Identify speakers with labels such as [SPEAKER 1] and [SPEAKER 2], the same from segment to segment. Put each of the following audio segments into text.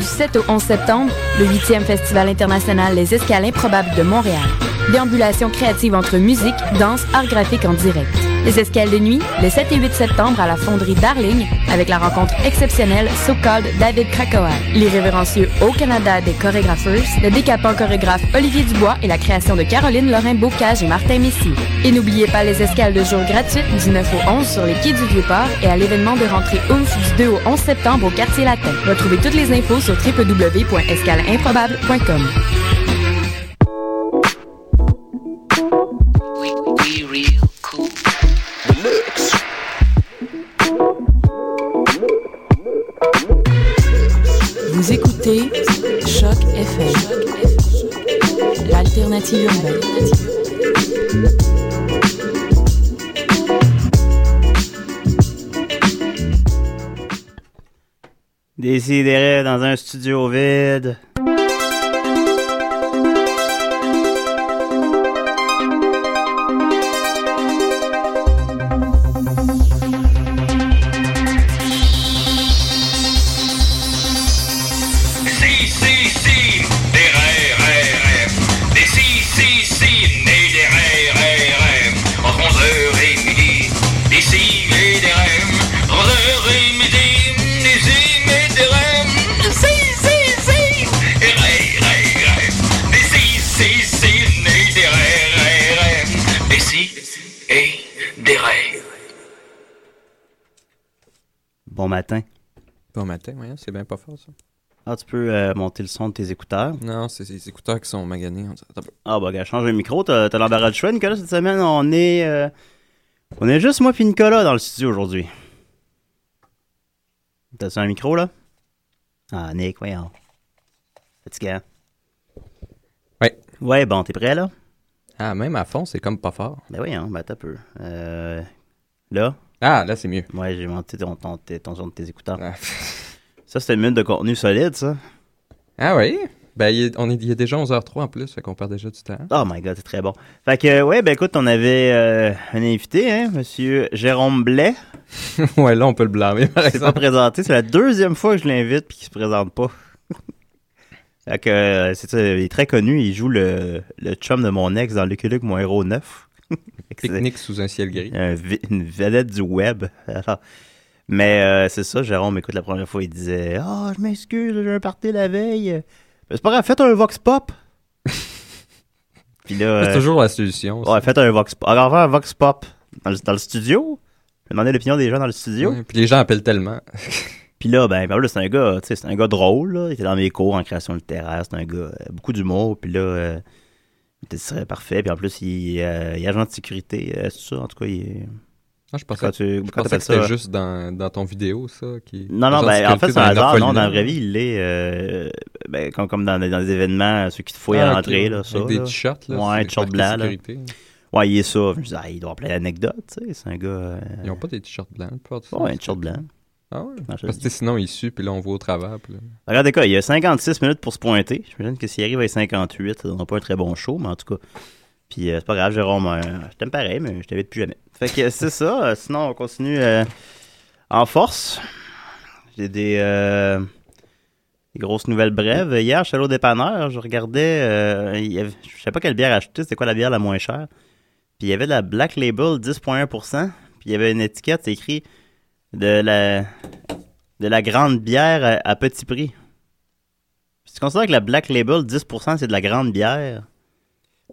[SPEAKER 1] 7 au 11 septembre, le 8e Festival international Les Escales Improbables de Montréal. Déambulation créative entre musique, danse, art graphique en direct. Les escales de nuit, les 7 et 8 septembre à la fonderie Darling, avec la rencontre exceptionnelle so-called David Krakoa, l'irrévérencieux Au Canada des chorégrapheurs, le décapant chorégraphe Olivier Dubois et la création de Caroline Lorrain Bocage et Martin Messi. Et n'oubliez pas les escales de jour gratuites du 9 au 11 sur les quais du Vieux-Port et à l'événement de rentrée OOMF du 2 au 11 septembre au Quartier Latin. Retrouvez toutes les infos sur www.escaleimprobable.com.
[SPEAKER 2] Vous écoutez Choc FM, l'alternative urbaine.
[SPEAKER 3] Décidérez dans un studio vide.
[SPEAKER 4] Si, si, si, des RRRF. Des si, si, si, nés des RRRF. Entre 11h et midi, des si et des REM. Entre 11h et midi, des si et des REM. Si, si, si, des RRRF. Des si, si, si, nés des RRRF. Des si et des RRRF.
[SPEAKER 3] Bon matin.
[SPEAKER 5] Bon matin, voyons, c'est bien pas fort ça.
[SPEAKER 3] Ah, tu peux euh, monter le son de tes écouteurs.
[SPEAKER 5] Non, c'est les écouteurs qui sont maganés. on dirait. Attends un peu.
[SPEAKER 3] Ah, bah, gars, change le micro. T'as t'as l'embarras du choix, Nicolas, cette semaine. On est. euh, on est juste moi puis Nicolas dans le studio aujourd'hui. T'as-tu un micro, là? Ah, Nick, voyons. Fatigant.
[SPEAKER 5] Ouais.
[SPEAKER 3] Ouais, bon, t'es prêt, là?
[SPEAKER 5] Ah, même à fond, c'est comme pas fort.
[SPEAKER 3] Ben, voyons, ben, t'as peu. Euh, là?
[SPEAKER 5] Ah, là, c'est mieux.
[SPEAKER 3] Ouais, j'ai monté ton, ton, tes- ton son de tes écouteurs.
[SPEAKER 5] Ah,
[SPEAKER 3] Ça, c'était une minute de contenu solide, ça.
[SPEAKER 5] ah oui? Ben, il est, on est, il est déjà 11h03 en plus, fait qu'on perd déjà du temps.
[SPEAKER 3] Oh my god, c'est très bon. Fait que, euh, ouais, ben écoute, on avait euh, un invité, hein, monsieur Jérôme Blais.
[SPEAKER 5] ouais, là, on peut le blâmer, par
[SPEAKER 3] Il s'est pas
[SPEAKER 5] exemple.
[SPEAKER 3] présenté, c'est la deuxième fois que je l'invite puis qu'il se présente pas. fait que, euh, c'est ça, il est très connu, il joue le, le chum de mon ex dans Lucky Luke, mon héros 9.
[SPEAKER 5] Pique-nique sous un ciel gris.
[SPEAKER 3] Un vi- une vedette du web. Alors, mais euh, c'est ça, Jérôme, écoute, la première fois, il disait « Ah, je m'excuse, j'ai un party la veille. » Ben, C'est pas grave, faites un vox pop. Puis là...
[SPEAKER 5] C'est
[SPEAKER 3] euh,
[SPEAKER 5] toujours la solution. ça.
[SPEAKER 3] Ouais, faites un vox pop. Alors, faire un vox pop dans le, dans le studio. Demander l'opinion des gens dans le studio.
[SPEAKER 5] Ouais, Puis les gens appellent tellement.
[SPEAKER 3] Puis là, ben, Pablo, c'est un gars, tu sais, c'est un gars drôle, là. Il était dans mes cours en création littéraire. C'est un gars, euh, beaucoup d'humour. Puis là, euh, il était- serait parfait. Puis en plus, il, euh, il est agent de sécurité. euh, c'est ça, en tout cas, il est-
[SPEAKER 5] Non, Ah, je pensais,
[SPEAKER 3] Quand tu
[SPEAKER 5] je pensais
[SPEAKER 3] quand t'appelles
[SPEAKER 5] que c'était
[SPEAKER 3] ça.
[SPEAKER 5] juste dans, dans ton vidéo, ça. Qui...
[SPEAKER 3] Non, non,
[SPEAKER 5] Genre
[SPEAKER 3] ben, en
[SPEAKER 5] sécurité
[SPEAKER 3] fait, c'est un
[SPEAKER 5] les
[SPEAKER 3] hasard.
[SPEAKER 5] orphelinats.
[SPEAKER 3] Non, dans la vraie vie, il est, euh, ben, comme, comme dans, dans les événements, ceux qui te fouillent à
[SPEAKER 5] Ah, ok,
[SPEAKER 3] l'entrée, là,
[SPEAKER 5] avec
[SPEAKER 3] ça.
[SPEAKER 5] Des
[SPEAKER 3] là.
[SPEAKER 5] t-shirts, là.
[SPEAKER 3] Ouais,
[SPEAKER 5] c'est
[SPEAKER 3] un t-shirt
[SPEAKER 5] marqué
[SPEAKER 3] blanc, là.
[SPEAKER 5] sécurité.
[SPEAKER 3] Ouais, il est ça. Je me dis, ah, il doit avoir plein d'anecdotes, tu sais. C'est un gars. euh,
[SPEAKER 5] Ils ont pas des t-shirts blancs, peu importe ça.
[SPEAKER 3] ouais, un t-shirt blanc.
[SPEAKER 5] Ah ouais.
[SPEAKER 3] Non, je-
[SPEAKER 5] Parce que sinon, ils suent, puis là, on voit au travers. puis là-
[SPEAKER 3] Regardez quoi, il y a 56 minutes pour se pointer. J'imagine que s'il arrive à 58, ça donnera pas un très bon show, mais en tout cas. Puis euh, c'est pas grave, Jérôme, euh, je t'aime pareil, mais je t'invite plus jamais. Fait que euh, c'est ça. euh, sinon, on continue euh, en force. J'ai des, euh, des grosses nouvelles brèves. Hier, je suis allé au dépanneur, je regardais. euh, il y avait- je sais pas quelle bière acheter, c'était quoi la bière la moins chère. Puis il y avait de la Black Label 10,1%. Puis il y avait une étiquette, c'est écrit de la, de la grande bière à, à petit prix. Si tu considères que la Black Label 10%, c'est de la grande bière,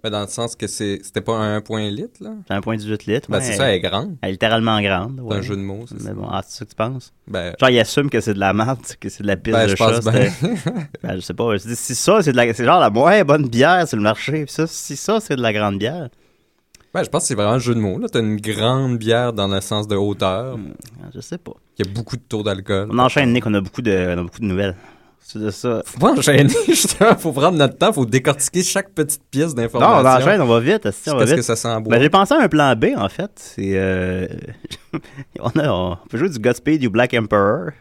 [SPEAKER 5] Ben, dans le sens que c'est- c'était pas un 1.8 litre, là.
[SPEAKER 3] c'est 1,18 litres.
[SPEAKER 5] Ben,
[SPEAKER 3] ouais,
[SPEAKER 5] c'est ça, elle est grande.
[SPEAKER 3] Elle est littéralement grande.
[SPEAKER 5] C'est
[SPEAKER 3] ouais.
[SPEAKER 5] un jeu de mots, c'est ça.
[SPEAKER 3] Mais bon, ah, c'est ça que tu penses?
[SPEAKER 5] Ben,
[SPEAKER 3] Genre, ils assument que c'est de la merde, que c'est de la pisse
[SPEAKER 5] ben,
[SPEAKER 3] de
[SPEAKER 5] je
[SPEAKER 3] chat.
[SPEAKER 5] pense
[SPEAKER 3] c'était-
[SPEAKER 5] bien.
[SPEAKER 3] Ben, je sais pas. Je dis, si ça, c'est de la, c'est genre la moins bonne bière sur le marché. Puis ça, si ça, c'est de la grande bière.
[SPEAKER 5] ben, je pense que c'est vraiment un jeu de mots, là. T'as une grande bière dans le sens de hauteur,
[SPEAKER 3] Ah, Je sais pas.
[SPEAKER 5] qui a beaucoup de taux d'alcool.
[SPEAKER 3] On enchaîne, Nick. On a beaucoup de, on a beaucoup de nouvelles. C'est de ça.
[SPEAKER 5] Faut pas enchaîner, justement. Faut prendre notre temps, faut décortiquer chaque petite pièce
[SPEAKER 3] Non,
[SPEAKER 5] d'information.
[SPEAKER 3] on enchaîne. On va vite. asti, On va
[SPEAKER 5] Parce
[SPEAKER 3] vite.
[SPEAKER 5] que ça sent beau.
[SPEAKER 3] Ben, j'ai pensé à un plan B, en fait. C'est. euh, on, a- on peut jouer du Godspeed ou Black Emperor.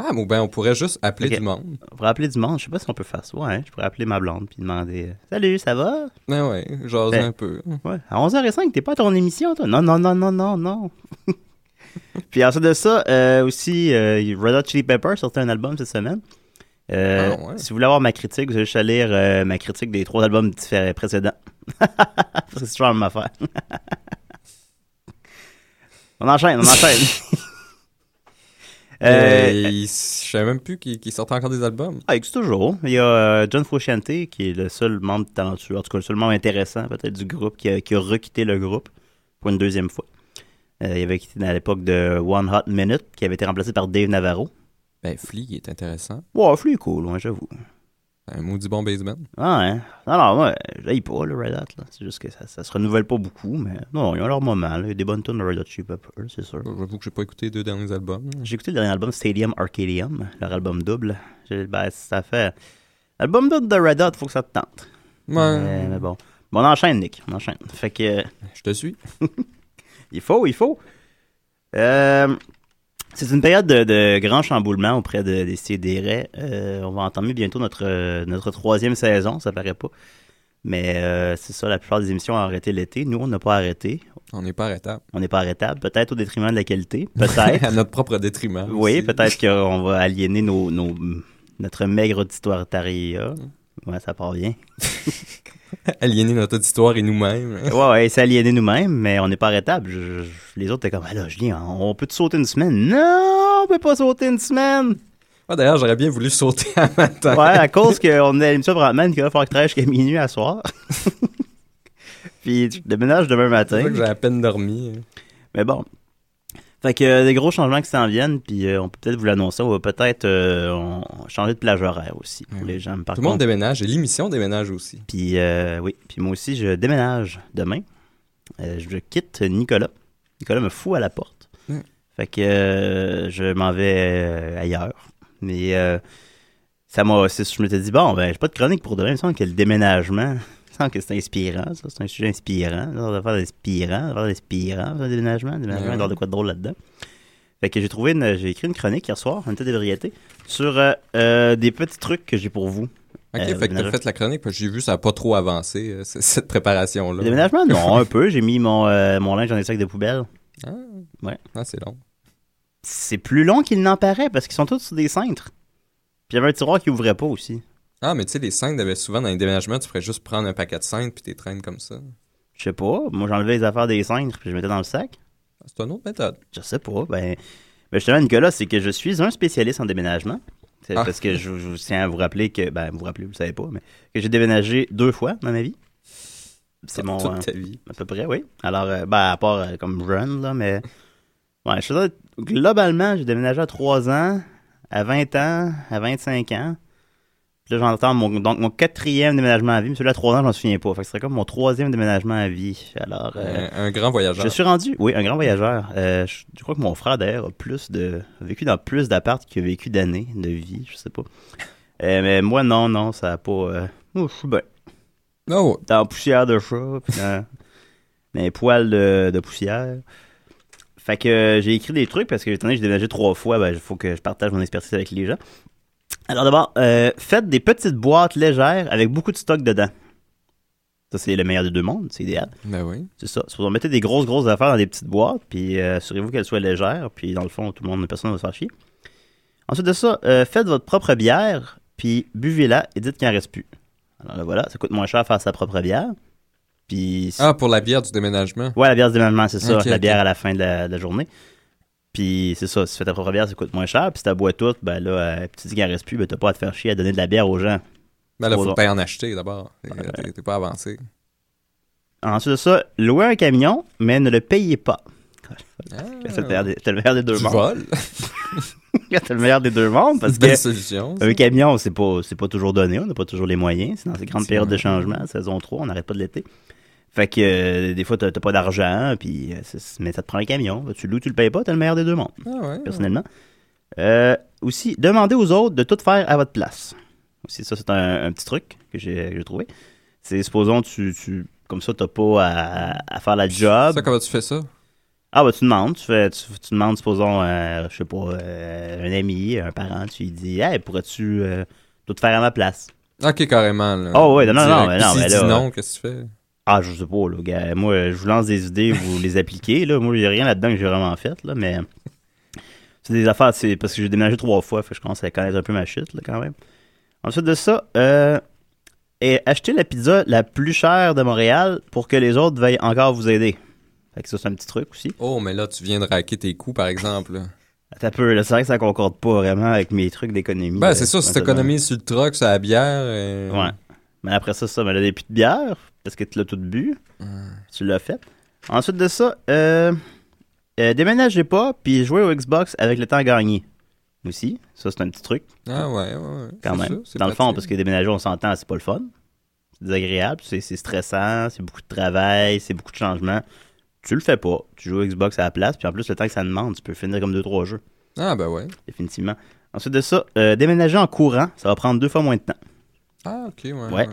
[SPEAKER 5] Ah, mais ben, on pourrait juste appeler
[SPEAKER 3] Ok.
[SPEAKER 5] du monde.
[SPEAKER 3] On pourrait appeler du monde. Je sais pas si on peut faire ça. Ouais, hein. je pourrais appeler ma blonde puis demander euh, Salut, ça va
[SPEAKER 5] Ah Ouais, ouais, jaser
[SPEAKER 3] Ben.
[SPEAKER 5] un peu.
[SPEAKER 3] Ouais. À 11h05, t'es pas à ton émission, toi Non, non, non, non, non, non. puis ensuite de ça, euh, aussi, euh, Red Hot Chili Peppers sortait un album cette semaine. Euh,
[SPEAKER 5] Ah, ouais.
[SPEAKER 3] Si vous voulez avoir ma critique, vous allez juste aller lire euh, ma critique des trois albums diffé- précédents. Parce que c'est toujours la même affaire. on enchaîne, on enchaîne.
[SPEAKER 5] Euh,
[SPEAKER 3] euh,
[SPEAKER 5] il- je savais même plus qu'il qu'il sortait encore des albums.
[SPEAKER 3] ah, il existe toujours. Il y a euh, John Frusciante, qui est le seul membre talentueux, en tout cas le seul membre intéressant peut-être du groupe, qui a, qui a requitté le groupe pour une deuxième fois. Euh, il avait quitté à l'époque de One Hot Minute, qui avait été remplacé par Dave Navarro.
[SPEAKER 5] Ben, Flea, il est intéressant.
[SPEAKER 3] Wow, lui est cool, ouais, j'avoue.
[SPEAKER 5] Un maudit bon basement.
[SPEAKER 3] Ah, hein. Non, non, moi, j'aille pas, le Red Hot, là. C'est juste que ça, ça se renouvelle pas beaucoup, mais non, ils ont leur moment, là. Il y a des bonnes tunes de Red Hot Chili Peppers, c'est sûr.
[SPEAKER 5] J'avoue que j'ai pas écouté les deux derniers albums.
[SPEAKER 3] J'ai écouté le dernier album Stadium Arcadium, leur album double. J'ai- Ben, ça fait. Album double de Red Hot, faut que ça te tente.
[SPEAKER 5] Ouais,
[SPEAKER 3] Mais, Euh, mais bon. Bon, on enchaîne, Nick. On enchaîne. Fait que. euh,
[SPEAKER 5] je te suis.
[SPEAKER 3] Il faut, il faut. Euh, c'est une période de, de grand chamboulement auprès de, des CDR. Euh, on va entamer bientôt notre, euh, notre troisième saison, ça paraît pas. Mais euh, c'est ça, la plupart des émissions ont arrêté l'été. Nous, on n'a pas arrêté.
[SPEAKER 5] On n'est pas arrêtable.
[SPEAKER 3] On n'est pas arrêtable. Peut-être au détriment de la qualité. Peut-être.
[SPEAKER 5] à notre propre détriment.
[SPEAKER 3] oui,
[SPEAKER 5] aussi.
[SPEAKER 3] peut-être qu'on va aliéner nos, nos- notre maigre auditoriatariat. Ouais, ça part bien.
[SPEAKER 5] Aliéner notre auditoire et nous-mêmes.
[SPEAKER 3] Ouais, ouais, c'est aliéné nous-mêmes, mais on n'est pas arrêtable. Je- je- les autres étaient comme, ah là, Julien, on peut te sauter une semaine? Non, on peut pas sauter une semaine!
[SPEAKER 5] Ah, D'ailleurs, j'aurais bien voulu sauter un matin.
[SPEAKER 3] Ouais, à cause qu'on est à l'émission Brandman, qu'il va falloir que je travaille jusqu'à minuit à soir. Puis je déménage demain
[SPEAKER 5] C'est
[SPEAKER 3] matin.
[SPEAKER 5] vrai que j'ai à peine dormi.
[SPEAKER 3] Mais bon. Fait que euh, des gros changements qui s'en viennent, puis euh, on peut peut-être vous l'annoncer, on va peut-être euh, on- changer de plage horaire aussi pour les gens. Par
[SPEAKER 5] Tout le monde
[SPEAKER 3] contre,
[SPEAKER 5] déménage et l'émission déménage aussi.
[SPEAKER 3] Puis euh, oui, puis moi aussi je déménage demain. Euh, je quitte Nicolas. Nicolas me fout à la porte.
[SPEAKER 5] Mm.
[SPEAKER 3] Fait que euh, je m'en vais euh, ailleurs. Mais euh, ça m'a c'est- je m'étais dit bon ben j'ai pas de chronique pour demain, il me semble que le déménagement, il me semble que c'est inspirant, ça c'est un sujet inspirant, on va faire inspirant, on va faire inspirant, le déménagement, le déménagement,
[SPEAKER 5] Ouais.
[SPEAKER 3] il y a de quoi de drôle là-dedans. Fait que j'ai trouvé une- j'ai écrit une chronique hier soir, une tête de variété sur euh, euh, des petits trucs que j'ai pour vous.
[SPEAKER 5] Ok,
[SPEAKER 3] Euh,
[SPEAKER 5] fait que
[SPEAKER 3] déménage-
[SPEAKER 5] t'as fait la chronique, parce que j'ai vu ça a pas trop avancé, euh, c- cette préparation-là.
[SPEAKER 3] Le déménagement, non, un peu. J'ai mis mon, euh, mon linge dans les sacs de poubelle.
[SPEAKER 5] Ah, c'est long.
[SPEAKER 3] C'est plus long qu'il n'en paraît parce qu'ils sont tous sur des cintres. Puis il y avait un tiroir qui ouvrait pas aussi.
[SPEAKER 5] Ah, mais tu sais, les scènes, avaient souvent dans les déménagements, tu pourrais juste prendre un paquet de scènes puis t'es traînes comme ça.
[SPEAKER 3] Je sais pas. Moi, j'enlevais les affaires des cintres puis je mettais dans le sac.
[SPEAKER 5] Ah, C'est une autre méthode.
[SPEAKER 3] Je sais pas. Ben, ben justement, Nicolas, c'est que je suis un spécialiste en déménagement. C'est
[SPEAKER 5] Ah.
[SPEAKER 3] parce que je, je tiens à vous rappeler que, ben, vous rappelez, vous le savez pas, mais que j'ai déménagé deux fois dans ma vie. C'est mon.
[SPEAKER 5] Toute ta
[SPEAKER 3] euh,
[SPEAKER 5] vie.
[SPEAKER 3] À peu près, oui. Alors, euh, ben, à part euh, comme jeune, là, mais. Ouais, je sais pas, globalement, j'ai déménagé à 3 ans, à 20 ans, à 25 ans. Puis là, j'entends mon, donc mon quatrième déménagement à vie, mais celui-là, à 3 ans, je m'en souviens pas. Fait que ce serait comme mon troisième déménagement à vie. Alors, euh,
[SPEAKER 5] Un, un grand voyageur.
[SPEAKER 3] je suis rendu, oui, un grand voyageur. Euh, je, je crois que mon frère, d'ailleurs, a plus de, a vécu dans plus d'appartes qu'il a vécu d'années, de vie, je sais pas. Euh, mais moi, non, non, ça a pas. euh, moi, je suis bien
[SPEAKER 5] Non, ouais.
[SPEAKER 3] dans la poussière de chat, puis dans, dans les poils de, de poussière. Fait que euh, j'ai écrit des trucs parce que étant donné que j'ai déménagé trois fois, ben, il faut que je partage mon expertise avec les gens. Alors d'abord, euh, faites des petites boîtes légères avec beaucoup de stock dedans. Ça, c'est le meilleur des deux mondes, c'est idéal.
[SPEAKER 5] Ben oui.
[SPEAKER 3] C'est ça. Si vous mettez des grosses, grosses affaires dans des petites boîtes, puis euh, assurez-vous qu'elles soient légères, puis dans le fond, tout le monde, personne ne va se faire chier. Ensuite de ça, euh, faites votre propre bière, puis buvez-la et dites qu'il n'en reste plus. Alors là, voilà, ça coûte moins cher faire sa propre bière. Puis.
[SPEAKER 5] Ah, pour la bière du déménagement.
[SPEAKER 3] Ouais, la bière du déménagement, c'est ça.
[SPEAKER 5] Ok,
[SPEAKER 3] la
[SPEAKER 5] ok.
[SPEAKER 3] bière à la fin de la, de la journée. Puis c'est ça, si tu fais ta propre bière, ça coûte moins cher. Puis si tu bois toute, ben là, euh, puis tu dis qu'il n'en reste plus, ben t'as pas à te faire chier à donner de la bière aux gens.
[SPEAKER 5] Ben là, faut
[SPEAKER 3] Trois
[SPEAKER 5] que t'ailles en acheter d'abord. T'es-
[SPEAKER 3] ben-
[SPEAKER 5] T'es t'es pas avancé.
[SPEAKER 3] Ensuite de ça, louez un camion, mais ne le payez pas.
[SPEAKER 5] Ah,
[SPEAKER 3] C'est le meilleur des- c'est le meilleur des deux
[SPEAKER 5] tu
[SPEAKER 3] mondes.
[SPEAKER 5] voles.
[SPEAKER 3] C'est le meilleur des deux mondes
[SPEAKER 5] Parce
[SPEAKER 3] parce que Ah
[SPEAKER 5] Belle solution. Ben, ça.
[SPEAKER 3] un camion, c'est pas, c'est pas toujours donné, on n'a pas toujours les moyens. C'est dans ces grandes
[SPEAKER 5] C'est
[SPEAKER 3] périodes de
[SPEAKER 5] vrai.
[SPEAKER 3] changement, saison 3, on n'arrête pas de l'été. Fait que euh, des fois, t'as t'as pas d'argent, puis euh, c'est- mais ça te prend un camion. Tu le loues, tu le payes pas, t'as le meilleur des deux mondes,
[SPEAKER 5] Ah ouais.
[SPEAKER 3] personnellement. Euh, aussi, demandez aux autres de tout faire à votre place. Aussi, ça, c'est un, un petit truc que j'ai que j'ai trouvé. C'est, supposons, tu, tu, comme ça, t'as pas à, à faire la job.
[SPEAKER 5] Ça, comment tu fais ça?
[SPEAKER 3] Ah bah tu demandes, tu fais tu, tu demandes, supposons, euh, je sais pas, euh, un ami, un parent, tu lui dis Hey, pourrais-tu euh, tout faire à ma place?
[SPEAKER 5] Ok, carrément. Là.
[SPEAKER 3] Oh, ouais, non, non, non, mais non,
[SPEAKER 5] Si
[SPEAKER 3] mais là,
[SPEAKER 5] dis non, qu'est-ce que tu fais?
[SPEAKER 3] Ah je sais pas, là, gars, moi je vous lance des idées, vous les appliquez, là. Moi j'ai rien là-dedans que j'ai vraiment fait, là, mais c'est des affaires, c'est parce que j'ai déménagé trois fois, fait que je commence à connaître un peu ma chute là quand même. Ensuite de ça, euh, et achetez la pizza la plus chère de Montréal pour que les autres veuillent encore vous aider. Fait que ça, c'est un petit truc aussi.
[SPEAKER 5] Oh, mais là, tu viens de raquer tes coups, par exemple. là.
[SPEAKER 3] T'as peu, là, c'est vrai que ça concorde pas vraiment avec mes trucs d'économie.
[SPEAKER 5] Ben,
[SPEAKER 3] euh,
[SPEAKER 5] c'est ça, si
[SPEAKER 3] quand t'as-
[SPEAKER 5] t'économises sur le truck, sur la bière. euh,
[SPEAKER 3] Ouais. Mais après ça, ça, mais là, des plus de bière, parce que tu l'as tout bu.
[SPEAKER 5] Hmm.
[SPEAKER 3] Tu l'as fait. Ensuite de ça, euh, euh, déménagez pas, puis jouez au Xbox avec le temps gagné. Aussi, ça, c'est un petit truc,
[SPEAKER 5] Ah, ouais, ouais, ouais.
[SPEAKER 3] quand
[SPEAKER 5] C'est
[SPEAKER 3] même.
[SPEAKER 5] ça, c'est
[SPEAKER 3] Dans le fond,
[SPEAKER 5] pratique.
[SPEAKER 3] parce que déménager, on s'entend, c'est pas le fun. C'est désagréable, c'est c'est stressant, c'est beaucoup de travail, c'est beaucoup de changements. Tu le fais pas. Tu joues au Xbox à la place, puis en plus, le temps que ça demande, tu peux finir comme 2-3 jeux,
[SPEAKER 5] Ah, ben ouais.
[SPEAKER 3] définitivement. Ensuite de ça, euh, déménager en courant, ça va prendre deux fois moins de temps.
[SPEAKER 5] Ah, ok, ouais.
[SPEAKER 3] Ouais.
[SPEAKER 5] ouais.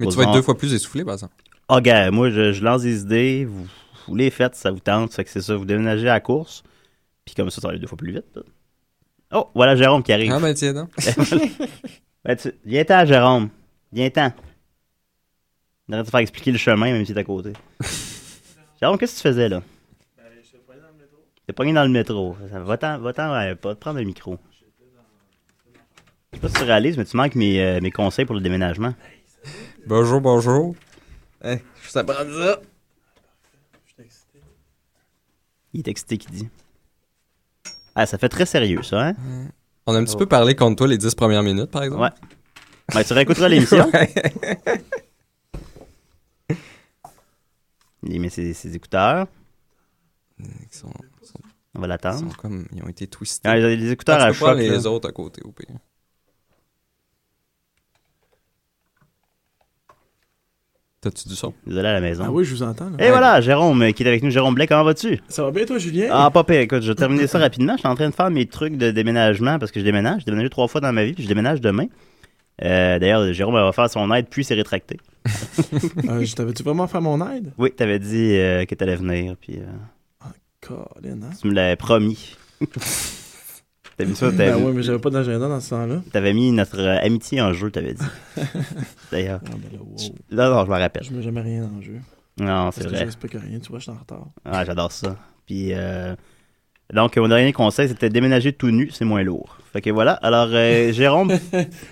[SPEAKER 5] Mais tu
[SPEAKER 3] Faut
[SPEAKER 5] vas être
[SPEAKER 3] voir.
[SPEAKER 5] deux fois plus essoufflé, par exemple.
[SPEAKER 3] Ah, gars, moi, je, je lance des idées, vous, vous les faites, ça vous tente, fait que c'est ça, vous déménagez à la course, puis comme ça, ça va aller deux fois plus vite. là. Oh, voilà Jérôme qui arrive.
[SPEAKER 5] Ah, ben tiens, donc.
[SPEAKER 3] Ben, tu- Viens-t'en, Jérôme. Viens-t'en. On devrait te faire expliquer le chemin, même si t'es à côté. Jérôme, qu'est-ce que tu faisais, là? T'es pogné dans le métro. Ça- Va-t'en, va-t'en, ouais, pas te prendre le micro. Je sais pas si tu réalises, mais tu manques mes, euh, mes conseils pour le déménagement.
[SPEAKER 5] Bonjour, bonjour. Hein, je ça prend ça.
[SPEAKER 3] Il est excité qui dit. Ah, ça fait très sérieux, ça, hein?
[SPEAKER 5] On a un petit peu parlé contre toi les dix premières minutes, par exemple.
[SPEAKER 3] Ouais. Ben, tu réécouteras l'émission. Il met ses, ses écouteurs.
[SPEAKER 5] Ils sont,
[SPEAKER 3] On va
[SPEAKER 5] ils sont
[SPEAKER 3] l'attendre.
[SPEAKER 5] comme. Ils ont été twistés.
[SPEAKER 3] Ah, les, les
[SPEAKER 5] Ah,
[SPEAKER 3] écouteurs à
[SPEAKER 5] tu peux prendre
[SPEAKER 3] choc.
[SPEAKER 5] les
[SPEAKER 3] là.
[SPEAKER 5] autres à côté, au pire. T'as-tu du son?
[SPEAKER 3] Désolé à la maison.
[SPEAKER 6] Ah oui, je vous entends. là.
[SPEAKER 3] Et voilà, Jérôme euh, qui est avec nous. Jérôme Blais, comment vas-tu?
[SPEAKER 6] Ça va bien, toi, Julien?
[SPEAKER 3] Ah, pas pire. Écoute, je vais terminer ça rapidement. Je suis en train de faire mes trucs de déménagement parce que je déménage. J'ai déménagé trois fois dans ma vie, puis je déménage demain. Euh, D'ailleurs, Jérôme va faire son aide, puis s'est rétracté.
[SPEAKER 6] Euh, je- T'avais-tu vraiment fait mon aide?
[SPEAKER 3] Oui, t'avais dit euh, que t'allais venir, puis euh,
[SPEAKER 6] Colin, hein?
[SPEAKER 3] tu me l'avais promis. T'as mis ça, t'avais
[SPEAKER 6] Ben ouais, mais j'avais pas d'agenda dans ce temps-là.
[SPEAKER 3] t'avais mis notre euh, amitié en jeu, t'avais dit. D'ailleurs.
[SPEAKER 6] Ah ben là, wow.
[SPEAKER 3] Là, non, je m'en rappelle.
[SPEAKER 6] Je mets jamais rien en jeu.
[SPEAKER 3] Non, c'est
[SPEAKER 6] Parce que
[SPEAKER 3] vrai.
[SPEAKER 6] je respecte rien, tu vois, je suis en retard.
[SPEAKER 3] Ah, j'adore ça. Puis, euh, donc, mon dernier conseil, c'était déménager tout nu, c'est moins lourd. Fait que voilà. Alors, euh, Jérôme.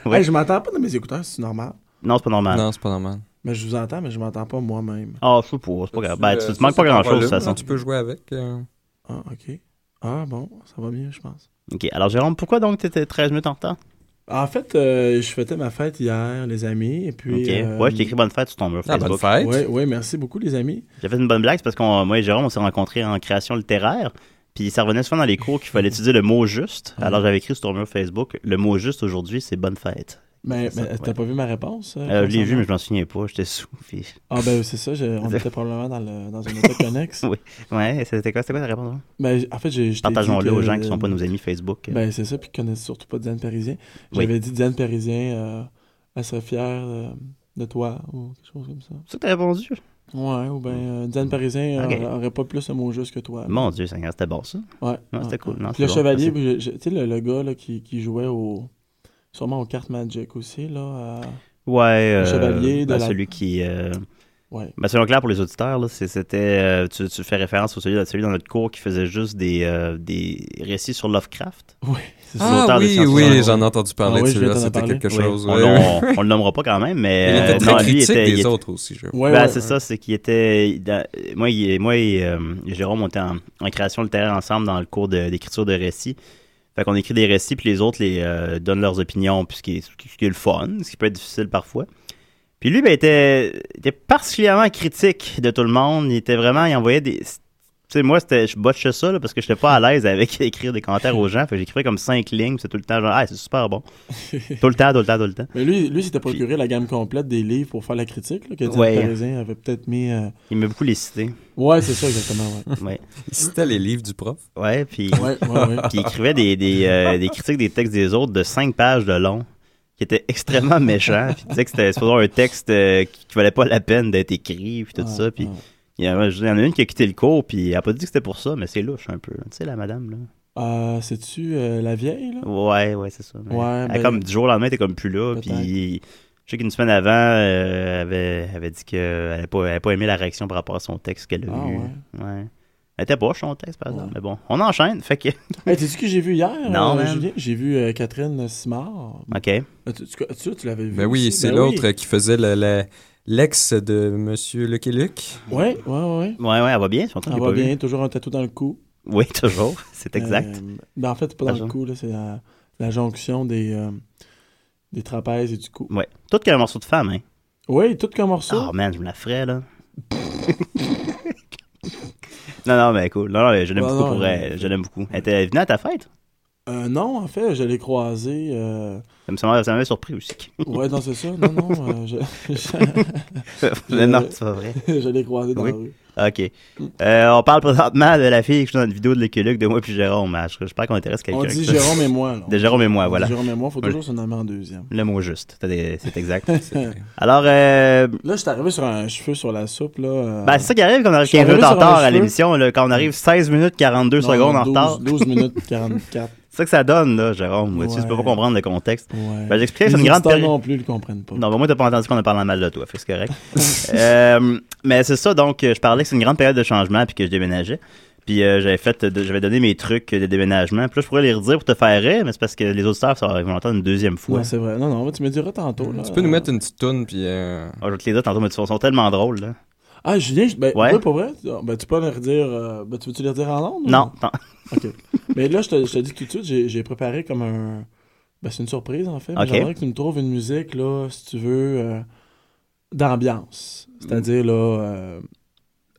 [SPEAKER 3] Ouais.
[SPEAKER 6] Hey, je m'entends pas dans mes écouteurs, c'est normal.
[SPEAKER 3] Non, c'est pas normal.
[SPEAKER 5] Non, c'est pas normal.
[SPEAKER 6] Mais je vous entends, mais je m'entends pas moi-même.
[SPEAKER 3] Ah, je sais pas, c'est pas grave. Ben, tu,
[SPEAKER 5] euh,
[SPEAKER 3] tu manques pas
[SPEAKER 5] c'est ton
[SPEAKER 3] grand chose, de toute
[SPEAKER 5] volume,
[SPEAKER 3] façon.
[SPEAKER 5] hein, Tu peux jouer avec. euh.
[SPEAKER 6] Ah, ok. Ah bon, ça va mieux, je pense.
[SPEAKER 3] Ok, alors Jérôme, pourquoi donc t'étais 13 minutes en retard
[SPEAKER 6] En fait, euh, je fêtais ma fête hier, les amis, et puis...
[SPEAKER 3] Ok.
[SPEAKER 6] euh,
[SPEAKER 3] Ouais, je t'ai écrit bonne fête sur ton mur
[SPEAKER 5] Ah,
[SPEAKER 3] Facebook.
[SPEAKER 5] bonne fête.
[SPEAKER 6] Ouais, ouais, merci beaucoup, les amis.
[SPEAKER 3] J'ai fait une bonne blague, c'est parce qu'on, moi et Jérôme, on s'est rencontrés en création littéraire. Puis ça revenait souvent dans les cours qu'il fallait étudier le mot juste.
[SPEAKER 6] Mm.
[SPEAKER 3] Alors j'avais écrit sur ton mur Facebook, le mot juste aujourd'hui, c'est bonne fête.
[SPEAKER 6] Mais,
[SPEAKER 3] C'est ça,
[SPEAKER 6] mais
[SPEAKER 3] ouais.
[SPEAKER 6] t'as pas vu ma réponse? euh,
[SPEAKER 3] Euh, je l'ai
[SPEAKER 6] concernant-
[SPEAKER 3] vu, mais je m'en souviens pas, j'étais sous. puis-
[SPEAKER 6] Ah ben c'est ça, je- on était probablement dans, le, dans un état connexe.
[SPEAKER 3] Ouais, c'était quoi, c'était quoi ta réponse? hein?
[SPEAKER 6] Ben, j- en fait, j'ai. je t'ai dit
[SPEAKER 3] Partageons-le
[SPEAKER 6] que-
[SPEAKER 3] aux gens qui sont pas nos amis Facebook.
[SPEAKER 6] Ben, c'est ça, puis qui connaissent surtout pas Diane Parisien.
[SPEAKER 3] Oui.
[SPEAKER 6] J'avais dit Diane Parisien, euh, elle serait fière euh, de toi, ou quelque chose comme ça.
[SPEAKER 3] C'est ça que t'as répondu?
[SPEAKER 6] Ouais, ou ben, euh, Diane Parisien euh,
[SPEAKER 3] Ok.
[SPEAKER 6] aurait pas plus un mot juste que toi.
[SPEAKER 3] Mon Dieu, Seigneur, c'était bon ça.
[SPEAKER 6] Ouais.
[SPEAKER 3] Non, c'était
[SPEAKER 6] ouais,
[SPEAKER 3] cool.
[SPEAKER 6] ouais.
[SPEAKER 3] Non,
[SPEAKER 6] Puis
[SPEAKER 3] c'est
[SPEAKER 6] le
[SPEAKER 3] bon. Merci.
[SPEAKER 6] chevalier, puis je- je- tu sais, le, le gars là, qui, qui jouait au. Sûrement aux cartes Magic aussi, là. euh,
[SPEAKER 3] Ouais, euh,
[SPEAKER 6] chevalier de
[SPEAKER 3] ben,
[SPEAKER 6] la-
[SPEAKER 3] celui qui. euh,
[SPEAKER 6] Ouais.
[SPEAKER 3] Ben, soyons clairs pour les auditeurs, là, c'est- c'était. euh, tu, tu fais référence au celui, celui dans notre cours qui faisait juste des, euh, des récits sur Lovecraft.
[SPEAKER 6] Ouais, c'est ça.
[SPEAKER 5] Ah
[SPEAKER 3] l'auteur des
[SPEAKER 5] oui,
[SPEAKER 3] sciences
[SPEAKER 5] oui,
[SPEAKER 3] humaines.
[SPEAKER 5] j'en ai entendu parler
[SPEAKER 6] Ah
[SPEAKER 5] de
[SPEAKER 6] oui, je vais
[SPEAKER 5] celui-là,
[SPEAKER 6] t'en
[SPEAKER 5] c'était
[SPEAKER 6] parler.
[SPEAKER 5] quelque
[SPEAKER 3] Oui,
[SPEAKER 5] chose.
[SPEAKER 3] on,
[SPEAKER 5] ouais.
[SPEAKER 3] on- on le nommera pas quand même, mais.
[SPEAKER 5] Il
[SPEAKER 3] euh,
[SPEAKER 5] était très
[SPEAKER 3] non, lui,
[SPEAKER 5] critique
[SPEAKER 3] était-
[SPEAKER 5] des
[SPEAKER 3] il-
[SPEAKER 5] autres aussi, je
[SPEAKER 6] Ouais,
[SPEAKER 3] ben,
[SPEAKER 6] ouais,
[SPEAKER 3] c'est ça, c'est qu'il était. il- dans- moi, il- moi et euh, Jérôme, on était en, en création littéraire ensemble dans le cours de- d'écriture de, récits. Fait qu'on écrit des récits, puis les autres les, euh, donnent leurs opinions, puis ce qui, est, ce qui est le fun, ce qui peut être difficile parfois. Puis lui, ben, était, était particulièrement critique de tout le monde. Il était vraiment. Il envoyait des. Tu sais, moi, c'était, je botchais ça là, parce que j'étais pas à l'aise avec écrire des commentaires aux gens. Fait que j'écrivais comme cinq lignes, puis c'est tout le temps genre, ah, c'est super bon. tout le temps, tout le temps, tout le temps.
[SPEAKER 6] Mais lui, lui s'était procuré la gamme complète des livres pour faire la critique, là, que Diane
[SPEAKER 3] Ouais.
[SPEAKER 6] Parisien avait peut-être mis. euh,
[SPEAKER 3] Il m'a beaucoup les citer.
[SPEAKER 6] Ouais, c'est ça, exactement, ouais.
[SPEAKER 3] Ouais.
[SPEAKER 5] C'était les livres du prof.
[SPEAKER 3] Ouais, puis.
[SPEAKER 6] Ouais, ouais, ouais.
[SPEAKER 3] qui écrivait des, des, euh, des critiques des textes des autres de cinq pages de long, qui était extrêmement méchant, puis il disait que c'était supposé un texte euh, qui, qui valait pas la peine d'être écrit, puis tout
[SPEAKER 6] Ouais,
[SPEAKER 3] ça, puis
[SPEAKER 6] ouais.
[SPEAKER 3] il y, en a, il y en a une qui a quitté le cours, puis elle a pas dit que c'était pour ça, mais c'est louche un peu, là. tu sais, la madame, là.
[SPEAKER 6] Euh, C'est-tu euh, la vieille, là?
[SPEAKER 3] Ouais, ouais, c'est ça. mais
[SPEAKER 6] Ouais,
[SPEAKER 3] elle,
[SPEAKER 6] ben-
[SPEAKER 3] comme du jour au lendemain, t'es comme plus là,
[SPEAKER 6] Peut-être.
[SPEAKER 3] puis je sais qu'une semaine avant, euh, elle, avait, elle avait dit qu'elle n'avait pas, elle avait pas aimé la réaction par rapport à son texte qu'elle a
[SPEAKER 6] Ah,
[SPEAKER 3] eu.
[SPEAKER 6] ouais.
[SPEAKER 3] Ouais. Elle était pas son texte, par exemple. Mais bon, on enchaîne. Fait que.
[SPEAKER 6] Hey, t'as vu ce que j'ai vu hier?
[SPEAKER 3] Non,
[SPEAKER 6] euh,
[SPEAKER 3] man.
[SPEAKER 6] Julien? J'ai vu euh, Catherine Simard.
[SPEAKER 3] OK.
[SPEAKER 6] Ah, Tu, tu- tu- tu l'avais vu?
[SPEAKER 5] Ben oui,
[SPEAKER 6] aussi?
[SPEAKER 5] c'est
[SPEAKER 6] Ben
[SPEAKER 5] l'autre qui faisait la- la- l'ex de Monsieur Lucky Luke.
[SPEAKER 6] Oui. Ouais, ouais, ouais.
[SPEAKER 3] Ouais, ouais, elle va bien. Son temps,
[SPEAKER 6] Elle va bien, toujours un tatou dans le cou.
[SPEAKER 3] Oui, toujours. C'est exact.
[SPEAKER 6] Euh, ben, en fait, c'est pas dans
[SPEAKER 3] Raison.
[SPEAKER 6] le cou, là, c'est la, la jonction des, euh, des trapèzes et du cou.
[SPEAKER 3] Ouais. Tout qu'un morceau de femme, hein.
[SPEAKER 6] Oui, tout comme morceau.
[SPEAKER 3] Oh man, je me la ferais, là. non, non, mais cool. Non, non, mais je l'aime
[SPEAKER 6] Ouais,
[SPEAKER 3] beaucoup
[SPEAKER 6] non,
[SPEAKER 3] pour
[SPEAKER 6] mais-
[SPEAKER 3] elle. Je l'aime beaucoup. Elle était venue à ta fête.
[SPEAKER 6] Euh, non, en fait, je l'ai croisé. euh,
[SPEAKER 3] Ça me- ça m'avait ça m'avait surpris aussi.
[SPEAKER 6] Ouais, non, c'est ça. Non, non, euh, je,
[SPEAKER 3] Mais
[SPEAKER 6] Euh.
[SPEAKER 3] non, c'est pas vrai.
[SPEAKER 6] je l'ai croisé dans
[SPEAKER 3] Oui.
[SPEAKER 6] la rue.
[SPEAKER 3] OK. Euh, on parle présentement de la fille que je suis dans une vidéo de l'écologue de moi puis Jérôme. hein. Je j'espère qu'on intéresse quelqu'un.
[SPEAKER 6] On
[SPEAKER 3] avec
[SPEAKER 6] dit
[SPEAKER 3] ça.
[SPEAKER 6] Jérôme et moi. là.
[SPEAKER 3] De Jérôme et moi, voilà.
[SPEAKER 6] Jérôme et moi, faut
[SPEAKER 3] Voilà.
[SPEAKER 6] toujours se nommer en deuxième.
[SPEAKER 3] Le mot juste. T'as des- C'est exact. Alors, euh,
[SPEAKER 6] Là, je suis arrivé sur un cheveu sur la soupe, là. euh,
[SPEAKER 3] ben, c'est ça qui arrive quand on arrive
[SPEAKER 6] Je suis
[SPEAKER 3] 15 minutes en
[SPEAKER 6] arrivé sur un
[SPEAKER 3] retard à
[SPEAKER 6] cheveu.
[SPEAKER 3] l'émission. là, Quand on arrive 16 minutes 42
[SPEAKER 6] non,
[SPEAKER 3] secondes en
[SPEAKER 6] 12
[SPEAKER 3] retard.
[SPEAKER 6] 12 minutes 44.
[SPEAKER 3] C'est ça que ça donne, là, Jérôme. Tu sais, tu peux pas
[SPEAKER 6] Ouais.
[SPEAKER 3] comprendre le contexte.
[SPEAKER 6] Ouais.
[SPEAKER 3] Ben, j'expliquais, c'est
[SPEAKER 6] Les
[SPEAKER 3] une grande
[SPEAKER 6] auditeurs
[SPEAKER 3] période.
[SPEAKER 6] non plus, ils le comprennent pas.
[SPEAKER 3] Non, ben moi, t'as pas entendu qu'on a parlé mal de toi, fait que c'est correct. Euh, mais c'est ça, donc, euh, je parlais que c'est une grande période de changement, puis que je déménageais. Puis euh, j'avais fait, de- j'avais donné mes trucs de déménagement. Puis là, je pourrais les redire pour te faire rire, mais c'est parce que les auditeurs, ça, ils vont l'entendre une deuxième fois.
[SPEAKER 6] Non, c'est vrai. Non, non, tu me diras tantôt. là.
[SPEAKER 5] Tu peux nous mettre une petite toune, puis... euh,
[SPEAKER 3] Ah, je vais te les dire tantôt, mais ils sont, sont tellement drôles, là.
[SPEAKER 6] Ah, Julien, je- ben,
[SPEAKER 3] Ouais.
[SPEAKER 6] ouais, pas vrai? Ben, tu peux leur dire. euh, ben, tu veux-tu leur dire en Londres?
[SPEAKER 3] Non, non.
[SPEAKER 6] OK. Mais là, je te, je te dis tout de suite, j'ai j'ai préparé comme un. Ben, c'est une surprise, en fait. mais
[SPEAKER 3] OK.
[SPEAKER 6] J'aimerais que tu me trouves une musique, là, si tu veux, euh, d'ambiance. C'est-à-dire, là, euh,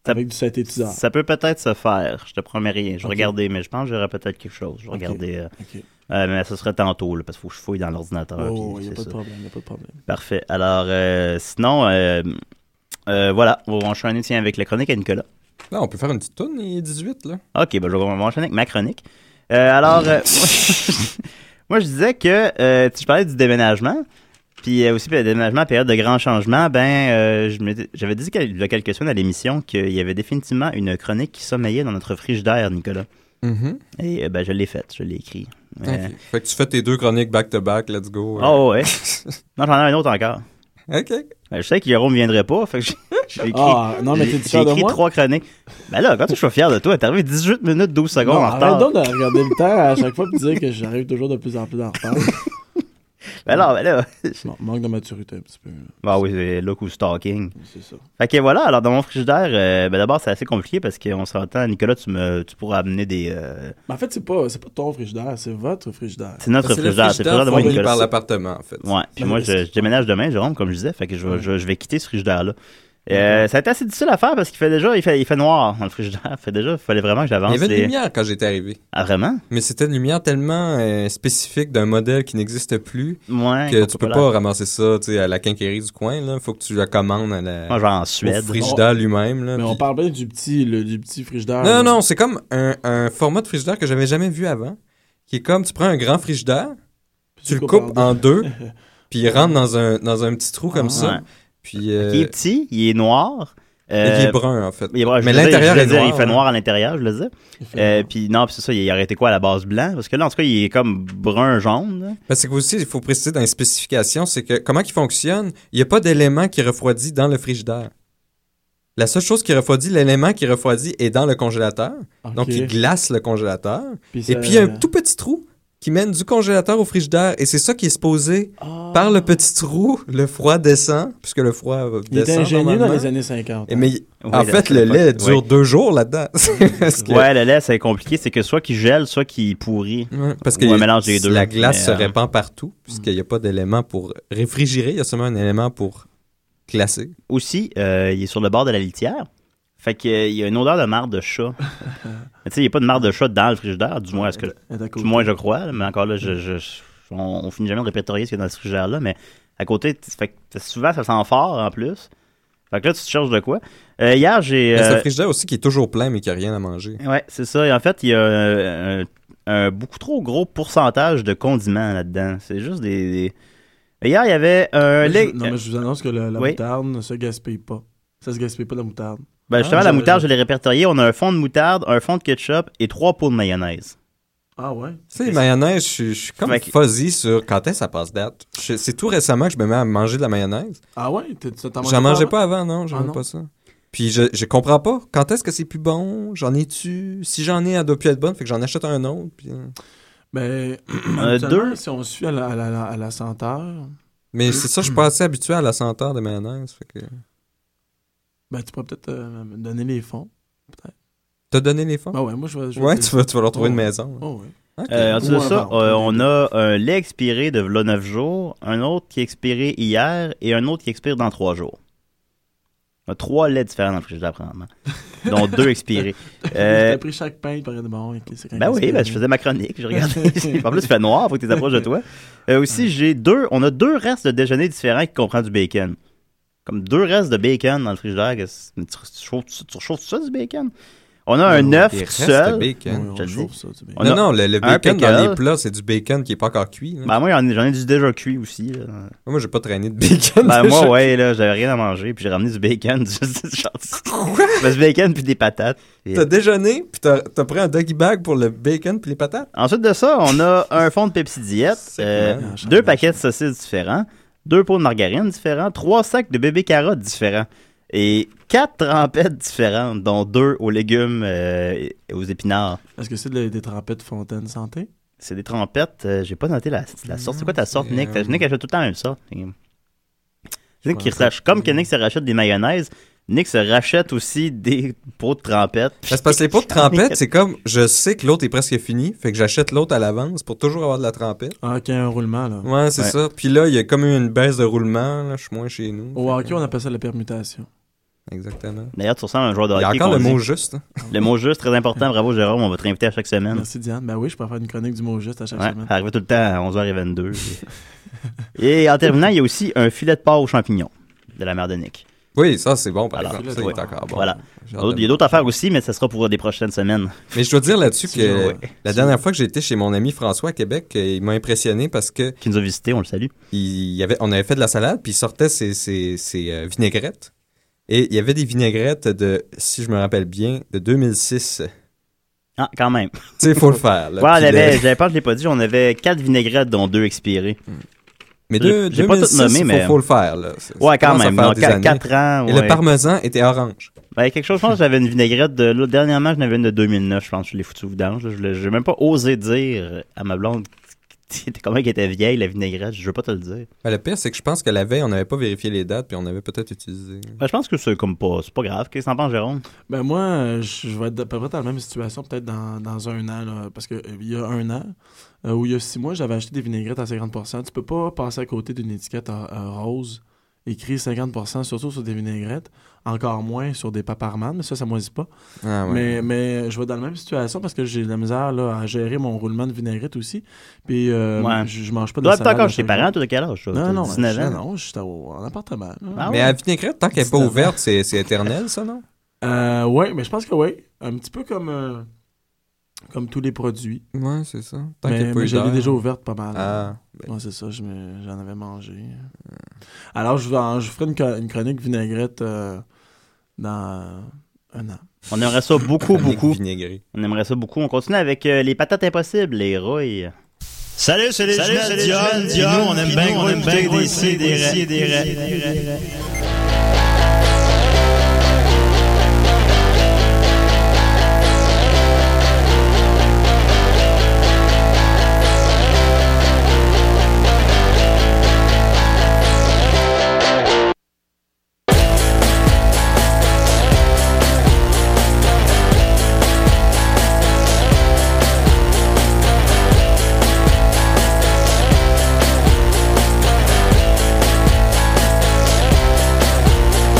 [SPEAKER 3] Ça-
[SPEAKER 6] avec du synthétiseur.
[SPEAKER 3] ça peut peut-être se faire, je te promets rien. Je vais
[SPEAKER 6] Ok.
[SPEAKER 3] regarder, mais je pense que j'aurai peut-être quelque chose. Je vais regarder, euh,
[SPEAKER 6] OK.
[SPEAKER 3] euh, mais ce serait tantôt, là, parce qu'il faut que je fouille dans l'ordinateur.
[SPEAKER 6] Oh,
[SPEAKER 3] puis Ah, c'est
[SPEAKER 6] il n'y a pas de
[SPEAKER 3] ça.
[SPEAKER 6] problème, il a pas de problème.
[SPEAKER 3] Parfait. Alors, euh, sinon, euh, euh, voilà, on va enchaîner tiens, avec la chronique à Nicolas.
[SPEAKER 5] Non, on peut faire une petite toune, il est 18, là.
[SPEAKER 3] Ok, ben, je vais enchaîner avec ma chronique. Euh, alors, euh, moi, je disais que euh, tu- je parlais du déménagement, puis euh, aussi, puis le déménagement, période de grands changements, ben, euh, je m'étais- j'avais dit quel- il y a quelques semaines à l'émission qu'il y avait définitivement une chronique qui sommeillait dans notre frigidaire, Nicolas.
[SPEAKER 5] Mhm.
[SPEAKER 3] Et euh, ben, je l'ai faite, je l'ai écrit.
[SPEAKER 5] Ok.
[SPEAKER 3] Euh,
[SPEAKER 5] Fait que tu fais tes deux chroniques back-to-back, let's go. euh.
[SPEAKER 3] Oh, ouais. non, j'en ai un autre encore.
[SPEAKER 5] OK.
[SPEAKER 3] Ben, je sais que Jérôme ne viendrait pas, fait que j'ai- j'ai écrit.
[SPEAKER 6] Ah, non, mais t'es
[SPEAKER 3] J'ai
[SPEAKER 6] du
[SPEAKER 3] j'ai
[SPEAKER 6] fier de
[SPEAKER 3] écrit
[SPEAKER 6] moi?
[SPEAKER 3] trois chroniques. Ben là, quand tu sois fier de toi, t'es arrivé 18 minutes 12 secondes
[SPEAKER 6] Non,
[SPEAKER 3] en
[SPEAKER 6] arrête
[SPEAKER 3] retard.
[SPEAKER 6] donc de regarder le temps à chaque fois et dire que j'arrive toujours de plus en plus en retard.
[SPEAKER 3] Ben là, ben là.
[SPEAKER 6] Bon, manque de maturité un petit peu. là.
[SPEAKER 3] Ben oui, c'est look who's talking.
[SPEAKER 6] C'est ça.
[SPEAKER 3] Fait que voilà, alors dans mon frigidaire, euh, ben d'abord c'est assez compliqué parce qu'on s'entend, Nicolas, tu me tu pourras amener des. euh,
[SPEAKER 6] Mais en fait, c'est pas, c'est pas ton frigidaire, c'est votre frigidaire.
[SPEAKER 3] C'est notre
[SPEAKER 5] C'est le
[SPEAKER 3] frigidaire, c'est le frigidaire de moi,
[SPEAKER 5] fourni
[SPEAKER 3] Nicolas.
[SPEAKER 5] par l'appartement, en fait.
[SPEAKER 3] Ouais, puis
[SPEAKER 6] Ben,
[SPEAKER 3] moi
[SPEAKER 6] mais
[SPEAKER 3] je,
[SPEAKER 6] c'est-
[SPEAKER 3] je déménage demain, Jérôme, comme je disais, fait que je, vais- je, je vais quitter ce frigidaire-là. Euh, Ça a été assez difficile à faire parce qu'il fait déjà, il fait, il fait noir dans le frigidaire. Fait déjà, il fallait vraiment que
[SPEAKER 5] Il y
[SPEAKER 3] j'avance.
[SPEAKER 5] avait une
[SPEAKER 3] les-
[SPEAKER 5] lumière quand j'étais arrivé.
[SPEAKER 3] Ah, vraiment?
[SPEAKER 5] Mais c'était une lumière tellement euh, spécifique d'un modèle qui n'existe plus
[SPEAKER 3] Ouais.
[SPEAKER 5] que
[SPEAKER 3] qu'on
[SPEAKER 5] tu
[SPEAKER 3] peut
[SPEAKER 5] peux
[SPEAKER 3] la-
[SPEAKER 5] pas ramasser ça tu sais, à la quincaillerie du coin. Il faut que tu la commandes à la...
[SPEAKER 3] Moi, je vais en
[SPEAKER 5] au
[SPEAKER 3] Suède.
[SPEAKER 5] frigidaire lui-même. là,
[SPEAKER 6] Mais
[SPEAKER 5] puis-
[SPEAKER 6] on parle bien du petit, le- du petit frigidaire.
[SPEAKER 5] Non,
[SPEAKER 6] là.
[SPEAKER 5] non, c'est comme un, un format de frigidaire que j'avais jamais vu avant, qui est comme, tu prends un grand frigidaire, tu le coupes en deux, puis il rentre dans un, dans un petit trou comme
[SPEAKER 6] Ah.
[SPEAKER 5] ça,
[SPEAKER 3] Ouais.
[SPEAKER 5] puis euh,
[SPEAKER 3] Il est petit, il est noir.
[SPEAKER 5] et
[SPEAKER 3] euh,
[SPEAKER 5] qui est brun, en fait.
[SPEAKER 3] il est brun, je
[SPEAKER 5] Mais
[SPEAKER 3] veux dire,
[SPEAKER 5] l'intérieur
[SPEAKER 3] je veux
[SPEAKER 5] est
[SPEAKER 3] dire,
[SPEAKER 5] noir,
[SPEAKER 3] Il fait
[SPEAKER 5] ouais.
[SPEAKER 3] noir à l'intérieur, je le dis. Euh, puis non, puis c'est ça, il aurait été quoi à la base blanc? Parce que là, en tout cas, il est comme brun-jaune. là.
[SPEAKER 5] Parce que aussi, il faut préciser dans les spécifications, c'est que comment il fonctionne, il n'y a pas d'élément qui refroidit dans le frigidaire. La seule chose qui refroidit, l'élément qui refroidit est dans le congélateur,
[SPEAKER 6] Ah,
[SPEAKER 5] donc il glace le congélateur, et puis il y a un tout petit trou qui mène du congélateur au frigidaire, et c'est ça qui est supposé
[SPEAKER 6] Ah. Oh.
[SPEAKER 5] Par le petit trou, le froid descend, puisque le froid euh,
[SPEAKER 6] Il était
[SPEAKER 5] descend.
[SPEAKER 6] ingénieux dans
[SPEAKER 5] normalement.
[SPEAKER 6] les années 50.
[SPEAKER 5] Et mais
[SPEAKER 3] Oui,
[SPEAKER 5] en
[SPEAKER 3] la-
[SPEAKER 5] fait, le
[SPEAKER 3] la-
[SPEAKER 5] lait
[SPEAKER 3] ouais.
[SPEAKER 5] dure deux jours là-dedans. parce que,
[SPEAKER 3] Ouais, le lait, c'est compliqué. C'est que soit qu'il gèle, soit qu'il pourrit.
[SPEAKER 5] Ouais, parce
[SPEAKER 3] Ou
[SPEAKER 5] que
[SPEAKER 3] un mélange des deux,
[SPEAKER 5] la glace
[SPEAKER 3] mais,
[SPEAKER 5] se
[SPEAKER 3] euh,
[SPEAKER 5] répand partout, puisqu'il n'y a pas d'élément pour réfrigérer, il y a seulement un élément pour glacer.
[SPEAKER 3] Aussi, euh, il est sur le bord de la litière. Fait que, euh, il y a une odeur de marre de chat. Mais tu sais, il n'y a pas de marre de chat dans le frigidaire, du moins, est-ce que,
[SPEAKER 6] hein. Ah,
[SPEAKER 3] du moins je crois. là, Mais encore là, je, je- je- on, on finit jamais de répertorier ce qu'il y a dans ce frigidaire-là. Mais à côté, t- fait que souvent, ça sent fort en plus. Fait que là, tu te cherches de quoi. Euh, hier, j'ai.
[SPEAKER 5] Mais C'est
[SPEAKER 3] euh,
[SPEAKER 5] un frigidaire aussi qui est toujours plein, mais qui n'a rien à manger.
[SPEAKER 3] Ouais, c'est ça. Et en fait, il y a euh, un, un beaucoup trop gros pourcentage de condiments là-dedans. C'est juste des. des- Mais Hier, il y avait un. lait-
[SPEAKER 6] Non, mais je vous annonce que la, la
[SPEAKER 3] Oui.
[SPEAKER 6] moutarde ne se gaspille pas. Ça se gaspille pas la moutarde.
[SPEAKER 3] Ben, justement,
[SPEAKER 6] Ah,
[SPEAKER 3] la
[SPEAKER 6] je-
[SPEAKER 3] moutarde,
[SPEAKER 6] je-
[SPEAKER 3] je l'ai répertoriée. On a un fond de moutarde, un fond de ketchup et trois pots de mayonnaise.
[SPEAKER 6] Ah ouais?
[SPEAKER 5] Tu sais, les mayonnaises, je suis- je suis comme
[SPEAKER 3] Fait que-
[SPEAKER 5] fuzzy sur quand est-ce que ça passe date. Je- C'est tout récemment que je me mets à manger de la mayonnaise.
[SPEAKER 6] Ah ouais? T'es- t'en
[SPEAKER 5] J'en mangeais
[SPEAKER 6] avant? Ah,
[SPEAKER 5] pas avant, non, j'aimais
[SPEAKER 6] non.
[SPEAKER 5] pas ça. Puis je, je comprends pas. Quand est-ce que c'est plus bon? J'en ai-tu? Si j'en ai, elle doit plus être bonne, fait que j'en achète un autre. puis- hein.
[SPEAKER 6] Ben,
[SPEAKER 3] Euh,
[SPEAKER 6] deux.
[SPEAKER 3] deux.
[SPEAKER 6] Si on suit à la, à la- à la senteur,
[SPEAKER 5] Mais c'est ça, je suis pas assez habitué à la senteur de mayonnaise. Fait que...
[SPEAKER 6] ben, tu pourrais peut-être euh, me donner les fonds.
[SPEAKER 5] T'as donné les fonds?
[SPEAKER 6] Ben ouais, moi, je vais. je vais
[SPEAKER 5] ouais,
[SPEAKER 6] te-
[SPEAKER 5] tu vas, tu vas leur trouver
[SPEAKER 6] Ouais.
[SPEAKER 5] une maison. hein.
[SPEAKER 6] Oh, ouais.
[SPEAKER 5] Ok.
[SPEAKER 3] Euh, en dessous de
[SPEAKER 6] Ou
[SPEAKER 3] ça,
[SPEAKER 6] avant,
[SPEAKER 3] euh,
[SPEAKER 6] au
[SPEAKER 3] on
[SPEAKER 6] début.
[SPEAKER 3] a un lait expiré de v'là 9 jours, un autre qui est expiré hier et un autre qui expire dans 3 jours. On a 3 laits différents dans le frigidaire, apparemment. Dont 2 expirés.
[SPEAKER 6] J'ai
[SPEAKER 3] Euh,
[SPEAKER 6] pris chaque pain, il paraît de bon. ok, c'est quand
[SPEAKER 3] ben
[SPEAKER 6] même
[SPEAKER 3] oui, ben, je
[SPEAKER 6] inspiré.
[SPEAKER 3] faisais ma chronique, je regardais. en plus, il fait noir, faut que tu t'approches de toi. Euh, aussi, j'ai deux, on a deux restes de déjeuner différents qui comprennent du bacon. Comme deux restes de bacon dans le frigidaire. que c'est- Tu, tu chauffes- tu- tu chauffes ça du bacon? On a un œuf
[SPEAKER 5] Des
[SPEAKER 3] tout
[SPEAKER 5] restes de
[SPEAKER 3] seul.
[SPEAKER 5] bacon.
[SPEAKER 6] Oui, on
[SPEAKER 3] je le
[SPEAKER 6] chauffe ça, tu sais.
[SPEAKER 3] On
[SPEAKER 5] non,
[SPEAKER 3] a
[SPEAKER 5] non, le, le
[SPEAKER 3] un
[SPEAKER 5] bacon dans les
[SPEAKER 3] pickle.
[SPEAKER 5] plats, c'est du bacon qui est pas encore cuit. là.
[SPEAKER 3] Ben moi, j'en ai, j'en ai du déjà cuit aussi. là.
[SPEAKER 5] Moi, j'ai pas traîné de bacon.
[SPEAKER 3] Ben
[SPEAKER 5] déjà.
[SPEAKER 3] moi ouais là, j'avais rien à manger puis j'ai ramené du bacon du Ben, du bacon puis euh, des patates. Et-
[SPEAKER 5] T'as déjeuné, puis t'as t'as pris un doggy bag pour le bacon puis les patates.
[SPEAKER 3] Ensuite de ça, on a un fond de Pepsi Diète, euh,
[SPEAKER 5] clair.
[SPEAKER 3] deux paquets de saucisses différents, deux pots de margarine différents, trois sacs de bébés carottes différents et quatre trempettes différentes dont deux aux légumes euh, et aux épinards.
[SPEAKER 6] Est-ce que c'est de- des trempettes Fontaine Santé?
[SPEAKER 3] C'est des trempettes, euh, j'ai pas noté la, la sorte. C'est quoi ta sorte,
[SPEAKER 5] c'est,
[SPEAKER 3] Nick?
[SPEAKER 5] euh,
[SPEAKER 3] Nick achète tout le temps une sorte. Et-
[SPEAKER 6] Je
[SPEAKER 3] Nick, qui
[SPEAKER 6] pense que-
[SPEAKER 3] rachète- comme que Nick se rachète des mayonnaises, Nick se rachète aussi des pots de trempettes.
[SPEAKER 5] Parce que les pots de trempette, c'est comme je sais que l'autre est presque fini, fait que j'achète l'autre à l'avance pour toujours avoir de la trempette.
[SPEAKER 6] Ah, ok, un roulement, là.
[SPEAKER 5] Ouais, c'est
[SPEAKER 3] Ouais.
[SPEAKER 5] ça. Puis là, il y a comme eu une baisse de roulement. Là, je suis moins chez
[SPEAKER 3] Oh.
[SPEAKER 5] nous.
[SPEAKER 6] Au
[SPEAKER 5] Fait
[SPEAKER 6] hockey, on appelle ça la permutation.
[SPEAKER 5] que- Exactement.
[SPEAKER 3] D'ailleurs, tu ressembles à un joueur de
[SPEAKER 5] Il y
[SPEAKER 3] hockey.
[SPEAKER 5] a encore
[SPEAKER 3] qu'on
[SPEAKER 5] le mot
[SPEAKER 3] dit.
[SPEAKER 5] juste. hein.
[SPEAKER 3] Le mot juste, très important. Bravo, Jérôme. On va te réinviter à chaque semaine.
[SPEAKER 6] Merci, Diane. Ben oui, je pourrais faire une chronique du mot juste à chaque
[SPEAKER 3] Ouais,
[SPEAKER 6] semaine.
[SPEAKER 3] arrivé tout le temps à 11h22. et en terminant, il y a aussi un filet de porc aux champignons de la mer de Nick.
[SPEAKER 5] Oui, ça, c'est bon, par
[SPEAKER 3] Alors,
[SPEAKER 5] exemple.
[SPEAKER 6] là,
[SPEAKER 5] Ça, il
[SPEAKER 6] ouais.
[SPEAKER 5] est encore bon.
[SPEAKER 3] Voilà.
[SPEAKER 5] J'ai hâte
[SPEAKER 3] Il y
[SPEAKER 5] de-
[SPEAKER 3] a d'autres affaires aussi, mais ça sera pour des prochaines semaines.
[SPEAKER 5] Mais je dois dire là-dessus
[SPEAKER 6] C'est
[SPEAKER 5] que
[SPEAKER 6] vrai.
[SPEAKER 5] la dernière fois que j'ai été chez mon ami François à Québec, euh, il m'a impressionné parce que
[SPEAKER 3] Qui nous a visités, on le salue.
[SPEAKER 5] il y avait, on avait fait de la salade, puis il sortait ses, ses- ses, euh, vinaigrettes. Et il y avait des vinaigrettes de, si je me rappelle bien, de 2006.
[SPEAKER 3] Ah, quand même.
[SPEAKER 5] tu sais, il faut le faire. là.
[SPEAKER 3] Ouais, on
[SPEAKER 5] Puis le-
[SPEAKER 3] avait, j'avais pas, je l'ai pas dit, on avait quatre vinaigrettes, dont deux expirées.
[SPEAKER 5] Mais de,
[SPEAKER 3] j'ai pas tout
[SPEAKER 5] 2006,
[SPEAKER 3] nommé,
[SPEAKER 5] il faut,
[SPEAKER 3] mais- euh,
[SPEAKER 5] faut le faire. Là. Ça- ça
[SPEAKER 3] Ouais, quand
[SPEAKER 5] commence à
[SPEAKER 3] même.
[SPEAKER 5] faire
[SPEAKER 3] non,
[SPEAKER 5] des
[SPEAKER 3] qua-
[SPEAKER 5] années.
[SPEAKER 3] Quatre ans.
[SPEAKER 5] Et
[SPEAKER 3] ouais.
[SPEAKER 5] le parmesan était orange.
[SPEAKER 3] Ben, quelque chose, je pense que j'avais une vinaigrette de. Là, dernièrement, j'en avais une de 2009, je pense. Je l'ai foutu au vidange. là. Je l'ai- j'ai même pas osé dire à ma blonde c'était comment qu'elle était vieille, la vinaigrette. Je veux pas te le dire.
[SPEAKER 5] Mais le pire, c'est que je pense que la veille, on n'avait pas vérifié les dates, puis on avait peut-être utilisé.
[SPEAKER 3] Ben, je pense que c'est comme pas. C'est pas grave. Qu'est-ce que t'en penses, Jérôme
[SPEAKER 6] Ben moi, euh, je je vais être à peu près dans la même situation, peut-être dans, dans un an, là, parce qu'il il y a un an, euh, ou il y a six mois, j'avais acheté des vinaigrettes à 50 Tu peux pas passer à côté d'une étiquette à- à rose écrit 50 surtout sur des vinaigrettes, encore moins sur des paparmanes, mais ça, ça moisit pas.
[SPEAKER 5] Ah ouais.
[SPEAKER 6] Mais, mais je vais dans la même situation parce que j'ai de la misère là, à gérer mon roulement de vinaigrette aussi. Puis euh,
[SPEAKER 3] Ouais.
[SPEAKER 6] je, je mange pas de
[SPEAKER 3] Toi, t'es
[SPEAKER 6] salade à
[SPEAKER 3] encore chez tes
[SPEAKER 6] chaque
[SPEAKER 3] parents, toi, de quel âge toi?
[SPEAKER 6] jour. Non,
[SPEAKER 3] T'as
[SPEAKER 6] non,
[SPEAKER 3] 19
[SPEAKER 6] je-
[SPEAKER 3] ans.
[SPEAKER 6] non, je suis au- en appartement.
[SPEAKER 3] Ah
[SPEAKER 5] Mais
[SPEAKER 3] ouais.
[SPEAKER 5] la vinaigrette, tant qu'elle n'est pas
[SPEAKER 6] Dix-neuf ans.
[SPEAKER 5] ouverte, c'est c'est éternel, ça, non?
[SPEAKER 6] Euh, oui, mais je pense que oui. Un petit peu comme, euh, comme tous les produits.
[SPEAKER 5] Ouais, c'est ça. Tant qu'elle
[SPEAKER 6] Mais,
[SPEAKER 5] n'est pas
[SPEAKER 6] mais je l'ai
[SPEAKER 5] ouverte.
[SPEAKER 6] déjà ouverte pas mal.
[SPEAKER 5] Ah, ben,
[SPEAKER 6] Ouais, c'est ça, je me- j'en avais mangé. Alors, je, vais en- je ferai une, co- une chronique vinaigrette euh, dans euh, un an.
[SPEAKER 3] On aimerait ça beaucoup,
[SPEAKER 5] panique
[SPEAKER 3] beaucoup.
[SPEAKER 5] vinaigrée.
[SPEAKER 3] On aimerait ça beaucoup. On continue avec euh, les patates impossibles, les rouilles.
[SPEAKER 7] Salut, c'est les jumelles Dion. Dion, on aime bien gros écouter des sidérés.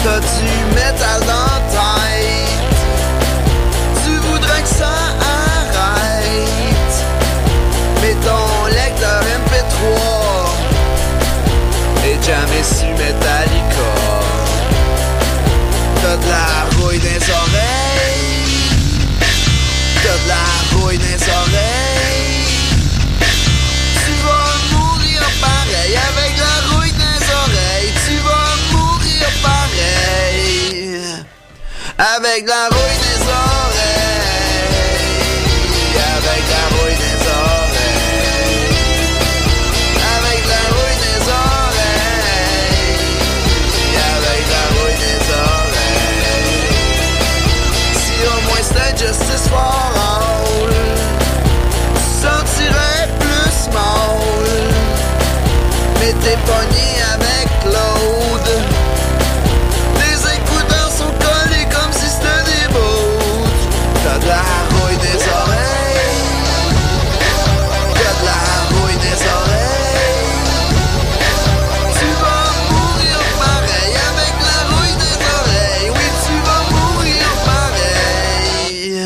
[SPEAKER 8] T'as du métal dans ta tête Tu voudrais que ça arrête Mais ton lecteur MP3 Est jamais su Metallica T'as de la rouille dans les oreilles T'as de la rouille dans les oreilles Tu vas mourir pareil Avec la rouille dans les oreilles Tu vas mourir pareil Avec la rouille des oreilles Avec la rouille des oreilles Avec la rouille des oreilles Avec la rouille des oreilles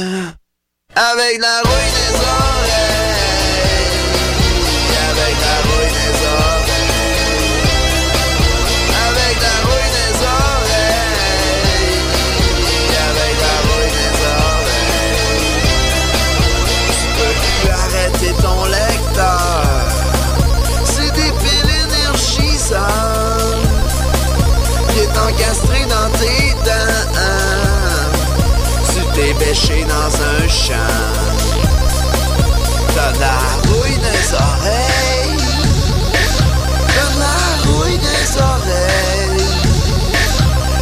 [SPEAKER 8] Avec la rouille des oreilles Avec la rouille des oreilles Avec la rouille des oreilles Avec la rouille des oreilles Tu peux plus arrêter ton lecteur C'est des piles énergisantes Qui est encastré dans tes dents tu t'es bêché dans un champ. T'as de la rouille des oreilles. T'as de la rouille des oreilles.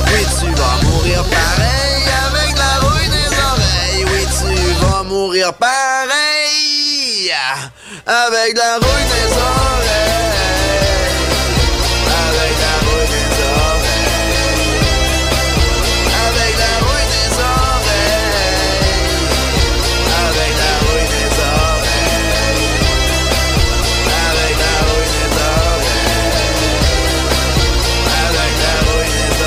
[SPEAKER 8] Oui, tu vas mourir pareil avec la rouille des oreilles. Oui, tu vas mourir pareil avec la rouille des oreilles. Avec la rouille des oreilles. Avec la rue des oreilles Avec la rue des oreilles Avec la rue des oreilles Avec la rue des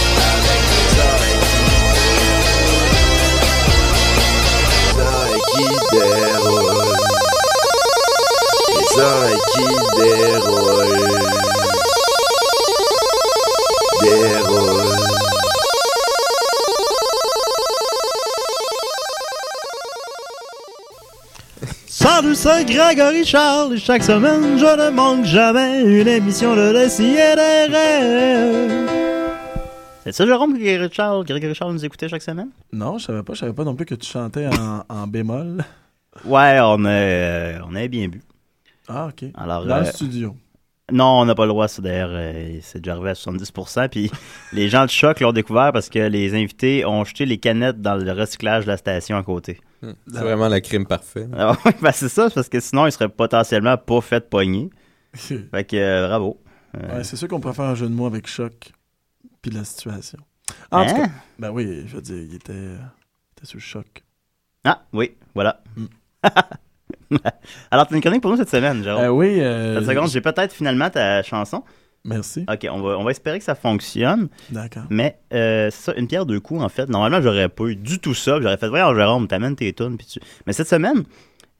[SPEAKER 8] oreilles Avec la rue des oreilles Avec les oreilles qui déroulent Les oreilles qui déroulent les oreilles qui déroulent. Déroulent.
[SPEAKER 7] Salut, c'est Grégory Charles. Chaque semaine, je ne manque jamais une émission de Dessiner des rêves.
[SPEAKER 3] C'est ça, Jérôme, que Richard, Grégory Charles nous écoutait chaque semaine?
[SPEAKER 6] Non, je savais pas. Je savais pas non plus que tu chantais en, en bémol.
[SPEAKER 3] Ouais, on est, on est bien bu.
[SPEAKER 6] Ah, ok.
[SPEAKER 3] Alors,
[SPEAKER 6] Dans le
[SPEAKER 3] euh,
[SPEAKER 6] studio.
[SPEAKER 3] Non, on n'a pas le droit, ça d'ailleurs, euh, c'est déjà arrivé à 70%. Puis les gens de choc l'ont découvert parce que les invités ont jeté les canettes dans le recyclage de la station à côté.
[SPEAKER 5] C'est vraiment le crime parfait.
[SPEAKER 3] Ah ouais, ben c'est ça, c'est parce que sinon, ils seraient potentiellement pas fait pogner.
[SPEAKER 6] ouais,
[SPEAKER 3] Fait que euh, bravo. Euh,
[SPEAKER 6] c'est sûr qu'on pourrait faire un jeu de mots avec choc puis la situation. En tout
[SPEAKER 3] hein?
[SPEAKER 6] cas, ben oui, je veux dire, il était, euh, il était sous le choc.
[SPEAKER 3] Ah, oui, voilà. Alors, t'as une chronique pour nous cette semaine, Jérôme.
[SPEAKER 6] Euh, oui, euh,
[SPEAKER 3] Une seconde, j'ai peut-être finalement ta chanson.
[SPEAKER 6] merci.
[SPEAKER 3] Ok, on va, on va espérer que ça fonctionne.
[SPEAKER 6] D'accord.
[SPEAKER 3] Mais euh, c'est ça, une pierre deux coups, en fait. Normalement, j'aurais pas eu du tout ça. puis J'aurais fait, voyons, Jérôme, t'amènes tes tunes. Puis tu... Mais cette semaine,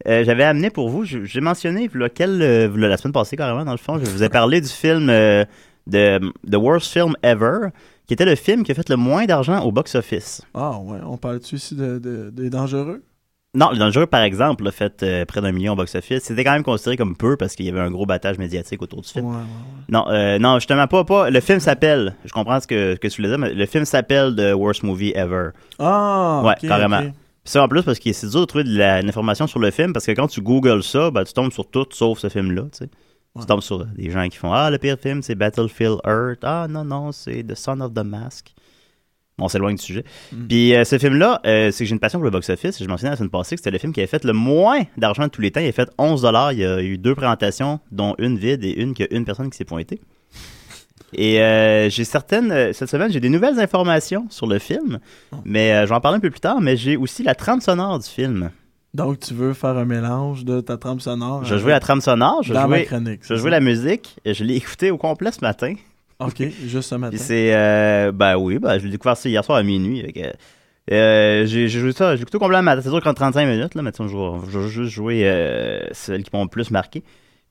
[SPEAKER 3] euh, j'avais amené pour vous, je- j'ai mentionné, v'là quel, euh, v'là la semaine passée, carrément, dans le fond, je vous ai parlé du film euh, de The Worst Film Ever, qui était le film qui a fait le moins d'argent au box-office.
[SPEAKER 6] Ah ouais, on parle-tu ici de, de- des dangereux?
[SPEAKER 3] Non, dans le jeu, par exemple, a fait euh, près d'un million au box-office. C'était quand même considéré comme peu parce qu'il y avait un gros battage médiatique autour du film.
[SPEAKER 6] Ouais, ouais, ouais.
[SPEAKER 3] Non, euh, non, justement pas, pas. Le film s'appelle, je comprends ce que, que tu voulais dire, mais le film s'appelle The Worst Movie Ever.
[SPEAKER 6] Ah,
[SPEAKER 3] Ouais,
[SPEAKER 6] ok,
[SPEAKER 3] carrément.
[SPEAKER 6] ok.
[SPEAKER 3] Puis ça, en plus, parce que c'est dur de trouver de la- de l'information sur le film, parce que quand tu googles ça, ben, tu tombes sur tout sauf ce film-là. tu sais.
[SPEAKER 6] Ouais.
[SPEAKER 3] Tu tombes sur des gens qui font Ah, le pire film, c'est Battlefield Earth. Ah, non, non, c'est The Son of the Mask. Bon, on s'éloigne du sujet. Puis euh, ce film-là, euh, c'est que j'ai une passion pour le box-office. Je mentionnais la semaine passée que c'était le film qui avait fait le moins d'argent de tous les temps. Il a fait 11 Il y a eu deux présentations, dont une vide et une que une personne qui s'est pointée. Et euh, j'ai certaines. euh, Cette semaine, j'ai des nouvelles informations sur le film. Mais euh, je vais en parler un peu plus tard, mais j'ai aussi la trame sonore du film.
[SPEAKER 6] Donc, tu veux faire un mélange de ta trame sonore
[SPEAKER 3] Je jouais la trame sonore, je
[SPEAKER 6] dans ma
[SPEAKER 3] jouais,
[SPEAKER 6] chronique.
[SPEAKER 3] je jouais la musique, et je l'ai écoutée au complet ce matin.
[SPEAKER 6] Ok, juste ce matin.
[SPEAKER 3] Puis c'est. euh, ben oui, ben, je l'ai découvert ça hier soir à minuit. fait que, euh, j'ai j'ai joué ça, j'ai écouté au complet le matin. C'est sûr qu'en 35 minutes, là, mais tu sais, je vais- je vais juste jouer euh, celles qui m'ont le plus marqué.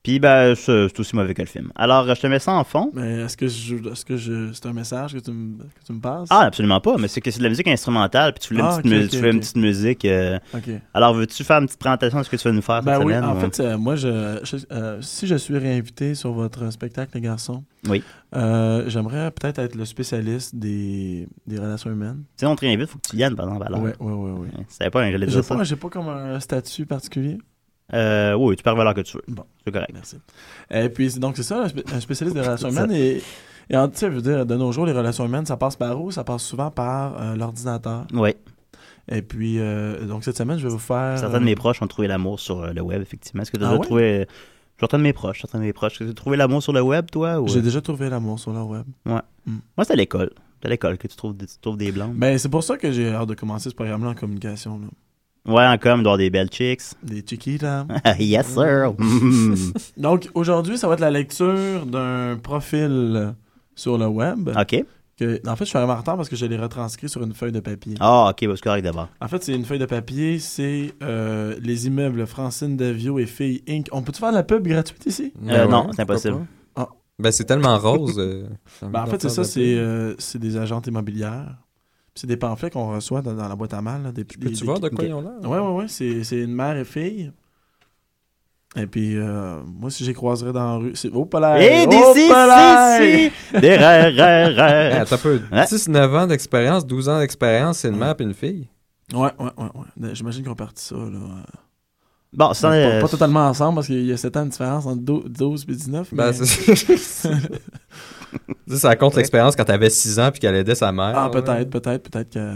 [SPEAKER 3] Puis ben, c'est c'est aussi mauvais que le film. Alors, je te mets ça en fond.
[SPEAKER 6] Mais est-ce que je, est-ce que je, c'est un message que tu me, que tu me passes
[SPEAKER 3] Ah, absolument pas, mais c'est que c'est de la musique instrumentale, puis tu voulais une
[SPEAKER 6] Ah,
[SPEAKER 3] petite,
[SPEAKER 6] ok,
[SPEAKER 3] mu-
[SPEAKER 6] ok,
[SPEAKER 3] tu voulais une
[SPEAKER 6] ok.
[SPEAKER 3] petite musique. euh,
[SPEAKER 6] Ok.
[SPEAKER 3] Alors, veux-tu faire une petite présentation de ce que tu veux nous faire
[SPEAKER 6] Ben
[SPEAKER 3] cette
[SPEAKER 6] oui,
[SPEAKER 3] semaine?
[SPEAKER 6] en
[SPEAKER 3] ou-
[SPEAKER 6] fait, euh, moi, je, je- euh, si je suis réinvité sur votre spectacle, les garçons,
[SPEAKER 3] Oui.
[SPEAKER 6] euh, j'aimerais peut-être être le spécialiste des, des relations humaines.
[SPEAKER 3] Si on te réinvite, faut que tu viennes, par exemple, alors.
[SPEAKER 6] Oui, oui, oui.
[SPEAKER 3] Ouais, C'était pas un j'allais
[SPEAKER 6] J'ai
[SPEAKER 3] dire ça.
[SPEAKER 6] pas, j'ai pas comme un statut particulier.
[SPEAKER 3] Euh, oui, tu peux avoir l'heure que tu veux.
[SPEAKER 6] Bon.
[SPEAKER 3] C'est correct.
[SPEAKER 6] Merci. Et puis, c'est- donc, c'est ça, un spé- un spécialiste des relations humaines. Et, et en- tu sais, je veux dire, de nos jours, les relations humaines, ça passe par où Ça passe souvent par euh, l'ordinateur.
[SPEAKER 3] Oui.
[SPEAKER 6] Et puis, euh, donc, cette semaine, je vais vous faire.
[SPEAKER 3] Certains de mes proches ont trouvé l'amour sur euh, le web, effectivement. Est-ce que tu as
[SPEAKER 6] Euh. Ah
[SPEAKER 3] déjà
[SPEAKER 6] ouais?
[SPEAKER 3] trouvé. Certains de mes proches, certains de mes proches. Est-ce que tu as trouvé l'amour sur le web, toi ou... euh?
[SPEAKER 6] J'ai déjà trouvé l'amour sur le web.
[SPEAKER 3] Moi, c'est à l'école. C'est à l'école que tu trouves des, tu trouves des blancs.
[SPEAKER 6] Ben, c'est pour ça que j'ai hâte de commencer ce programme-là en communication. là. Mm.
[SPEAKER 3] Ouais, en com, doit avoir des belles chicks.
[SPEAKER 6] Des chiquitas.
[SPEAKER 3] yes, sir. Mm. Ah.
[SPEAKER 6] Donc, aujourd'hui, ça va être la lecture d'un profil sur le web
[SPEAKER 3] OK.
[SPEAKER 6] que. En fait, je suis arrivé en retard parce que je l'ai retranscrit sur une feuille de papier.
[SPEAKER 3] Ah, ok, bah, c'est correct d'abord.
[SPEAKER 6] En fait, c'est une feuille de papier, c'est euh, les immeubles Francine Davio et Filles Inc. On peut-tu faire de la pub gratuite ici?
[SPEAKER 3] Euh,
[SPEAKER 5] Ouais,
[SPEAKER 3] non,
[SPEAKER 5] pourquoi
[SPEAKER 3] c'est impossible.
[SPEAKER 5] pas.
[SPEAKER 6] Ah.
[SPEAKER 5] Ben, c'est tellement rose. euh, j'ai envie
[SPEAKER 6] Ben, en
[SPEAKER 5] d'en
[SPEAKER 6] fait, c'est
[SPEAKER 5] faire
[SPEAKER 6] ça,
[SPEAKER 5] de la
[SPEAKER 6] c'est
[SPEAKER 5] pub.
[SPEAKER 6] euh, c'est des agentes immobilières. Puis C'est des pamphlets qu'on reçoit dans, dans la boîte à mal. là, des, euh, des-
[SPEAKER 5] Peux-tu
[SPEAKER 6] des-
[SPEAKER 5] voir de quoi
[SPEAKER 6] des-
[SPEAKER 5] ils ont l'air?
[SPEAKER 6] Ouais, ouais, ouais. C'est c'est une mère et fille. Et puis, euh, moi, si j'ai croiserais dans la rue, c'est. Oh, pas là!
[SPEAKER 5] Eh,
[SPEAKER 3] Et
[SPEAKER 6] oh,
[SPEAKER 3] d'ici,
[SPEAKER 6] pas là!
[SPEAKER 3] si, si, des rêves, rêves,
[SPEAKER 5] Hey,
[SPEAKER 3] rêves.
[SPEAKER 5] attends un Ah, peu.
[SPEAKER 3] Ouais.
[SPEAKER 5] 19 ans d'expérience, 12 ans d'expérience, c'est une mère et une fille.
[SPEAKER 6] Ouais, ouais, ouais. ouais. J'imagine qu'on partit ça, là.
[SPEAKER 3] Bon, ça,
[SPEAKER 6] pas,
[SPEAKER 3] euh,
[SPEAKER 6] pas totalement ensemble parce qu'il y a 7 ans de différence entre dou- 12 et 19.
[SPEAKER 5] Ben,
[SPEAKER 6] mais-
[SPEAKER 5] c'est- ça, ça compte l'expérience quand t'avais 6 ans puis qu'elle aidait sa mère. là.
[SPEAKER 6] ah, peut-être, peut-être, peut-être qu'à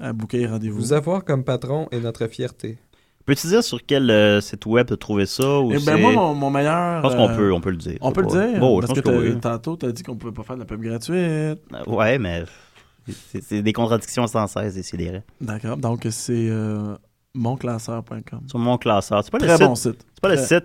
[SPEAKER 6] à bouquet rendez-vous.
[SPEAKER 5] Vous avoir comme patron est notre fierté.
[SPEAKER 3] peux-tu dire sur quel euh, site web tu as trouvé ça ou
[SPEAKER 6] Eh
[SPEAKER 3] c'est-
[SPEAKER 6] ben, moi, mon, mon meilleur.
[SPEAKER 3] Je pense qu'on
[SPEAKER 6] euh,
[SPEAKER 3] peut, on peut le dire.
[SPEAKER 6] On peut le
[SPEAKER 3] Ouais.
[SPEAKER 6] dire.
[SPEAKER 3] Bon, je
[SPEAKER 6] parce
[SPEAKER 3] pense
[SPEAKER 6] que,
[SPEAKER 3] que oui.
[SPEAKER 6] t'as- tantôt, t'as dit qu'on pouvait pas faire de la pub gratuite.
[SPEAKER 3] Euh, Ouais, mais c'est c'est des contradictions sans cesse, décidément.
[SPEAKER 6] D'accord. Donc, c'est euh, monclasseur.com.
[SPEAKER 3] Sur mon classeur, c'est pas, le
[SPEAKER 6] Très
[SPEAKER 3] site,
[SPEAKER 6] bon site.
[SPEAKER 3] c'est pas le
[SPEAKER 6] très-
[SPEAKER 3] site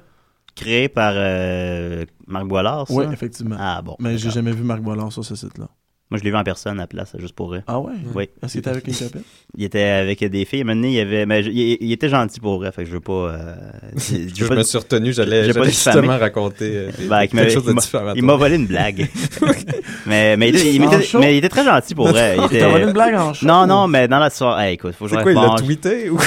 [SPEAKER 3] créé par euh, Marc Boilard, ça?
[SPEAKER 6] Oui, effectivement.
[SPEAKER 3] Ah bon.
[SPEAKER 6] Mais j'ai
[SPEAKER 3] d'accord.
[SPEAKER 6] jamais vu Marc Boilard sur ce site-là.
[SPEAKER 3] Moi, je l'ai vu en personne à la place, juste pour rire.
[SPEAKER 6] Ah ouais?
[SPEAKER 3] Oui.
[SPEAKER 6] Est-ce qu'il était avec une copine?
[SPEAKER 3] Il était avec des filles. Maintenant, il avait, mais je- il, il était gentil pour vrai. Fait que je veux pas. euh, je- je
[SPEAKER 5] Je,
[SPEAKER 3] veux pas-
[SPEAKER 5] me suis retenu, j'allais
[SPEAKER 3] j'ai pas
[SPEAKER 5] j'allais
[SPEAKER 3] diffamé.
[SPEAKER 5] justement raconter euh,
[SPEAKER 3] Ben, il m'avait-
[SPEAKER 5] quelque chose de
[SPEAKER 3] il m'a-
[SPEAKER 5] différent.
[SPEAKER 3] il m'a volé une blague. mais, mais, il, était- il
[SPEAKER 6] En
[SPEAKER 3] m'était-
[SPEAKER 6] show?
[SPEAKER 3] mais il était très gentil pour vrai. Il
[SPEAKER 6] Il
[SPEAKER 3] était-
[SPEAKER 6] t'a volé une blague en show?
[SPEAKER 3] Non, non, mais dans la soirée. Hey, écoute, faut que je
[SPEAKER 5] C'est quoi, il l'a
[SPEAKER 3] revanche.
[SPEAKER 5] tweeté ou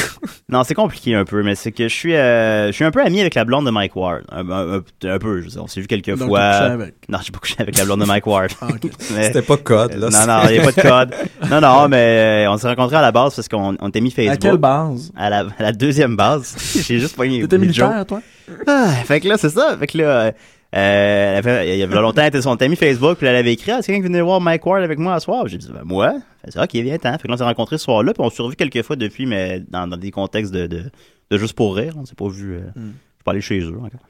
[SPEAKER 3] Non, c'est compliqué un peu, mais c'est que je suis, euh, je suis un peu ami avec la blonde de Mike Ward. Un, un- un- un peu, je veux dire, on s'est vu quelques
[SPEAKER 6] Donc,
[SPEAKER 3] fois.
[SPEAKER 6] t'as couché avec.
[SPEAKER 3] Non, j'ai pas couché avec la blonde de Mike Ward.
[SPEAKER 6] Ah, ok.
[SPEAKER 3] Mais- euh,
[SPEAKER 5] C'était pas code, là.
[SPEAKER 3] non, non, il n'y a pas de code. Non, non, mais euh, on s'est rencontrés à la base parce qu'on on était mis Facebook.
[SPEAKER 6] À quelle base?
[SPEAKER 3] À la, à la deuxième base. J'ai juste poigné.
[SPEAKER 6] T'étais
[SPEAKER 3] une
[SPEAKER 6] militaire, toi?
[SPEAKER 3] joke. Ah, fait que là, c'est ça. Fait que là, euh, euh, elle avait- il y a longtemps, elle était sur son ami Facebook, puis elle avait écrit, ah, c'est quelqu'un qui venait voir Mike Ward avec moi à soir. J'ai dit, ben, moi. Elle dit, ok, viens, t'en. Fait que là, on s'est rencontrés ce soir-là, puis on s'est revus quelques fois depuis, mais dans, dans des contextes de, de, de juste pour rire. On s'est pas vu. euh, Je suis pas allé chez eux encore.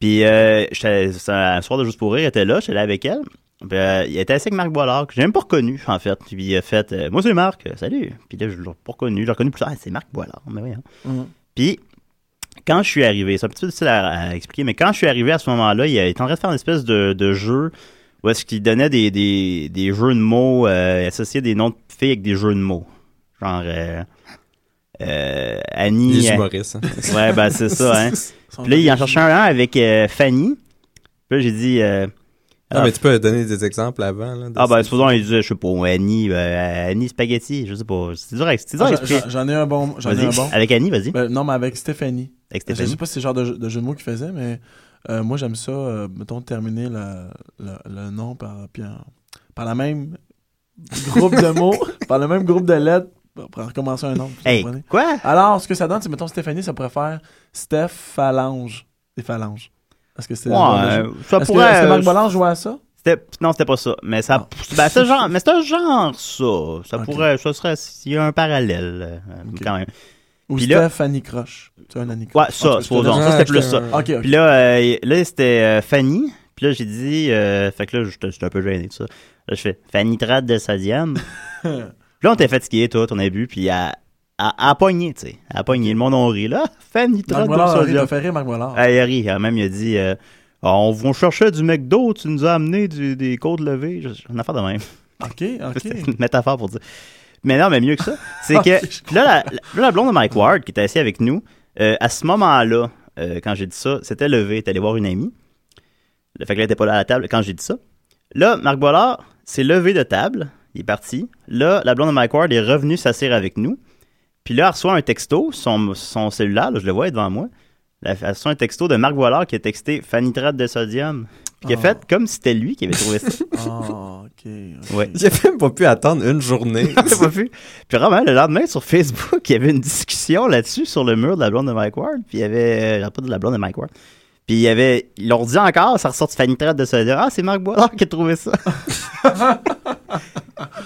[SPEAKER 3] Puis, euh, j'étais- c'est un soir de juste pour rire, elle était là, j'étais là avec elle. Puis, euh, il était assis avec Marc Boilard, que j'ai même pas reconnu, en fait. Puis, il a fait euh, Moi, c'est Marc, euh, salut. Puis là, je l'ai pas reconnu. Je l'ai reconnu plus tard. Ah, c'est Marc Boilard, mais oui. hein.
[SPEAKER 6] Mhm.
[SPEAKER 3] Puis, quand je suis arrivé, c'est un petit peu difficile à, à expliquer, mais quand je suis arrivé à ce moment-là, il était en train de faire une espèce de, de jeu où est-ce qu'il donnait des, des, des jeux de mots, euh, associés des noms de filles avec des jeux de mots. Genre, euh, euh, Annie.
[SPEAKER 5] Il est humoriste. hein.
[SPEAKER 3] Ouais, ben, c'est ça, hein. Puis là, il en
[SPEAKER 6] Ah,
[SPEAKER 3] cherchait un avec euh, Fanny. Puis là, j'ai dit. euh,
[SPEAKER 5] Non, mais tu peux donner des exemples avant. Là, de
[SPEAKER 3] ah, ben,
[SPEAKER 5] ces-
[SPEAKER 3] supposons, il disait, je sais pas, Annie, euh, Annie Spaghetti, je sais pas. C'est dur à c'est dur à
[SPEAKER 6] Ah, j'en-
[SPEAKER 3] expliquer.
[SPEAKER 6] J'en j'en ai un bon. J'en ai un
[SPEAKER 3] Vas-y,
[SPEAKER 6] bon.
[SPEAKER 3] avec Annie, vas-y.
[SPEAKER 6] Ben, non, mais avec Stéphanie.
[SPEAKER 3] Avec
[SPEAKER 6] Je sais
[SPEAKER 3] Stéphanie.
[SPEAKER 6] pas si c'est le genre de, jeu- de jeu de mots qu'il faisait, mais euh, moi, j'aime ça, euh, mettons, terminer la- la- le nom par, puis en- par la même groupe de mots, par le même groupe de lettres, pour pour en recommencer un nom. vous
[SPEAKER 3] Hey,
[SPEAKER 6] comprenez?
[SPEAKER 3] quoi?
[SPEAKER 6] Alors, ce que ça donne, c'est, mettons, Stéphanie, ça pourrait faire Steph Phalange. Des phalanges. Est-ce que c'était
[SPEAKER 3] Ouais,
[SPEAKER 6] le genre de jeu?
[SPEAKER 3] euh, ça
[SPEAKER 6] Est-ce que,
[SPEAKER 3] pourrait.
[SPEAKER 6] est-ce que Marc
[SPEAKER 3] euh,
[SPEAKER 6] Bollard jouait à ça?
[SPEAKER 3] c'était- non, c'était pas ça. Mais ça. Ben, c'est un genre, mais c'est un genre, ça. Ça
[SPEAKER 6] Ok.
[SPEAKER 3] pourrait. Ça serait. Il y a un parallèle, euh,
[SPEAKER 6] Ok.
[SPEAKER 3] quand même.
[SPEAKER 6] Ou
[SPEAKER 3] Puis là-
[SPEAKER 6] Stéphanie Croche? Tu as un Annie
[SPEAKER 3] Ouais,
[SPEAKER 6] Croche? En tout
[SPEAKER 3] ça,
[SPEAKER 6] cas, je te
[SPEAKER 3] supposons.
[SPEAKER 6] donne-
[SPEAKER 3] Ça, c'était
[SPEAKER 5] Ah,
[SPEAKER 3] plus
[SPEAKER 5] je-
[SPEAKER 3] ça.
[SPEAKER 6] Ok, ok.
[SPEAKER 3] Puis là, euh, là c'était euh, Fanny. Puis là, j'ai dit. euh, fait que là, j'étais j'étais un peu gêné de ça. Là, je fais Fanny Trade de sodium. puis là, on était fatigué, tout. On a bu. Puis à, à, à pogner, tu sais. À pogner. Le monde, on rit. Là, Fanny
[SPEAKER 6] Marc
[SPEAKER 3] Trade de
[SPEAKER 6] Bollard, il a
[SPEAKER 3] sodium.
[SPEAKER 6] fait rire Marc Bollard.
[SPEAKER 3] Ah, il a ri. Ah, Même, il a dit. euh, Ah, on, on cherchait du McDo, tu nous as amené du- des côtes levées. Je- Une affaire de même.
[SPEAKER 6] Ok, ok. Ah,
[SPEAKER 3] C'est une métaphore pour dire. Mais non, mais mieux que ça. C'est que puis là, la, la- la blonde de Mike Ward, qui était assise avec nous, euh, à ce moment-là, euh, quand j'ai dit ça, c'était levé, elle était allée voir une amie. Le fait qu'elle n'était pas là à la table quand j'ai dit ça. Là, Marc Bollard s'est levé de table, il est parti. Là, la blonde de Mike Ward est revenue s'asseoir avec nous. Puis là, elle reçoit un texto, son, son cellulaire, là, je le vois, il est devant moi. Elle elle reçoit un texto de Marc Bollard qui a texté Fanitrate de sodium. Puis qui a
[SPEAKER 6] Ah.
[SPEAKER 3] fait comme si c'était lui qui avait trouvé ça.
[SPEAKER 6] Ah, ok. ok.
[SPEAKER 3] Ouais.
[SPEAKER 5] J'ai même pas pu attendre une journée.
[SPEAKER 3] J'ai pas vu. Puis vraiment, le lendemain, sur Facebook, il y avait une discussion là-dessus sur le mur de la blonde de Mike Ward. Puis il y avait. euh, pas de la blonde de Mike Ward. Puis il y avait. Ils l'ont dit encore, ça ressort de Fanny Trade de se dire Ah, c'est Marc Boilard qui a trouvé ça.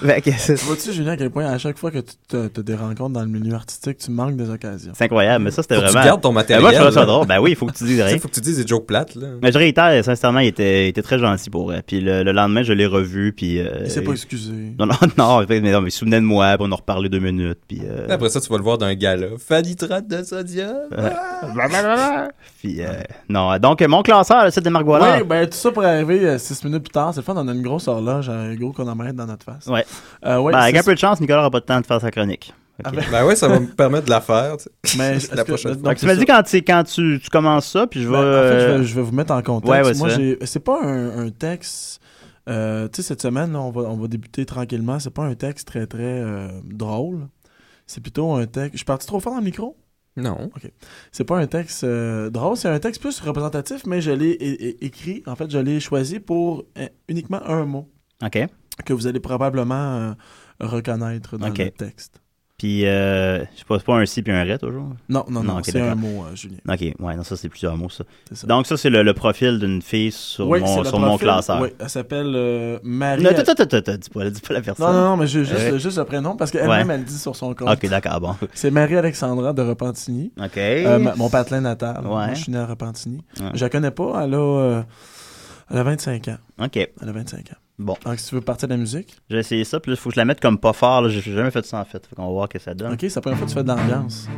[SPEAKER 3] Fait que c'est
[SPEAKER 6] Vois-tu, Julien, à quel point, à chaque fois que tu te, te des rencontres dans le milieu artistique, tu manques des occasions.
[SPEAKER 3] c'est incroyable, mais ça, c'était
[SPEAKER 5] Faut que tu
[SPEAKER 3] vraiment.
[SPEAKER 5] gardes ton
[SPEAKER 3] Ben,
[SPEAKER 5] matériel,
[SPEAKER 3] Moi, je trouve ça
[SPEAKER 5] là.
[SPEAKER 3] drôle. Ben oui, il faut que tu dises
[SPEAKER 5] Tu sais,
[SPEAKER 3] rien.
[SPEAKER 5] faut que tu dises des jokes plates, là.
[SPEAKER 3] Mais je réitère, sincèrement, il était, il était très gentil pour elle. Puis le, le lendemain, je l'ai revu, puis... euh,
[SPEAKER 6] Il s'est pas excusé.
[SPEAKER 3] Non, non, non, mais non, mais il se souvenait de moi, puis on en reparlait deux minutes, puis... euh,
[SPEAKER 5] Après ça, tu vas le voir d'un gala. Fanitrate de sodium.
[SPEAKER 3] puis euh, non, donc mon classeur, le site de Marc Boilard.
[SPEAKER 6] Oui, ben tout ça pour arriver euh, six minutes plus tard. C'est le fun, on a une grosse horloge, un gros chronomètre dans notre face.
[SPEAKER 3] Ouais.
[SPEAKER 6] Euh, ouais
[SPEAKER 3] Ben, avec
[SPEAKER 6] six-
[SPEAKER 3] un peu de chance, Nicolas n'aura pas de temps de faire sa chronique. Ok.
[SPEAKER 6] Ah, ben,
[SPEAKER 5] Ben ouais, ça va me permettre de la faire. tu sais.
[SPEAKER 6] mais
[SPEAKER 5] la
[SPEAKER 6] est-ce que- euh,
[SPEAKER 5] prochaine
[SPEAKER 6] donc,
[SPEAKER 5] fois.
[SPEAKER 3] Fait que tu
[SPEAKER 6] c'est
[SPEAKER 3] m'as dit
[SPEAKER 6] ça.
[SPEAKER 3] quand, tu- quand tu, tu commences ça, puis je vais...
[SPEAKER 6] Ben, en fait, je
[SPEAKER 3] euh,
[SPEAKER 6] vais, je vais vous mettre en contexte.
[SPEAKER 3] ouais, ouais,
[SPEAKER 6] Moi,
[SPEAKER 3] c'est
[SPEAKER 6] j'ai- c'est pas un, un texte. euh, tu sais, cette semaine, là, on, va, on va débuter tranquillement. C'est pas un texte très, très euh, drôle. C'est plutôt un texte. Je suis parti trop fort dans le micro?
[SPEAKER 5] Non.
[SPEAKER 6] C'est pas un texte euh, drôle, c'est un texte plus représentatif, mais je l'ai é- é- écrit, en fait, je l'ai choisi pour euh, uniquement un mot
[SPEAKER 3] OK.
[SPEAKER 6] que vous allez probablement euh, reconnaître dans
[SPEAKER 3] Ok.
[SPEAKER 6] le texte.
[SPEAKER 3] Puis, euh, je sais pas, c'est pas un si puis un ré, toujours.
[SPEAKER 6] Non, non, non,
[SPEAKER 3] Non, ok,
[SPEAKER 6] c'est un
[SPEAKER 3] d'accord.
[SPEAKER 6] mot, euh, Julien.
[SPEAKER 3] OK, ouais, non, ça, c'est plusieurs mots, ça.
[SPEAKER 6] C'est ça.
[SPEAKER 3] Donc, ça, c'est le, le profil d'une fille sur
[SPEAKER 6] Oui, c'est
[SPEAKER 3] mon,
[SPEAKER 6] le
[SPEAKER 3] sur mon
[SPEAKER 6] profil.
[SPEAKER 3] classeur.
[SPEAKER 6] Oui, elle s'appelle euh,
[SPEAKER 3] Non,
[SPEAKER 6] Marie.
[SPEAKER 3] non, non, non, non, dis pas, dis pas la personne.
[SPEAKER 6] Non, non, non, mais ju- juste,
[SPEAKER 3] Ouais.
[SPEAKER 6] juste le prénom, parce qu'elle-même,
[SPEAKER 3] Ouais.
[SPEAKER 6] elle dit sur son compte.
[SPEAKER 3] OK, d'accord, bon.
[SPEAKER 6] C'est Marie-Alexandra de Repentigny.
[SPEAKER 3] OK.
[SPEAKER 6] Euh, ma- mon patelin natal.
[SPEAKER 3] Ouais.
[SPEAKER 6] Moi, je suis né à Repentigny.
[SPEAKER 3] Ouais.
[SPEAKER 6] Je la connais pas, elle a, euh, elle a 25 ans.
[SPEAKER 3] OK,
[SPEAKER 6] Elle a 25 ans.
[SPEAKER 3] bon.
[SPEAKER 6] Donc, si tu veux partir de la musique...
[SPEAKER 3] J'ai essayé ça, puis là, faut que je la mette comme pas fort. là. J'ai j'ai jamais fait ça, en fait. Fait qu'on va voir ce que ça donne.
[SPEAKER 6] Ok, c'est la première fois que tu fais de l'ambiance.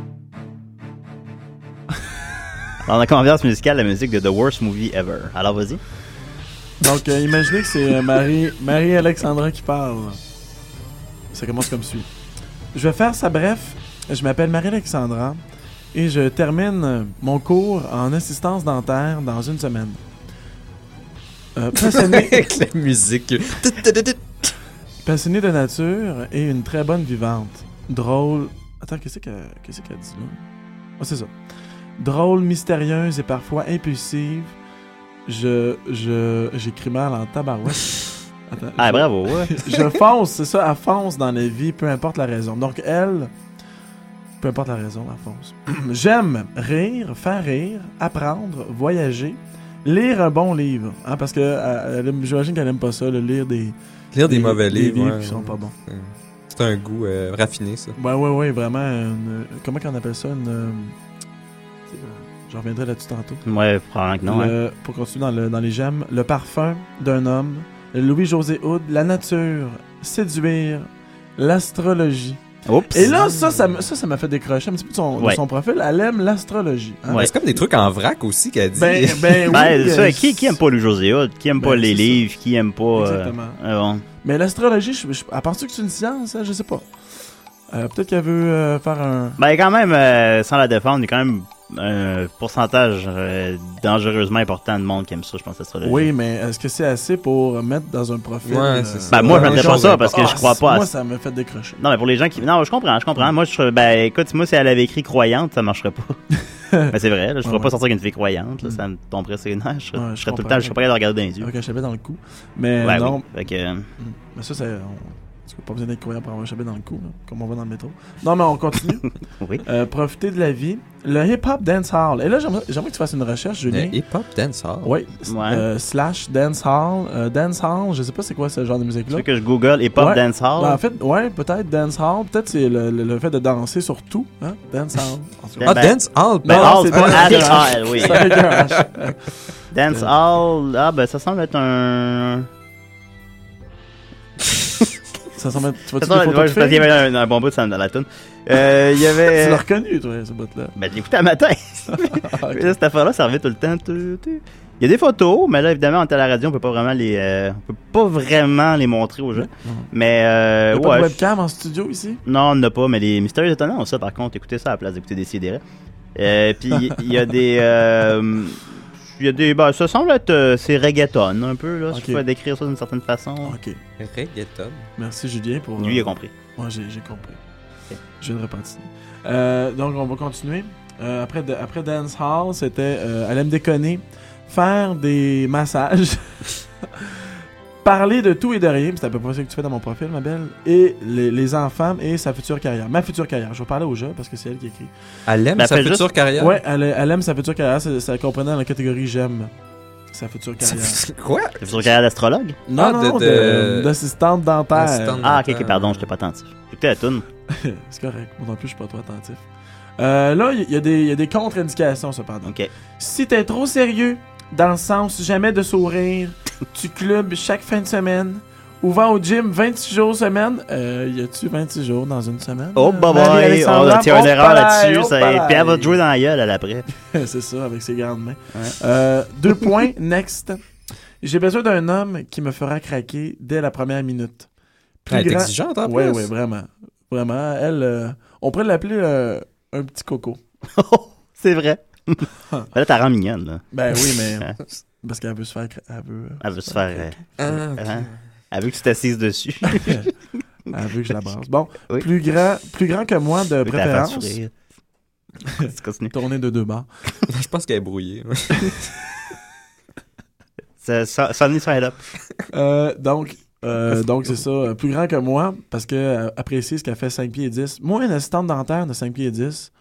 [SPEAKER 3] Dans la confiance musicale, la musique de The Worst Movie Ever. Alors, vas-y.
[SPEAKER 6] Donc, euh, imaginez que c'est euh, Marie, Marie-Alexandra qui parle. Ça commence comme suit. Je vais faire ça bref. Je m'appelle Marie-Alexandra et je termine euh, mon cours en assistance dentaire dans une semaine. Euh, passionnée,
[SPEAKER 5] Avec la musique.
[SPEAKER 6] passionnée de nature et une très bonne vivante. Drôle. Attends, qu'est-ce qu'elle qu'est-ce qu'elle dit là? Ah, c'est ça. Drôle, mystérieuse et parfois impulsive. Je. Je. J'écris mal en tabarouette. Attends,
[SPEAKER 3] Ah,
[SPEAKER 6] je-
[SPEAKER 3] bravo, ouais.
[SPEAKER 6] je fonce, c'est ça, elle fonce dans la vie, peu importe la raison. Donc elle, peu importe la raison, elle fonce. J'aime rire, faire rire, apprendre, voyager, lire un bon livre. Hein, parce que euh, elle aime- j'imagine qu'elle aime pas ça, le lire des,
[SPEAKER 5] Lire des mauvais
[SPEAKER 6] des
[SPEAKER 5] livres. ouais.
[SPEAKER 6] qui sont pas bons.
[SPEAKER 5] C'est un goût euh, raffiné, ça.
[SPEAKER 6] Ouais, ouais, ouais, vraiment. une- comment qu'on appelle ça une, euh, tu sais, euh, Je reviendrai là-dessus tantôt.
[SPEAKER 3] Ouais, probablement que non, hein.
[SPEAKER 6] Le- Pour continuer dans, le- dans les gemmes, le parfum d'un homme, Louis-José Hood, la nature, séduire, l'astrologie.
[SPEAKER 3] Oups.
[SPEAKER 6] Et là, ça, ça me- ça ça m'a fait décrocher un petit peu de son, de
[SPEAKER 3] Ouais.
[SPEAKER 6] son profil. Elle aime l'astrologie. hein.
[SPEAKER 3] Ouais.
[SPEAKER 5] C'est comme des trucs en vrac aussi qu'elle dit.
[SPEAKER 6] Ben, ben oui.
[SPEAKER 3] Ben, c'est ça,
[SPEAKER 6] euh,
[SPEAKER 3] qui, qui aime pas le José Hood? Qui aime
[SPEAKER 6] Ben,
[SPEAKER 3] pas les
[SPEAKER 6] c'est ça.
[SPEAKER 3] livres? Qui aime pas. euh,
[SPEAKER 6] Exactement.
[SPEAKER 3] ah, bon.
[SPEAKER 6] Mais l'astrologie, je, je, elle pense-tu que c'est une science? hein? Je sais pas. Euh, Peut-être qu'elle veut euh, faire un...
[SPEAKER 3] Ben, quand même, euh, sans la défendre, il y a quand même un pourcentage euh, dangereusement important de monde qui aime ça, je pense, l'astrologie.
[SPEAKER 6] Oui, mais est-ce que c'est assez pour mettre dans un profil?
[SPEAKER 5] Ouais,
[SPEAKER 6] euh,
[SPEAKER 5] c'est ça.
[SPEAKER 3] Ben, moi, je
[SPEAKER 5] Ouais,
[SPEAKER 3] mettrais
[SPEAKER 5] les
[SPEAKER 3] pas
[SPEAKER 5] gens
[SPEAKER 3] ça
[SPEAKER 5] aiment
[SPEAKER 3] parce que
[SPEAKER 5] pas.
[SPEAKER 3] je crois pas à
[SPEAKER 6] ah, Moi,
[SPEAKER 3] ça.
[SPEAKER 6] ça m'a fait décrocher.
[SPEAKER 3] Non, mais pour les gens qui. Non, je comprends, je comprends. Moi, je. Ben, écoute, moi, si elle avait écrit croyante, ça marcherait pas. ben, c'est vrai, là, je pourrais
[SPEAKER 6] Ouais,
[SPEAKER 3] pas sortir avec une fille croyante, là,
[SPEAKER 6] Mm.
[SPEAKER 3] ça me tomberait sur les nerfs. Je, serais-
[SPEAKER 6] Ouais,
[SPEAKER 3] je
[SPEAKER 6] je
[SPEAKER 3] serais tout le
[SPEAKER 6] comprends.
[SPEAKER 3] temps, je serais pas capable de regarder dans les yeux.
[SPEAKER 6] Ok, je savais dans le coup. Mais
[SPEAKER 3] Ouais,
[SPEAKER 6] non,
[SPEAKER 3] oui. Fait que. euh,
[SPEAKER 6] Mais ça, c'est. On... c'est pas besoin d'être croyant pour avoir échappé dans le coup, là, comme on voit dans le métro. Non, mais on continue.
[SPEAKER 3] Oui.
[SPEAKER 6] Euh, profiter de la vie. Le hip-hop dance hall. Et là, j'aimerais j'aimerais que tu fasses une recherche, Julien.
[SPEAKER 5] Le hip-hop dancehall.
[SPEAKER 6] Oui. S-
[SPEAKER 3] Ouais.
[SPEAKER 6] euh, slash dance hall. Euh, dance hall, je sais pas c'est quoi ce genre de
[SPEAKER 3] Tu
[SPEAKER 6] musique-là.
[SPEAKER 3] veux que je Google hip hop
[SPEAKER 6] Ouais.
[SPEAKER 3] dance hall?
[SPEAKER 6] Ben, en fait, ouais, peut-être dance hall. Peut-être c'est le, le- le fait de danser sur tout. Hein? Dance hall. En tout cas.
[SPEAKER 5] Ah,
[SPEAKER 3] Ben-
[SPEAKER 5] dancehall.
[SPEAKER 3] Ben,
[SPEAKER 5] pardon.
[SPEAKER 6] non,
[SPEAKER 3] hall,
[SPEAKER 6] c'est
[SPEAKER 3] pas
[SPEAKER 6] pas-
[SPEAKER 3] hall, hall, oui.
[SPEAKER 6] Ça fait qu'un H.
[SPEAKER 3] Dance hall. Ah, ben, ça semble être un.
[SPEAKER 6] Ça semble être- Tu vois-tu
[SPEAKER 3] Ça
[SPEAKER 6] des
[SPEAKER 3] semble être. ouais,
[SPEAKER 6] photos de
[SPEAKER 3] je pense qu'il y
[SPEAKER 6] filles?
[SPEAKER 3] avait un, un bon bout de ça dans la tune. Euh, il y
[SPEAKER 6] Tu l'as
[SPEAKER 3] avait.
[SPEAKER 6] reconnu, toi, ce bout-là.
[SPEAKER 3] Ben, j'écoute à matin.
[SPEAKER 6] Ah, ok.
[SPEAKER 3] Là, cette affaire-là, ça revient tout le temps. Tu- tu. Il y a des photos, mais là, évidemment, on est à la radio, on peut pas vraiment les, euh, on peut pas vraiment les montrer aux gens.
[SPEAKER 6] Non.
[SPEAKER 3] Mais euh,
[SPEAKER 6] Y a pas
[SPEAKER 3] ouais,
[SPEAKER 6] de webcam en studio ici?
[SPEAKER 3] je- non, on n'a pas. Mais les mystérieux étonnants, ont ça, par contre, écoutez ça à la place d'écouter des sidérés. Euh, Puis il y a des, euh, il y a des, bah, ça semble être, euh, c'est reggaeton un peu là.
[SPEAKER 6] Ok.
[SPEAKER 3] Si je peux décrire ça d'une certaine façon.
[SPEAKER 6] Ok.
[SPEAKER 5] Reggaeton.
[SPEAKER 6] Merci, Julien, pour.
[SPEAKER 3] Lui, il
[SPEAKER 6] euh,
[SPEAKER 3] a compris.
[SPEAKER 6] Moi, j'ai j'ai compris. Je viens de repentir. Euh, donc, on va continuer. Euh, après, de- après Dance Hall, c'était euh, Elle aime déconner, faire des massages, parler de tout et de rien. C'est à peu près ça que tu fais dans mon profil, ma belle. Et les, les enfants et sa future carrière. Ma future carrière. Je vais parler au jeu parce que c'est elle qui écrit.
[SPEAKER 5] Elle aime
[SPEAKER 3] Ben,
[SPEAKER 5] sa
[SPEAKER 3] fais
[SPEAKER 5] future
[SPEAKER 3] juste-
[SPEAKER 5] carrière.
[SPEAKER 6] Ouais, elle, elle aime sa future carrière. Ça, ça comprenait dans la catégorie J'aime. sa future carrière.
[SPEAKER 5] Quoi?
[SPEAKER 3] T'as vu sur le carrière d'astrologue?
[SPEAKER 6] Non,
[SPEAKER 5] Ah,
[SPEAKER 6] non,
[SPEAKER 5] de-
[SPEAKER 6] de-
[SPEAKER 5] de-
[SPEAKER 6] d'assistante dentaire.
[SPEAKER 5] D'assistante.
[SPEAKER 3] Ah, ok, ok, pardon, j'étais pas attentif. J'écoutais la toune.
[SPEAKER 6] C'est correct. Moi non plus, je suis pas trop attentif. Euh, là, il y, a des, il y a des contre-indications, cependant.
[SPEAKER 3] Ok.
[SPEAKER 6] Si t'es trop sérieux, dans le sens jamais de sourire, tu clubs chaque fin de semaine, ou vas au gym 26 jours semaine, euh, y a-tu 26 jours dans une semaine? Euh,
[SPEAKER 3] Oh, bah, bah, hey, on a tiré une erreur là-dessus.
[SPEAKER 6] Oh,
[SPEAKER 3] ça- Puis elle va te jouer dans la gueule, elle, après.
[SPEAKER 6] C'est ça, avec ses grandes mains.
[SPEAKER 3] Ouais.
[SPEAKER 6] Euh, deux points, next. J'ai besoin d'un homme qui me fera craquer dès la première minute.
[SPEAKER 5] Elle est
[SPEAKER 6] grand-
[SPEAKER 5] exigeante en
[SPEAKER 6] Ouais,
[SPEAKER 5] plus.
[SPEAKER 6] ouais, vraiment. Vraiment. Elle, euh, on pourrait l'appeler euh, un petit coco.
[SPEAKER 3] C'est vrai. Ben là, t'as rend mignonne, là.
[SPEAKER 6] Ben oui, mais. parce qu'elle veut se faire. cra- Elle veut, euh,
[SPEAKER 3] Elle veut se faire.
[SPEAKER 5] Ah,
[SPEAKER 3] euh, hein? Elle veut que tu t'assises dessus. Elle
[SPEAKER 6] euh, elle veut que je la brasse. Bon,
[SPEAKER 3] Oui.
[SPEAKER 6] plus, grand, plus grand que moi de
[SPEAKER 3] veut que t'as la fasse
[SPEAKER 6] préférence.
[SPEAKER 3] sourire. Tu continues.
[SPEAKER 6] Tournée de deux bars.
[SPEAKER 5] Je pense qu'elle est brouillée.
[SPEAKER 3] Ça- ça- Sunny Side Up.
[SPEAKER 6] Euh, donc, euh, donc c'est ça. euh, Plus grand que moi, parce que euh, apprécier ce qu'elle fait 5 pieds et 10. Moi, une assistante dentaire de 5 pieds et 10,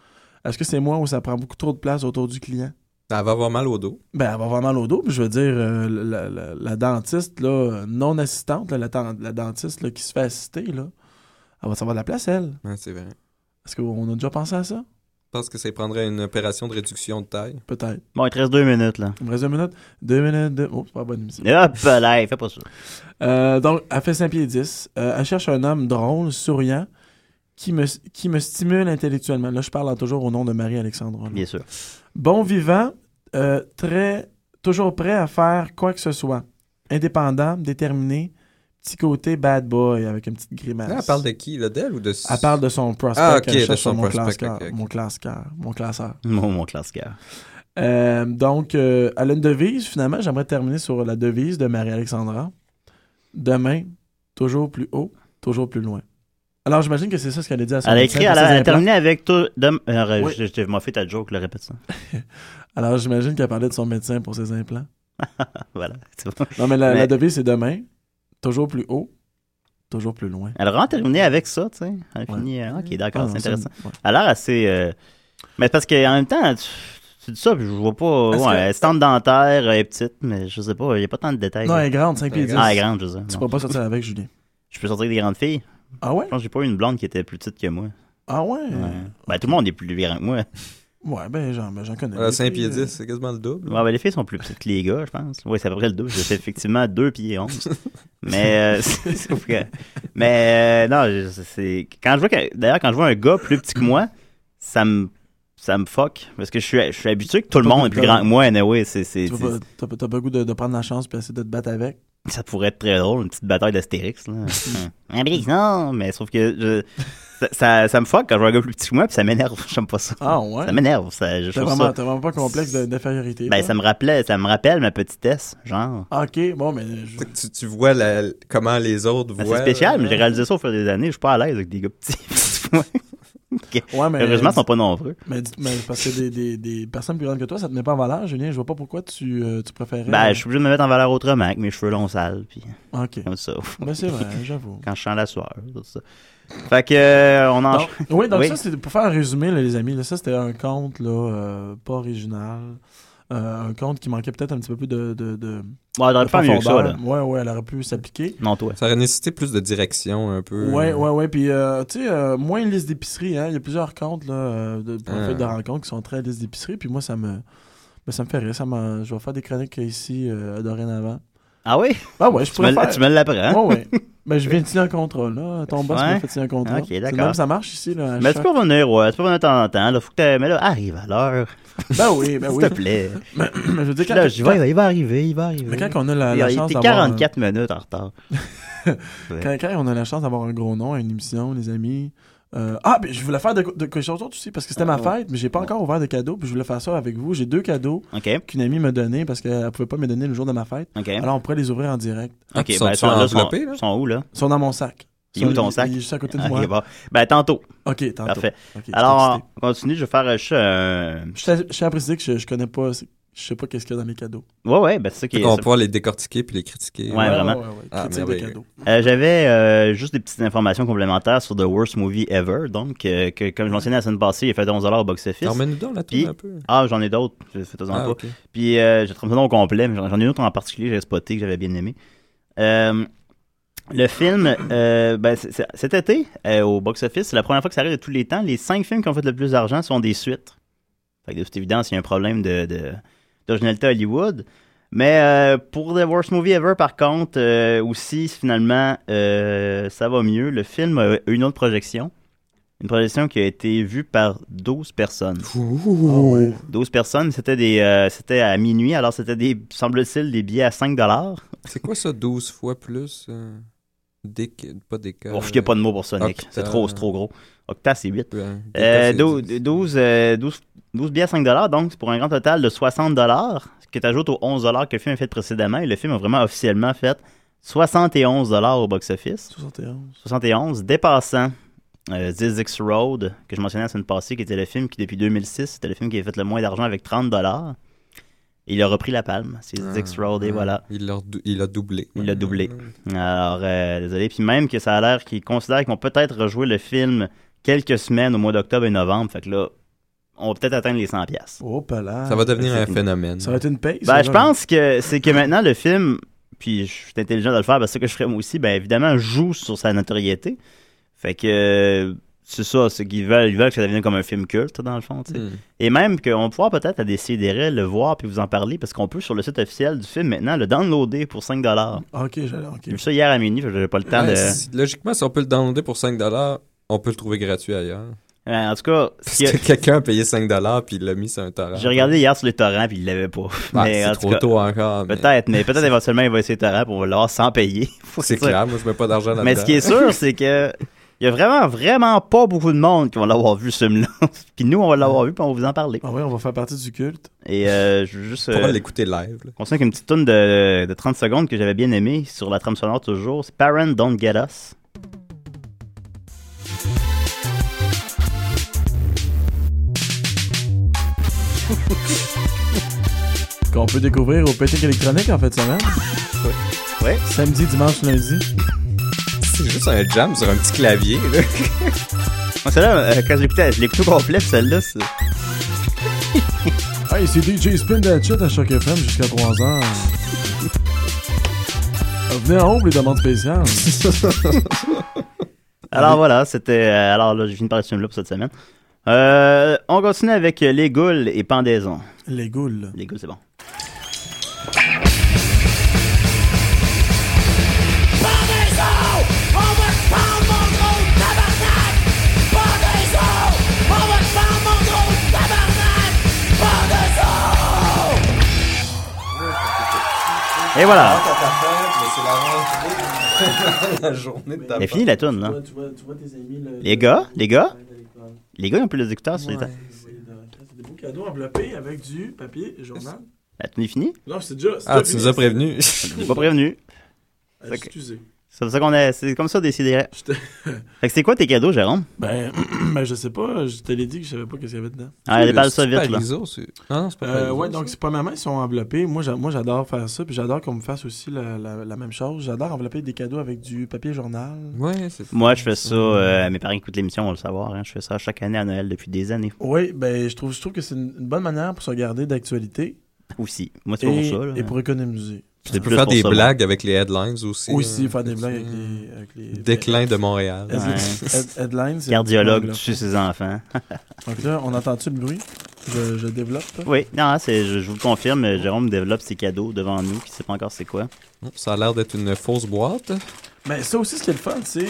[SPEAKER 6] est-ce que c'est moi ou ça prend beaucoup trop de place autour du client?
[SPEAKER 5] Elle va avoir mal au dos.
[SPEAKER 6] Ben, elle va avoir mal au dos. puis je veux dire, euh, la, la- la dentiste là, euh, non assistante, là, la, ten- la dentiste là, qui se fait assister, là, elle va savoir de la place, elle.
[SPEAKER 5] Ouais, c'est vrai. Je
[SPEAKER 6] Est-ce qu'on a déjà pensé à ça?
[SPEAKER 5] pense que ça prendrait une opération de réduction de taille.
[SPEAKER 6] Peut-être.
[SPEAKER 3] Bon, il te reste deux minutes, là.
[SPEAKER 6] Il me reste deux minutes. Deux minutes. Deux... Oh, c'est pas la bonne émission.
[SPEAKER 3] Et Hop là, fais pas ça.
[SPEAKER 6] Euh, donc, elle fait 5 pieds 10. Euh, elle cherche un homme drôle, souriant, qui me, qui me stimule intellectuellement. Là, je parle toujours au nom de Marie-Alexandre.
[SPEAKER 3] Bien sûr.
[SPEAKER 6] Bon vivant, euh, très, toujours prêt à faire quoi que ce soit. Indépendant, déterminé, petit côté bad boy avec une petite grimace.
[SPEAKER 3] Ah,
[SPEAKER 5] Là, Ah, elle parle de qui là, D'elle ou de.
[SPEAKER 6] Elle parle de son prospect.
[SPEAKER 5] Ah, ok,
[SPEAKER 6] qu'elle cherche
[SPEAKER 5] de
[SPEAKER 6] sur
[SPEAKER 5] son
[SPEAKER 6] mon
[SPEAKER 5] prospect,
[SPEAKER 6] classeur.
[SPEAKER 5] ok, ok.
[SPEAKER 6] Mon classeur. Mon classeur.
[SPEAKER 3] Mon, mon classiqueur.
[SPEAKER 6] Euh, donc, euh, elle a une devise, finalement. J'aimerais terminer sur la devise de Marie-Alexandra. Demain, toujours plus haut, toujours plus loin. Alors, j'imagine que c'est ça ce qu'elle a dit à son
[SPEAKER 3] Elle a
[SPEAKER 6] médecin
[SPEAKER 3] écrit, elle
[SPEAKER 6] pour ses
[SPEAKER 3] a, elle a
[SPEAKER 6] implants.
[SPEAKER 3] terminé avec tout. dom- euh,
[SPEAKER 6] Oui.
[SPEAKER 3] Je, je, m'en fais ta joke, le répète ça.
[SPEAKER 6] Alors, j'imagine qu'elle parlait de son médecin pour ses implants.
[SPEAKER 3] Voilà, c'est bon.
[SPEAKER 6] Non, mais la,
[SPEAKER 3] Mais-
[SPEAKER 6] la devise, c'est demain, toujours plus haut, toujours plus loin.
[SPEAKER 3] Elle a vraiment terminé avec ça, tu sais. Elle a
[SPEAKER 6] Ouais.
[SPEAKER 3] fini. euh, Ok,
[SPEAKER 6] Ah,
[SPEAKER 3] d'accord,
[SPEAKER 6] non,
[SPEAKER 3] c'est
[SPEAKER 6] ça-
[SPEAKER 3] intéressant.
[SPEAKER 6] ouais.
[SPEAKER 3] Elle a l'air assez. euh, Mais parce qu'en même temps, tu, tu dis ça, puis je vois pas.
[SPEAKER 5] Parce
[SPEAKER 3] ouais,
[SPEAKER 5] que-
[SPEAKER 3] elle se tente dentaire, elle est petite, mais je sais pas, il n'y a pas tant de détails.
[SPEAKER 6] Non, elle est grande, 5 pieds
[SPEAKER 5] Elle est
[SPEAKER 6] 10.
[SPEAKER 3] ah, elle est grande, je sais.
[SPEAKER 6] Tu
[SPEAKER 3] Non.
[SPEAKER 6] pourras pas sortir avec Julien.
[SPEAKER 3] Je peux sortir avec des grandes filles.
[SPEAKER 6] Ah ouais?
[SPEAKER 3] Je pense que j'ai pas eu une blonde qui était plus petite que moi.
[SPEAKER 6] Ah ouais?
[SPEAKER 3] Ouais. Ben, tout le monde est plus grand que moi.
[SPEAKER 6] Ouais, ben j'en ben, j'en connais.
[SPEAKER 5] Voilà,
[SPEAKER 6] Des
[SPEAKER 5] 5 pieds
[SPEAKER 6] filles, euh,
[SPEAKER 5] 10, Ah, c'est quasiment le double.
[SPEAKER 3] Ouais, ben, les filles sont plus petites que les gars, je pense. Oui, c'est à peu près le double. Je fais effectivement 2 pieds 11. Mais, euh, c'est- c'est vrai. Mais, euh, non, je- c'est. Quand je vois que- D'ailleurs, quand je vois un gars plus petit que moi, ça me. Ça me fuck. Parce que je suis, je suis habitué que tout le
[SPEAKER 6] Pas
[SPEAKER 3] monde est
[SPEAKER 6] de
[SPEAKER 3] plus
[SPEAKER 6] problème.
[SPEAKER 3] grand que moi, anyway. C'est, c'est,
[SPEAKER 6] tu vas pas- T'as pas, t'as pas le goût de, de prendre la chance puis essayer de te battre avec?
[SPEAKER 3] c'est- ça pourrait être très drôle, une petite bataille d'Astérix, là. Un brick, non! Mais sauf que je- ça, ça, ça me fuck quand je vois un gars plus petit que moi, puis ça m'énerve. J'aime pas ça.
[SPEAKER 6] Ah ouais?
[SPEAKER 3] Ça m'énerve. Ça, je
[SPEAKER 6] T'as
[SPEAKER 3] trouve
[SPEAKER 6] vraiment, hein?
[SPEAKER 3] ça-
[SPEAKER 6] t'as vraiment pas complexe de- d'infériorité.
[SPEAKER 3] Ben,
[SPEAKER 6] là?
[SPEAKER 3] ça me rappelait, ça me rappelle ma petitesse, genre.
[SPEAKER 6] Ah, Ok, bon, mais. je-
[SPEAKER 5] C'est que Tu, tu vois la- comment les autres
[SPEAKER 3] Ben,
[SPEAKER 5] voient. euh,
[SPEAKER 3] c'est spécial,
[SPEAKER 5] là.
[SPEAKER 3] mais j'ai réalisé ça au fil des années. Je suis pas à l'aise avec des gars petits.
[SPEAKER 6] Ouais, mais.
[SPEAKER 3] Heureusement, ils sont pas nombreux.
[SPEAKER 6] Mais, dis- mais parce que des, des, des personnes plus grandes que toi, ça te met pas en valeur, Julien. Je vois pas pourquoi tu, euh, tu préférais.
[SPEAKER 3] Ben, je suis obligé de me mettre en valeur autrement avec mes cheveux longs sales, puis
[SPEAKER 6] Ok.
[SPEAKER 3] comme ça.
[SPEAKER 6] Ben, c'est vrai, j'avoue.
[SPEAKER 3] Quand je sens la sueur, tout ça. Fait que, euh, on en...
[SPEAKER 6] Donc, Ah, oui, donc
[SPEAKER 3] Oui.
[SPEAKER 6] ça, c'est pour faire un résumé, là, les amis. Là, ça, c'était un conte là, euh, pas original. Euh, un conte qui manquait peut-être un petit peu plus de. de, de
[SPEAKER 3] Bon, j'aurais pu
[SPEAKER 6] de
[SPEAKER 3] faire mieux que ça, là.
[SPEAKER 6] profondeur. Ouais, ouais, elle aurait pu s'appliquer.
[SPEAKER 3] Non, toi.
[SPEAKER 5] Ça aurait nécessité plus de direction un peu.
[SPEAKER 6] Ouais, ouais, ouais. Puis, euh, tu sais, euh, moins une liste d'épicerie. Hein. Il y a plusieurs comptes là, euh, de profils
[SPEAKER 5] Ah.
[SPEAKER 6] de rencontres qui sont très liste d'épicerie. Puis moi, ça me. ben, ça me fait rire. Ça me- Je vais faire des chroniques ici euh, dorénavant.
[SPEAKER 3] Ah oui?
[SPEAKER 6] Ah ouais, je
[SPEAKER 3] Tu me,
[SPEAKER 6] pourrais faire.
[SPEAKER 3] tu me l'apprends?
[SPEAKER 6] Ouais, ouais. Ben, je viens de signer un contrat, là. Ton boss
[SPEAKER 3] Ouais.
[SPEAKER 6] m'a fait signer un contrat.
[SPEAKER 3] Ok,
[SPEAKER 6] C'est
[SPEAKER 3] d'accord.
[SPEAKER 6] Même ça marche ici, là. à
[SPEAKER 3] Mais tu
[SPEAKER 6] chaque-
[SPEAKER 3] peux revenir, ouais. Tu peux revenir de temps en temps, là. Faut que t'aies... Mais là, arrive à l'heure.
[SPEAKER 6] Ben oui, ben oui.
[SPEAKER 3] S'il te plaît.
[SPEAKER 6] Mais je veux dire, quand,
[SPEAKER 3] Là, je dis, ouais, il va arriver, il va arriver.
[SPEAKER 6] mais quand on a la,
[SPEAKER 3] Il
[SPEAKER 6] la
[SPEAKER 3] a
[SPEAKER 6] chance
[SPEAKER 3] été
[SPEAKER 6] d'avoir...
[SPEAKER 3] 44 minutes en retard.
[SPEAKER 6] un- Quand, quand on a la chance d'avoir un gros nom à une émission, les amis... euh, ah, ben, je voulais faire de, de quelque chose d'autre aussi, parce que c'était
[SPEAKER 3] Ah,
[SPEAKER 6] ma fête, mais j'ai pas encore ouvert de cadeau, puis je voulais faire ça avec vous. J'ai deux cadeaux
[SPEAKER 3] OK,
[SPEAKER 6] qu'une amie m'a donnés, parce qu'elle pouvait pas me donner le jour de ma fête.
[SPEAKER 3] OK.
[SPEAKER 6] Alors, on pourrait les ouvrir en direct.
[SPEAKER 3] OK,
[SPEAKER 5] Ils
[SPEAKER 3] ben,
[SPEAKER 5] sont-tu
[SPEAKER 3] sont là, sont-
[SPEAKER 5] enveloppés, là?
[SPEAKER 3] sont où, là?
[SPEAKER 6] Ils sont dans mon sac.
[SPEAKER 3] Il est où
[SPEAKER 6] Ils sont-
[SPEAKER 3] ton sac?
[SPEAKER 6] Il est juste à côté de
[SPEAKER 3] Ah,
[SPEAKER 6] moi.
[SPEAKER 3] OK, bon. Ben, tantôt.
[SPEAKER 6] Ok, tantôt.
[SPEAKER 3] Parfait.
[SPEAKER 6] Ok, je suis
[SPEAKER 3] Alors,
[SPEAKER 6] excité.
[SPEAKER 3] on continue. Je vais faire euh, je, euh,
[SPEAKER 6] Je tiens- je tiens à préciser que je, je connais pas... Je sais pas qu'est-ce qu'il y a dans les cadeaux.
[SPEAKER 3] Ouais, ouais, ben c'est ça qui
[SPEAKER 5] Fait
[SPEAKER 3] est.
[SPEAKER 5] qu'on va
[SPEAKER 3] ça-
[SPEAKER 5] pouvoir les décortiquer puis les critiquer.
[SPEAKER 3] Ouais, vraiment.
[SPEAKER 5] Ah,
[SPEAKER 6] Critique de
[SPEAKER 5] merveilleux.
[SPEAKER 6] cadeaux.
[SPEAKER 3] Euh, J'avais euh, juste des petites informations complémentaires sur The Worst Movie Ever. Donc, euh, que, comme je mentionnais la semaine passée, il a fait 11$ au box-office.
[SPEAKER 5] Emmène-nous donc la
[SPEAKER 3] Puis-
[SPEAKER 5] tourne un peu.
[SPEAKER 3] Ah, j'en ai d'autres. Je- Faites-en
[SPEAKER 5] Ah,
[SPEAKER 3] pas.
[SPEAKER 5] ok.
[SPEAKER 3] Puis euh, j'ai trouvé ça au complet, mais j'en j'en ai une autre en particulier que j'ai spoté, que j'avais bien aimé. Euh, le film, euh, ben, c'est- c'est- cet été, euh, au box-office, c'est la première fois que ça arrive de tous les temps. Les cinq films qui ont fait le plus d'argent sont des suites. Fait que de toute évidence, il y a un problème de- de- d'originalité à Hollywood. Mais euh, pour The Worst Movie Ever, par contre, euh, aussi, finalement, euh, ça va mieux. Le film a une autre projection. Une projection qui a été vue par 12 personnes.
[SPEAKER 6] Ah ouais.
[SPEAKER 3] 12 personnes, c'était des euh, c'était à minuit, alors c'était des semble-t-il des billets à 5 dollars.
[SPEAKER 5] C'est quoi ça, 12 fois plus euh, des... Pas des cas.
[SPEAKER 3] Bon, il n'y a pas de mots pour Sonic,
[SPEAKER 5] Octa.
[SPEAKER 3] c'est trop c'est trop gros. Octa c'est 8.
[SPEAKER 5] Euh, des
[SPEAKER 3] Euh,
[SPEAKER 5] cas, euh, c'est
[SPEAKER 3] 12,
[SPEAKER 5] 10.
[SPEAKER 3] 12, euh, 12 12 billets à 5 dollars donc c'est pour un grand total de 60 dollars, ce qui t'ajoute aux 11 dollars que le film a fait précédemment et le film a vraiment officiellement fait 71 dollars au box office.
[SPEAKER 6] 71.
[SPEAKER 3] 71 dépassant euh, Zizix Road que je mentionnais la semaine passée qui était le film qui depuis 2006, c'était le film qui avait fait le moins d'argent avec 30 dollars. Il a repris la palme, c'est Zizix Road et
[SPEAKER 5] Ah,
[SPEAKER 3] voilà.
[SPEAKER 5] Il l'a, dou- il l'a doublé. Ah.
[SPEAKER 3] Il l'a doublé. Alors, euh, désolé. Puis même que ça a l'air qu'ils considèrent qu'ils vont peut-être rejouer le film quelques semaines au mois d'octobre et novembre. Fait que là, on va peut-être atteindre les 100 pièces.
[SPEAKER 6] Oh, pas là.
[SPEAKER 5] Ça va devenir
[SPEAKER 3] c'est
[SPEAKER 5] un
[SPEAKER 3] fini.
[SPEAKER 5] phénomène.
[SPEAKER 6] Ça va être une paye. ça,
[SPEAKER 3] Ben, je
[SPEAKER 6] vraiment.
[SPEAKER 3] pense que c'est que maintenant le film, puis je suis intelligent de le faire parce que ce que je ferais moi aussi, ben évidemment, joue sur sa notoriété. Fait que euh, c'est ça, c'est qu'ils veulent, ils veulent que ça devienne comme un film culte, dans le fond. tu sais.
[SPEAKER 5] Hmm.
[SPEAKER 3] Et même qu'on va pouvoir peut-être à décider le voir puis vous en parler parce qu'on peut sur le site officiel du film maintenant le downloader pour 5 dollars.
[SPEAKER 6] Ok, j'allais. ok.
[SPEAKER 3] J'ai vu ça hier à minuit, fait que j'avais pas le temps
[SPEAKER 5] Mm. Ouais,
[SPEAKER 3] de.
[SPEAKER 5] si- logiquement, si on peut le downloader pour 5$, on peut le trouver gratuit ailleurs.
[SPEAKER 3] Ouais, en tout cas,
[SPEAKER 5] Parce
[SPEAKER 3] ce qu'il y a-
[SPEAKER 5] que quelqu'un a payé 5$ puis il l'a mis sur un torrent.
[SPEAKER 3] j'ai regardé hier sur les torrents puis il l'avait pas.
[SPEAKER 5] Ah,
[SPEAKER 3] mais en
[SPEAKER 5] c'est
[SPEAKER 3] tout
[SPEAKER 5] trop
[SPEAKER 3] cas,
[SPEAKER 5] tôt encore. mais
[SPEAKER 3] Peut-être, mais peut-être éventuellement il va essayer torrent pour on va l'avoir sans payer. Faut
[SPEAKER 5] C'est
[SPEAKER 3] dire.
[SPEAKER 5] clair, moi je mets pas d'argent là-dedans.
[SPEAKER 3] Mais ce qui est sûr, c'est que il y a vraiment, vraiment pas beaucoup de monde qui vont l'avoir vu ce film-là. puis nous, on va l'avoir vu puis on va vous en parler.
[SPEAKER 6] Ah ouais, on va faire partie du culte.
[SPEAKER 3] Et euh, je veux juste.
[SPEAKER 5] On pourra
[SPEAKER 3] euh,
[SPEAKER 5] l'écouter live. là.
[SPEAKER 3] On sent qu'une petite tune de, de 30 secondes que j'avais bien aimée sur la trame sonore toujours, c'est Parents Don't Get Us.
[SPEAKER 6] Qu'on peut découvrir au Pétique électronique en fait de semaine.
[SPEAKER 3] Ouais.
[SPEAKER 6] Samedi, dimanche, lundi.
[SPEAKER 5] C'est juste un jam sur un petit clavier. là.
[SPEAKER 3] Moi, celle-là, euh, quand j'écoutais, je l'écoute au complet, puis celle-là. c'est-
[SPEAKER 6] Hey, c'est DJ Spin that shit à chaque FM jusqu'à 3h. Venez en haut pour les demandes spéciales.
[SPEAKER 5] Ah
[SPEAKER 3] Alors voilà, c'était. euh, alors là, je viens de parler de ce film-là pour cette semaine. Euh, on continue avec euh, Les Goules et Pendaison.
[SPEAKER 6] Les goules.
[SPEAKER 3] Les Goules, c'est bon. Et voilà,
[SPEAKER 5] la journée de ta
[SPEAKER 3] elle est finie la tune là. Les gars, les gars, les gars ils ont plus les écouteurs sur les temps.
[SPEAKER 6] C'est des beaux cadeaux enveloppés avec du papier et journal.
[SPEAKER 3] La tune est finie?
[SPEAKER 6] Non, c'est déjà. Euh,
[SPEAKER 5] Ah, tu nous as prévenus.
[SPEAKER 3] Je l'ai pas prévenu.
[SPEAKER 6] Excusez.
[SPEAKER 3] C'est comme ça qu'on est. C'est comme ça décidé.
[SPEAKER 6] Je te-
[SPEAKER 3] Fait que c'est quoi tes cadeaux, Jérôme?
[SPEAKER 6] Ben, ben, je sais pas, je te l'ai dit que je savais pas qu'est-ce qu'il y avait dedans.
[SPEAKER 3] Ah, elle parle
[SPEAKER 5] C'est
[SPEAKER 3] ça
[SPEAKER 5] pas
[SPEAKER 3] vite là.
[SPEAKER 5] Arizo, c'est- Non, non, c'est pas
[SPEAKER 6] Euh,
[SPEAKER 5] Arizo,
[SPEAKER 6] ouais,
[SPEAKER 5] ça.
[SPEAKER 6] donc c'est pas ma main, ils sont enveloppés. Moi, j'a- moi j'adore faire ça, puis j'adore qu'on me fasse aussi la, la- la même chose. J'adore envelopper des cadeaux avec du papier journal.
[SPEAKER 5] Ouais, c'est
[SPEAKER 3] Moi, je fais ça. euh, mes parents écoutent l'émission, on va le savoir. hein. Je fais ça chaque année à Noël depuis des années
[SPEAKER 6] Oui, ben je trouve, je trouve que c'est une, une bonne manière pour se garder d'actualité
[SPEAKER 3] aussi. Moi, c'est pour
[SPEAKER 6] et,
[SPEAKER 3] ça. là.
[SPEAKER 6] et pour économiser.
[SPEAKER 3] C'est
[SPEAKER 5] Tu
[SPEAKER 3] plus
[SPEAKER 5] peux faire
[SPEAKER 3] pour
[SPEAKER 5] des
[SPEAKER 3] ça, moi.
[SPEAKER 5] blagues avec les headlines aussi.
[SPEAKER 6] Aussi,
[SPEAKER 5] hein.
[SPEAKER 6] faire des blagues avec les... Avec les
[SPEAKER 5] Déclin de Montréal.
[SPEAKER 6] Head-
[SPEAKER 3] Ouais.
[SPEAKER 6] head- headlines. c'est-
[SPEAKER 3] Cardiologue
[SPEAKER 6] Donc
[SPEAKER 3] tue ses enfants.
[SPEAKER 6] là, on entend-tu le bruit? Je, je développe.
[SPEAKER 3] Oui, non, c'est, je, je vous le confirme, euh, Jérôme développe ses cadeaux devant nous, qui sait pas encore c'est quoi.
[SPEAKER 5] Oh, Ça a l'air d'être une fausse boîte.
[SPEAKER 6] Mais ça aussi, ce qui est le fun, c'est...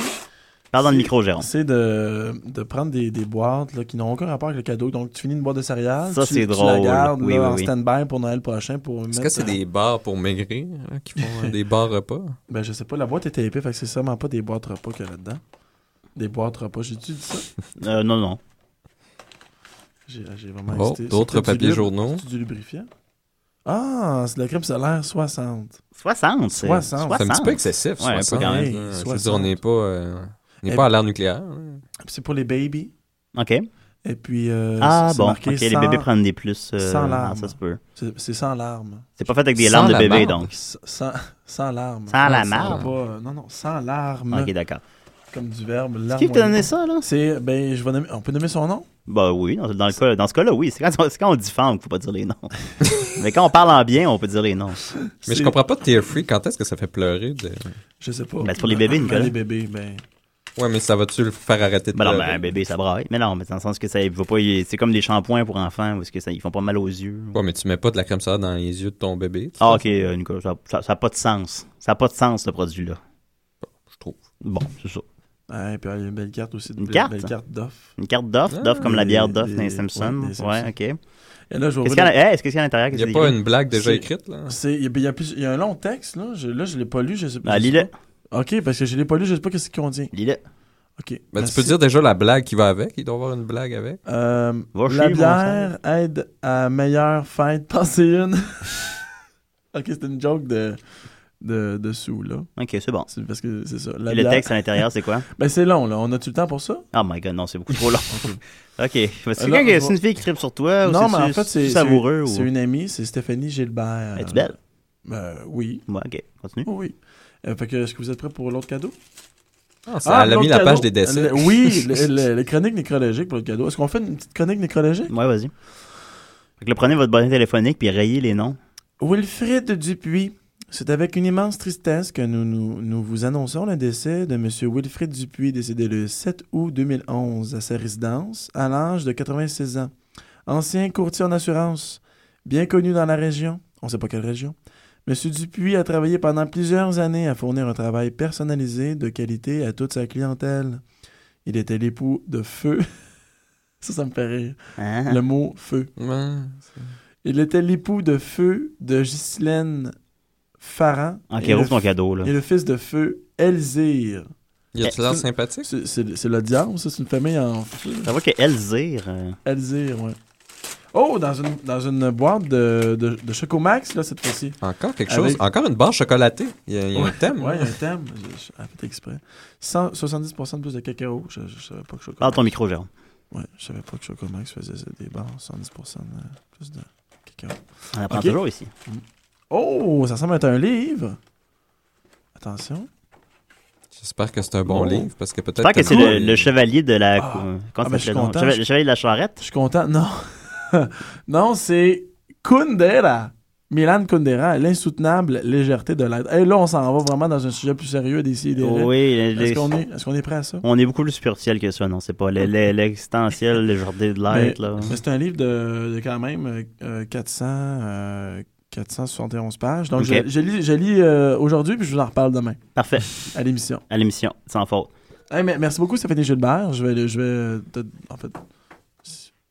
[SPEAKER 3] Parle dans le micro, Jérôme.
[SPEAKER 6] C'est de, de prendre des, des boîtes là, qui n'ont aucun rapport avec le cadeau. Donc, tu finis une boîte de céréales,
[SPEAKER 3] Ça,
[SPEAKER 6] tu,
[SPEAKER 3] c'est
[SPEAKER 6] tu la
[SPEAKER 3] drôle.
[SPEAKER 6] gardes
[SPEAKER 3] Oui,
[SPEAKER 6] là,
[SPEAKER 3] oui,
[SPEAKER 6] en
[SPEAKER 3] oui.
[SPEAKER 6] stand-by pour Noël prochain. pour
[SPEAKER 5] Est-ce
[SPEAKER 6] mettre-
[SPEAKER 5] que c'est des bars pour maigrir hein, qui font euh, des bars repas?
[SPEAKER 6] Ben, je sais pas, la boîte était épée, fait que c'est sûrement pas des boîtes repas qu'il y a là-dedans. Des boîtes repas, j'ai-tu dit ça?
[SPEAKER 3] Euh, non, non.
[SPEAKER 6] J'ai ah, j'ai vraiment
[SPEAKER 5] Oh,
[SPEAKER 6] hésité.
[SPEAKER 5] d'autres
[SPEAKER 6] C'était du
[SPEAKER 5] papiers
[SPEAKER 6] lub-
[SPEAKER 5] journaux.
[SPEAKER 6] C'est du lubrifiant? Ah, c'est de la crème solaire 60.
[SPEAKER 3] 60, c'est.
[SPEAKER 6] 60.
[SPEAKER 5] C'est un petit peu
[SPEAKER 3] 60.
[SPEAKER 5] excessif,
[SPEAKER 3] Ouais, un peu
[SPEAKER 5] 60.
[SPEAKER 3] quand
[SPEAKER 6] même.
[SPEAKER 5] hein. Je veux
[SPEAKER 6] 60.
[SPEAKER 5] dire, on n'est pas, euh, on n'est
[SPEAKER 6] Eh
[SPEAKER 5] pas à l'ère nucléaire. hein.
[SPEAKER 6] Puis C'est pour les babies.
[SPEAKER 3] OK.
[SPEAKER 6] Et puis, euh,
[SPEAKER 3] ah
[SPEAKER 6] c'est
[SPEAKER 3] bon, ok,
[SPEAKER 6] marqué
[SPEAKER 3] les
[SPEAKER 6] sans-
[SPEAKER 3] bébés prennent des plus. euh,
[SPEAKER 6] sans larmes.
[SPEAKER 3] ah, ça se peut.
[SPEAKER 6] c'est- C'est sans larmes.
[SPEAKER 3] C'est pas fait avec des
[SPEAKER 5] Sans
[SPEAKER 3] larmes de
[SPEAKER 5] la
[SPEAKER 3] bébé,
[SPEAKER 5] marde.
[SPEAKER 3] donc.
[SPEAKER 6] S- Sans, sans larmes.
[SPEAKER 3] Sans la
[SPEAKER 6] larme
[SPEAKER 3] marde.
[SPEAKER 6] euh, non, non, sans larmes.
[SPEAKER 3] Ok, d'accord.
[SPEAKER 6] Comme du verbe.
[SPEAKER 3] C'est qui qui t'a donné ça, là
[SPEAKER 6] C'est, ben, je vais nommer- on peut nommer son nom?
[SPEAKER 3] Bah oui, dans, dans le cas, dans ce cas-là, oui. C'est quand, c'est quand on dit femme qu'il faut pas dire les noms. Mais quand on parle en bien, on peut dire les noms.
[SPEAKER 5] Mais je
[SPEAKER 6] C'est-
[SPEAKER 5] comprends pas Tear Free, quand est-ce que ça fait pleurer? de-
[SPEAKER 6] Je sais pas.
[SPEAKER 3] Ben, c'est pour les bébés,
[SPEAKER 6] Ben,
[SPEAKER 3] Nicolas.
[SPEAKER 6] les bébés, ben.
[SPEAKER 5] Ouais, mais ça va-tu le faire arrêter de
[SPEAKER 3] Ben
[SPEAKER 6] Euh,
[SPEAKER 3] non,
[SPEAKER 5] pleurer?
[SPEAKER 3] ben, un bébé, ça braille. Mais non, mais dans le sens que ça il va pas. il- C'est comme des shampoings pour enfants, parce que ça, ils font pas mal aux yeux.
[SPEAKER 5] Ouais, mais tu mets pas de la crème solaire dans les yeux de ton bébé, tu-
[SPEAKER 3] Ah, ok, euh, Nicolas, ça- ça n'a pas de sens. Ça n'a pas de sens, ce produit-là.
[SPEAKER 5] je trouve.
[SPEAKER 3] Bon, c'est ça.
[SPEAKER 6] Ouais, puis il y a une belle carte aussi.
[SPEAKER 3] Une carte?
[SPEAKER 6] belle carte d'offre.
[SPEAKER 3] Une carte d'offre,
[SPEAKER 5] Ah,
[SPEAKER 3] d'offre comme la
[SPEAKER 6] des-
[SPEAKER 3] bière d'offre
[SPEAKER 6] des-
[SPEAKER 3] dans les
[SPEAKER 6] ouais,
[SPEAKER 3] Simpsons.
[SPEAKER 6] des
[SPEAKER 3] Ouais,
[SPEAKER 6] Simpsons.
[SPEAKER 3] ok. Qu'est-ce
[SPEAKER 6] Et là, je vais
[SPEAKER 3] qu'il y, a- hey, est-ce qu'il y a à l'intérieur
[SPEAKER 5] Il
[SPEAKER 3] qu'est-ce
[SPEAKER 5] n'y a
[SPEAKER 3] qu'il
[SPEAKER 5] pas
[SPEAKER 3] écrit?
[SPEAKER 5] une blague déjà
[SPEAKER 6] C'est-
[SPEAKER 5] écrite, là?
[SPEAKER 6] C'est- Il y, a- il y a plus- il y a un long texte, là. Je, là, je l'ai pas lu, je sais pas.
[SPEAKER 3] Ah,
[SPEAKER 6] je sais
[SPEAKER 3] lis-le.
[SPEAKER 6] pas. Ok, parce que je l'ai pas lu, je sais pas qu'est-ce qu'il contient.
[SPEAKER 3] Lis-le.
[SPEAKER 6] Ok.
[SPEAKER 5] Ben, tu
[SPEAKER 6] merci.
[SPEAKER 5] peux dire déjà la blague qui va avec. Il doit y avoir une blague avec.
[SPEAKER 6] Euh,
[SPEAKER 3] Va
[SPEAKER 6] la
[SPEAKER 3] chier, mon
[SPEAKER 6] bière aide à meilleure fête. Pensez une. ok, c'est une joke de, de, de sous, là.
[SPEAKER 3] Ok, c'est bon.
[SPEAKER 6] C'est parce que c'est ça. La
[SPEAKER 3] Et le
[SPEAKER 6] bière-
[SPEAKER 3] texte hein. à l'intérieur, c'est quoi?
[SPEAKER 6] Ben, c'est long, là. On a-tu le temps pour ça?
[SPEAKER 3] Oh my god, non, c'est beaucoup trop long. ok. Parce que
[SPEAKER 6] Alors,
[SPEAKER 3] quelqu'un qui
[SPEAKER 6] je
[SPEAKER 3] a
[SPEAKER 6] vais-
[SPEAKER 3] c'est une fille qui tripe sur toi,
[SPEAKER 6] non,
[SPEAKER 3] Ah, ou
[SPEAKER 6] mais en fait, c'est.
[SPEAKER 3] savoureux,
[SPEAKER 6] c'est- C'est
[SPEAKER 3] ou.
[SPEAKER 6] une amie, c'est Stéphanie Gilbert.
[SPEAKER 3] Es-tu belle?
[SPEAKER 6] Ben, oui.
[SPEAKER 3] Ouais, ok, continue.
[SPEAKER 6] Oh, oui. Euh, fait que, est-ce que vous êtes prêts pour l'autre cadeau?
[SPEAKER 5] Ah, ça, elle a
[SPEAKER 6] l'autre
[SPEAKER 5] mis la
[SPEAKER 6] cadeau.
[SPEAKER 5] page des décès.
[SPEAKER 6] Le- oui, le- le- les chroniques nécrologiques pour l'autre cadeau. Est-ce qu'on fait une petite chronique nécrologique?
[SPEAKER 3] Ouais, vas-y. Fait que là, prenez votre bonnet téléphonique puis rayez les noms.
[SPEAKER 6] Wilfrid Dupuis. C'est avec une immense tristesse que nous, nous, nous vous annonçons le décès de M. Wilfrid Dupuis, décédé le 7 août 2011 à sa résidence, à l'âge de 86 ans. Ancien courtier en assurance, bien connu dans la région, on ne sait pas quelle région, M. Dupuis a travaillé pendant plusieurs années à fournir un travail personnalisé de qualité à toute sa clientèle. Il était l'époux de Feu. ça, ça me fait rire.
[SPEAKER 3] Hein?
[SPEAKER 6] Le mot Feu.
[SPEAKER 5] Ouais.
[SPEAKER 6] Il était l'époux de feu de Ghislaine Farran.
[SPEAKER 3] Ok,
[SPEAKER 6] et, le
[SPEAKER 3] ouvre ton
[SPEAKER 6] f-
[SPEAKER 3] cadeau, là.
[SPEAKER 6] et le fils de feu Elzir.
[SPEAKER 5] Il a-tu
[SPEAKER 3] Eh,
[SPEAKER 5] l'air
[SPEAKER 6] c'est-
[SPEAKER 5] sympathique?
[SPEAKER 6] C'est c'est- c'est le diable, ça, c'est une famille en feu.
[SPEAKER 3] Ça va que Elzir. euh,
[SPEAKER 6] Elzir, ouais. Oh, dans une, dans une boîte de, de, de Chocomax, là, cette fois-ci.
[SPEAKER 5] Encore quelque
[SPEAKER 6] Avec-
[SPEAKER 5] chose? Encore une barre chocolatée? Il y a, il y a un thème?
[SPEAKER 6] Ah Ouais,
[SPEAKER 5] hein?
[SPEAKER 6] il y a un thème. Je- je- ah, fait exprès. 100 70% de plus de cacao. Je, je savais pas que
[SPEAKER 3] Parle
[SPEAKER 6] Chocomax.
[SPEAKER 3] ton micro, Jérôme.
[SPEAKER 6] Ouais, je savais pas que Chocomax faisait des bars 70% de plus de cacao.
[SPEAKER 3] On apprend
[SPEAKER 6] Ok.
[SPEAKER 3] Ah, toujours ici.
[SPEAKER 6] Oh, ça ressemble à un livre. Attention.
[SPEAKER 5] J'espère que c'est un bon
[SPEAKER 3] Oh.
[SPEAKER 5] livre, parce que peut-être...
[SPEAKER 3] J'espère que c'est
[SPEAKER 5] t'as-
[SPEAKER 3] le, le chevalier de la. cou- euh,
[SPEAKER 6] Ah.
[SPEAKER 3] Comment ça
[SPEAKER 6] Ah, ben, je suis
[SPEAKER 3] s'appelle donc?
[SPEAKER 6] content.
[SPEAKER 3] Cheva- Le chevalier de la charrette.
[SPEAKER 6] Je suis content. Non. non, c'est Kundera. Milan Kundera, l'insoutenable légèreté de l'être. Et là, on s'en va vraiment dans un sujet plus sérieux d'ici. des-
[SPEAKER 3] Oui, les-
[SPEAKER 6] Est-ce qu'on est, est, qu'on est prêt à ça?
[SPEAKER 3] Oh, on est beaucoup plus spirituel que ça, non? C'est pas le- le- l'existentiel, le jardin de l'être, là.
[SPEAKER 6] Mais Ben, c'est un livre de, de quand même euh, euh, 400, euh, 471 pages. Donc,
[SPEAKER 3] Ok.
[SPEAKER 6] je, je lis, je lis euh, aujourd'hui, puis je vous en reparle demain
[SPEAKER 3] Parfait.
[SPEAKER 6] à l'émission.
[SPEAKER 3] À l'émission, sans faute.
[SPEAKER 6] Hey, mais merci beaucoup, Stéphanie Gilbert. Je vais, je vais euh, te- en fait,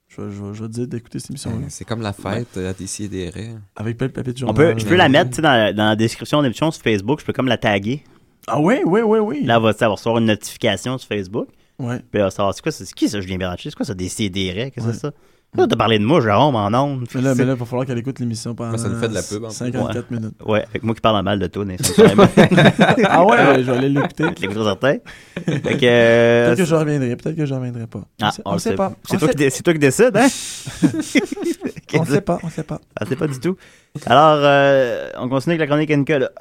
[SPEAKER 6] je, vais- je vais- je vais te dire d'écouter cette émission
[SPEAKER 5] Ouais, C'est comme la fête euh, à décider.
[SPEAKER 6] avec plein de papier de
[SPEAKER 3] On
[SPEAKER 6] journal.
[SPEAKER 3] peut, je peux la
[SPEAKER 5] euh,
[SPEAKER 3] mettre tu sais, dans, la- dans la description de l'émission sur Facebook. Je peux comme la taguer.
[SPEAKER 6] Ah oui, oui, oui, oui.
[SPEAKER 3] Là, elle va, tu sais, elle va recevoir une notification sur Facebook.
[SPEAKER 6] Ouais.
[SPEAKER 3] Puis elle va savoir, c'est quoi, ça? c'est qui ça, Julien Bernatchez? C'est quoi ça, des CDR? E Qu'est-ce que
[SPEAKER 6] Ouais.
[SPEAKER 3] c'est ça? Là, t'as parlé de moi, Jérôme, en ondes.
[SPEAKER 6] Mais là, mais là, il va falloir qu'elle écoute l'émission pendant
[SPEAKER 5] Ouais, ça nous fait de la pub, en plus.
[SPEAKER 6] 54 minutes.
[SPEAKER 3] Ouais, avec moi qui parle en mal de tout, mais ça me paraît bien.
[SPEAKER 6] Ah ouais, ouais, je vais aller l'écouter.
[SPEAKER 3] Je l'écouterai certain. Fait que, euh,
[SPEAKER 6] Peut-être que je reviendrai, peut-être que je reviendrai pas.
[SPEAKER 3] ah,
[SPEAKER 6] sait-
[SPEAKER 3] on le sait.
[SPEAKER 6] pas.
[SPEAKER 3] C'est
[SPEAKER 6] On
[SPEAKER 3] toi,
[SPEAKER 6] sait-
[SPEAKER 3] qui dé- c'est toi qui décides, hein?
[SPEAKER 6] On sait pas, on sait pas.
[SPEAKER 3] Ah, c'est pas du tout. Alors, euh, on continue avec la chronique Enka, là.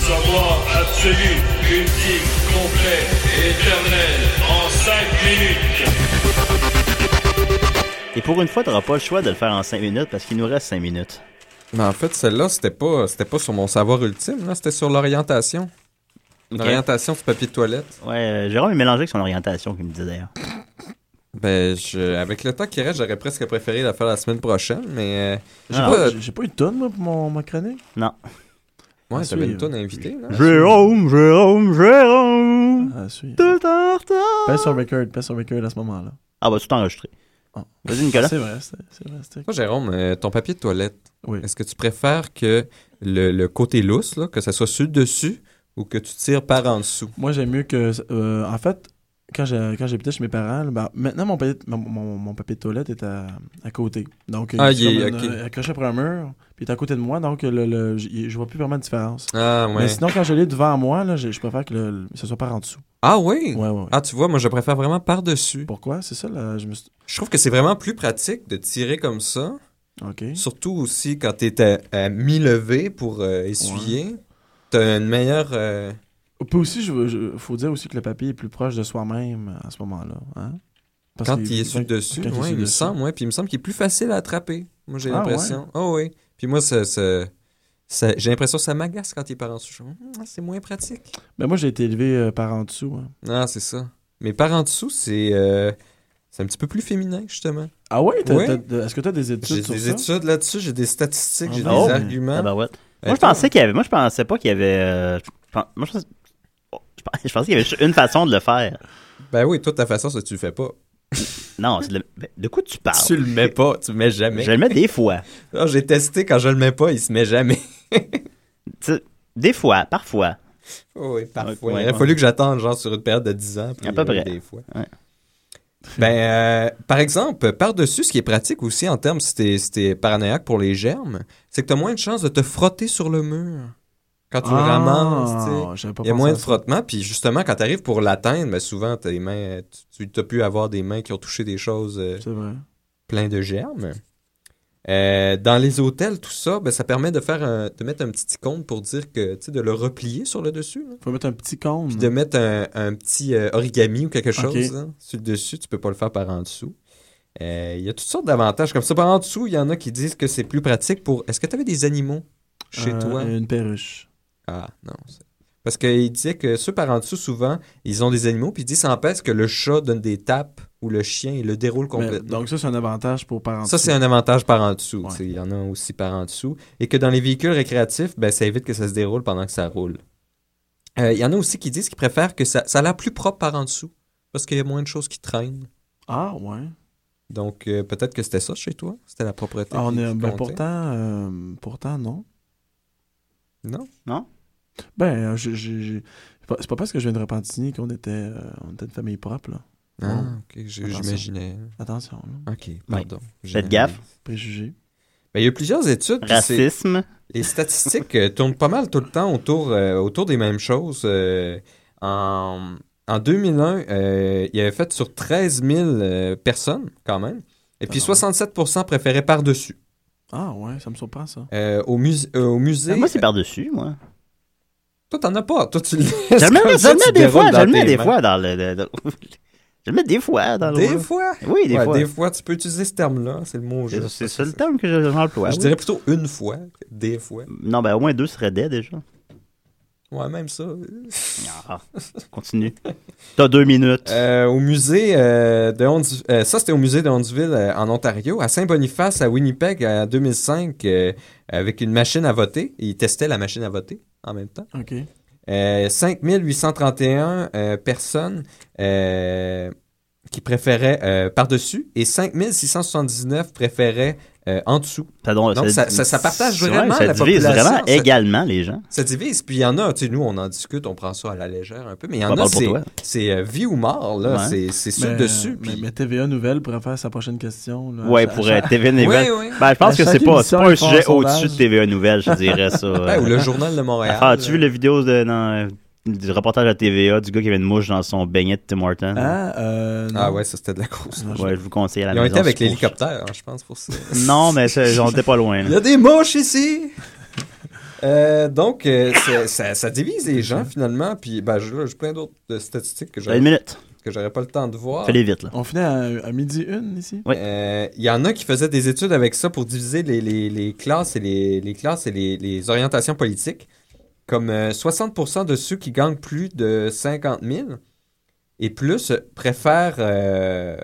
[SPEAKER 4] Savoir absolu, ultime, complet, éternel, en 5 minutes.
[SPEAKER 3] Et pour une fois, t'auras pas le choix de le faire en 5 minutes parce qu'il nous reste 5 minutes.
[SPEAKER 5] Mais en fait, celle-là, c'était pas, c'était pas sur mon savoir ultime, là, c'était sur l'orientation.
[SPEAKER 3] Ok.
[SPEAKER 5] L'orientation du papier de toilette.
[SPEAKER 3] Ouais, euh, Jérôme est mélangé avec son orientation qu'il me dit d'ailleurs.
[SPEAKER 5] Ben, je- avec le temps qui reste, j'aurais presque préféré la faire la semaine prochaine, mais... euh, j'ai
[SPEAKER 3] Ah,
[SPEAKER 5] pas...
[SPEAKER 6] J'ai- J'ai pas eu de tonne, moi, pour mon, ma chronique.
[SPEAKER 5] Ouais,
[SPEAKER 6] je
[SPEAKER 5] t'avais
[SPEAKER 6] suis,
[SPEAKER 5] une
[SPEAKER 6] euh,
[SPEAKER 5] tonne invitée, là.
[SPEAKER 3] Jérôme, Jérôme, Jérôme!
[SPEAKER 6] Ah, suis.
[SPEAKER 3] Tout en retard!
[SPEAKER 6] Passe sur record, passe sur record à ce moment-là.
[SPEAKER 3] Ah, bah, tout enregistré.
[SPEAKER 6] Ah.
[SPEAKER 3] Vas-y, Nicolas.
[SPEAKER 6] C'est vrai, c'est c'est vrai. c'était-
[SPEAKER 5] Toi, Jérôme, euh, ton papier de toilette,
[SPEAKER 6] Oui.
[SPEAKER 5] est-ce que tu préfères que le, le côté lousse, là, que ça soit sur le dessus ou que tu tires par en dessous?
[SPEAKER 6] Moi, j'aime mieux que. euh, en fait, quand je- quand j'habitais chez mes parents, là, ben, maintenant mon, papier- mon, mon- mon papier de toilette est à, à côté. Donc,
[SPEAKER 5] Ah,
[SPEAKER 6] c'est
[SPEAKER 5] il est-
[SPEAKER 6] comme
[SPEAKER 5] ok.
[SPEAKER 6] euh, accroché après un mur, puis il est à côté de moi, donc le, le- j- je vois plus vraiment de différence.
[SPEAKER 5] Ah, ouais.
[SPEAKER 6] Mais sinon, quand je l'ai devant moi, là, je, je préfère que le, le- ce soit par en dessous.
[SPEAKER 5] Ah, oui.
[SPEAKER 6] Ouais, ouais, ouais.
[SPEAKER 5] Ah, tu vois, moi, je préfère vraiment par-dessus.
[SPEAKER 6] Pourquoi C'est ça, là, je me suis.
[SPEAKER 5] Je trouve que c'est vraiment plus pratique de tirer comme ça.
[SPEAKER 6] Ok.
[SPEAKER 5] Surtout aussi quand t'es à, à mi-levé pour euh, essuyer. T'as une meilleure. euh,
[SPEAKER 6] Puis aussi, je, veux- je- faut dire aussi que le papier est plus proche de soi-même à ce moment-là. Hein? Parce
[SPEAKER 5] quand
[SPEAKER 6] qu'il-
[SPEAKER 5] il est sur
[SPEAKER 6] quand-
[SPEAKER 5] dessus,
[SPEAKER 6] quand il est
[SPEAKER 5] ouais,
[SPEAKER 6] sur
[SPEAKER 5] il me
[SPEAKER 6] dessus.
[SPEAKER 5] semble, ouais. Puis il me semble qu'il est plus facile à attraper. Moi, j'ai
[SPEAKER 6] Ah,
[SPEAKER 5] l'impression. Oh, oui. Puis moi, ça, ça- ça- j'ai l'impression que ça m'agace quand il est par en dessous. Je me dis, Hum, c'est moins pratique.
[SPEAKER 6] Ben, moi, j'ai été élevé euh, par en dessous. hein.
[SPEAKER 5] Ah, c'est ça. Mais par en dessous, c'est. euh, c'est un petit peu plus féminin, justement.
[SPEAKER 6] Ah ouais, t'as-
[SPEAKER 5] Ouais.
[SPEAKER 6] t'as- t'as- Est-ce que t'as des études
[SPEAKER 5] J'ai
[SPEAKER 6] sur
[SPEAKER 5] des
[SPEAKER 6] ça
[SPEAKER 5] études là-dessus, j'ai des statistiques,
[SPEAKER 6] Ah,
[SPEAKER 5] j'ai
[SPEAKER 3] bon?
[SPEAKER 5] des arguments.
[SPEAKER 3] Oh. Tabarouette.
[SPEAKER 5] Euh,
[SPEAKER 3] Moi, je pensais qu'il y avait. Moi, je pensais pas qu'il y avait. euh, je pen- moi, je pensais, oh, je pen- je pensais qu'il y avait juste une façon de le faire.
[SPEAKER 5] Ben oui, toi, de ta façon, ça, tu le fais pas.
[SPEAKER 3] Non, c'est de, ben, de quoi tu parles
[SPEAKER 5] Tu le mets pas, tu le mets jamais.
[SPEAKER 3] Je le mets des fois.
[SPEAKER 5] Ah, j'ai testé, quand je le mets pas, il se met jamais.
[SPEAKER 3] Tu sais, des fois, parfois.
[SPEAKER 5] Oh, oui, parfois.
[SPEAKER 3] Ouais,
[SPEAKER 5] il a
[SPEAKER 3] ouais.
[SPEAKER 5] fallu que j'attende, genre, sur une période de 10 ans. puis,
[SPEAKER 3] À peu
[SPEAKER 5] euh,
[SPEAKER 3] près.
[SPEAKER 5] Des fois.
[SPEAKER 3] Ouais.
[SPEAKER 5] Ben, euh, par exemple, par-dessus, ce qui est pratique aussi en termes, si t'es, si t'es paranoïaque pour les germes, c'est que t'as moins de chances de te frotter sur le mur quand tu le
[SPEAKER 3] Ah!
[SPEAKER 5] ramasses, tu sais.
[SPEAKER 6] Ah,
[SPEAKER 5] Il y a moins de frottement, puis justement, quand t'arrives pour l'atteindre, ben souvent, t'as les mains, tu, tu- t'as pu avoir des mains qui ont touché des choses euh,
[SPEAKER 6] C'est vrai.
[SPEAKER 5] plein de germes. Euh, dans les hôtels, tout ça, ben, ça permet de faire un- de mettre un petit icône pour dire que, tu sais, de le replier sur le dessus, là.
[SPEAKER 6] Faut mettre un petit euh, cône.
[SPEAKER 5] puis de mettre un, un petit euh, origami ou quelque chose
[SPEAKER 6] Ok.
[SPEAKER 5] là, sur le dessus. Tu peux pas le faire par en dessous. Euh, Il y a toutes sortes d'avantages. Comme ça, par en dessous, il y en a qui disent que c'est plus pratique pour. Est-ce que tu avais des animaux chez
[SPEAKER 6] Euh,
[SPEAKER 5] toi
[SPEAKER 6] Une perruche.
[SPEAKER 5] Ah, non. c'est- Parce qu'il disait que ceux par en dessous, souvent, ils ont des animaux, puis ils disent ça empêche que le chat donne des tapes ou le chien, il le déroule
[SPEAKER 6] Mais,
[SPEAKER 5] complètement.
[SPEAKER 6] donc ça, c'est un avantage pour parents.
[SPEAKER 5] Ça, c'est un avantage par en dessous.
[SPEAKER 6] Ouais.
[SPEAKER 5] tu sais, Il y en a aussi par en dessous. Et que dans les véhicules récréatifs, ben, ça évite que ça se déroule pendant que ça roule. Euh, Il y en a aussi qui disent qu'ils préfèrent que ça, ça a l'air plus propre par en dessous, parce qu'il y a moins de choses qui traînent.
[SPEAKER 6] Ah ouais.
[SPEAKER 5] Donc, euh, peut-être que c'était ça chez toi. C'était la propreté.
[SPEAKER 6] Ah, on
[SPEAKER 5] qui-
[SPEAKER 6] est,
[SPEAKER 5] qui
[SPEAKER 6] ben,
[SPEAKER 5] comptait.
[SPEAKER 6] pourtant, euh, pourtant, non.
[SPEAKER 5] Non?
[SPEAKER 3] Non?
[SPEAKER 6] Ben, euh, je- je- je- c'est pas- c'est pas parce que je viens de Repentigny qu'on était, euh, on était une famille propre, là.
[SPEAKER 5] Ah,
[SPEAKER 6] Non.
[SPEAKER 5] ok. j'ai-
[SPEAKER 6] Attention.
[SPEAKER 5] J'imaginais.
[SPEAKER 6] Attention, là.
[SPEAKER 5] Ok, pardon.
[SPEAKER 3] Faites gaffe.
[SPEAKER 6] Préjugés.
[SPEAKER 5] Ben, il y a plusieurs études. puis c'est-
[SPEAKER 3] Racisme.
[SPEAKER 5] Les statistiques euh, tournent pas mal tout le temps autour, euh, autour des mêmes choses. Euh, en, en 2001, euh, il avait fait sur 13 000 euh, personnes, quand même. Et puis
[SPEAKER 6] Ah ouais.
[SPEAKER 5] 67 préféraient par-dessus.
[SPEAKER 6] Ah ouais, ça me surprend, ça.
[SPEAKER 5] Euh, au, mus- euh, au musée.
[SPEAKER 3] Ben, Moi, c'est par-dessus, moi.
[SPEAKER 5] Toi, t'en as pas. Toi, tu le laisses
[SPEAKER 3] Je le
[SPEAKER 5] comme
[SPEAKER 3] mets,
[SPEAKER 5] ça,
[SPEAKER 3] je le mets
[SPEAKER 5] tu
[SPEAKER 3] des
[SPEAKER 5] déroules
[SPEAKER 3] fois. Je
[SPEAKER 5] dans
[SPEAKER 3] le mets
[SPEAKER 5] tes
[SPEAKER 3] des
[SPEAKER 5] mains.
[SPEAKER 3] fois dans le. le- le- Je le mets des fois dans le.
[SPEAKER 5] Des fois.
[SPEAKER 3] Oui, des
[SPEAKER 5] Ouais,
[SPEAKER 3] fois.
[SPEAKER 5] Des fois, tu peux utiliser ce terme-là. C'est le mot
[SPEAKER 3] C'est-
[SPEAKER 5] juste.
[SPEAKER 3] C'est ça le terme que je- j'emploie.
[SPEAKER 5] Je
[SPEAKER 3] oui.
[SPEAKER 5] dirais plutôt une fois. que Des fois.
[SPEAKER 3] Non, ben au moins deux seraient dead déjà.
[SPEAKER 5] Ouais, même ça.
[SPEAKER 3] Ah, continue. T'as deux minutes.
[SPEAKER 5] Euh, au musée euh, de Hondu- euh, ça c'était au musée de Honduville euh, en Ontario, à Saint-Boniface, à Winnipeg, en 2005, euh, avec une machine à voter. Ils testaient la machine à voter en même temps.
[SPEAKER 6] OK.
[SPEAKER 5] Euh, 5831 euh, personnes euh, qui préféraient euh, par-dessus et 5679 préféraient euh, en dessous.
[SPEAKER 3] Ça, donc,
[SPEAKER 5] donc, ça- ça- ça partage
[SPEAKER 3] Ouais,
[SPEAKER 5] vraiment
[SPEAKER 3] ça
[SPEAKER 5] la
[SPEAKER 3] divise
[SPEAKER 5] population,
[SPEAKER 3] vraiment
[SPEAKER 5] ça-
[SPEAKER 3] également les gens.
[SPEAKER 5] Ça divise, puis il y en a, tu sais, nous on en discute, on prend ça à la légère un peu, mais il y en
[SPEAKER 3] Pas
[SPEAKER 5] a,
[SPEAKER 3] mal pour
[SPEAKER 5] c'est-
[SPEAKER 3] toi.
[SPEAKER 5] c'est euh, vie ou mort, là,
[SPEAKER 3] Ouais.
[SPEAKER 5] c'est- c'est sur
[SPEAKER 6] Mais- euh,
[SPEAKER 5] le dessus.
[SPEAKER 6] Mais,
[SPEAKER 5] puis-
[SPEAKER 6] mais TVA Nouvelle pourrait faire sa prochaine question. Là,
[SPEAKER 3] Ouais,
[SPEAKER 6] À-
[SPEAKER 3] pour
[SPEAKER 6] à-
[SPEAKER 3] euh, TVA Nouvelles.
[SPEAKER 5] Oui, oui.
[SPEAKER 3] Ben, je
[SPEAKER 6] À
[SPEAKER 3] pense que c'est
[SPEAKER 6] chaque
[SPEAKER 3] pas, c'est
[SPEAKER 6] émission,
[SPEAKER 3] pas un
[SPEAKER 6] ils font un
[SPEAKER 3] sujet
[SPEAKER 6] sondage.
[SPEAKER 3] au-dessus de TVA Nouvelles, je dirais ça.
[SPEAKER 5] Ouais,
[SPEAKER 3] euh.
[SPEAKER 5] Ben, ou le journal de Montréal.
[SPEAKER 3] Ah, tu vu la vidéo de, dans, euh, du reportage à TVA du gars qui avait une mouche dans son beignet de Tim Hortons?
[SPEAKER 6] Ah, euh, non.
[SPEAKER 5] Ah ouais, ça c'était de la grosse.
[SPEAKER 6] Non, je-
[SPEAKER 3] Ouais, je vous conseille à la
[SPEAKER 5] Ils ont
[SPEAKER 3] maison,
[SPEAKER 5] été avec
[SPEAKER 3] c'est pour-
[SPEAKER 5] l'hélicoptère, hein, je pense, pour ça.
[SPEAKER 3] Non, mais ça, on était pas loin.
[SPEAKER 5] Il y
[SPEAKER 3] là.
[SPEAKER 5] a des mouches ici! Euh, donc, euh, c'est- ça, ça divise les gens finalement. Puis, ben, je- là, j'ai plein d'autres euh, statistiques que
[SPEAKER 3] T'as
[SPEAKER 5] j'aurais,
[SPEAKER 3] une minute.
[SPEAKER 5] que j'aurais pas le temps de voir.
[SPEAKER 3] Fais-les vite, là.
[SPEAKER 6] On finit à, à midi une ici.
[SPEAKER 3] Ouais.
[SPEAKER 5] Euh, Il y en a qui faisaient des études avec ça pour diviser les, les- les classes et les, les classes et les, les orientations politiques. Comme euh, 60% de ceux qui gagnent plus de 50 000 et plus euh, préfèrent euh,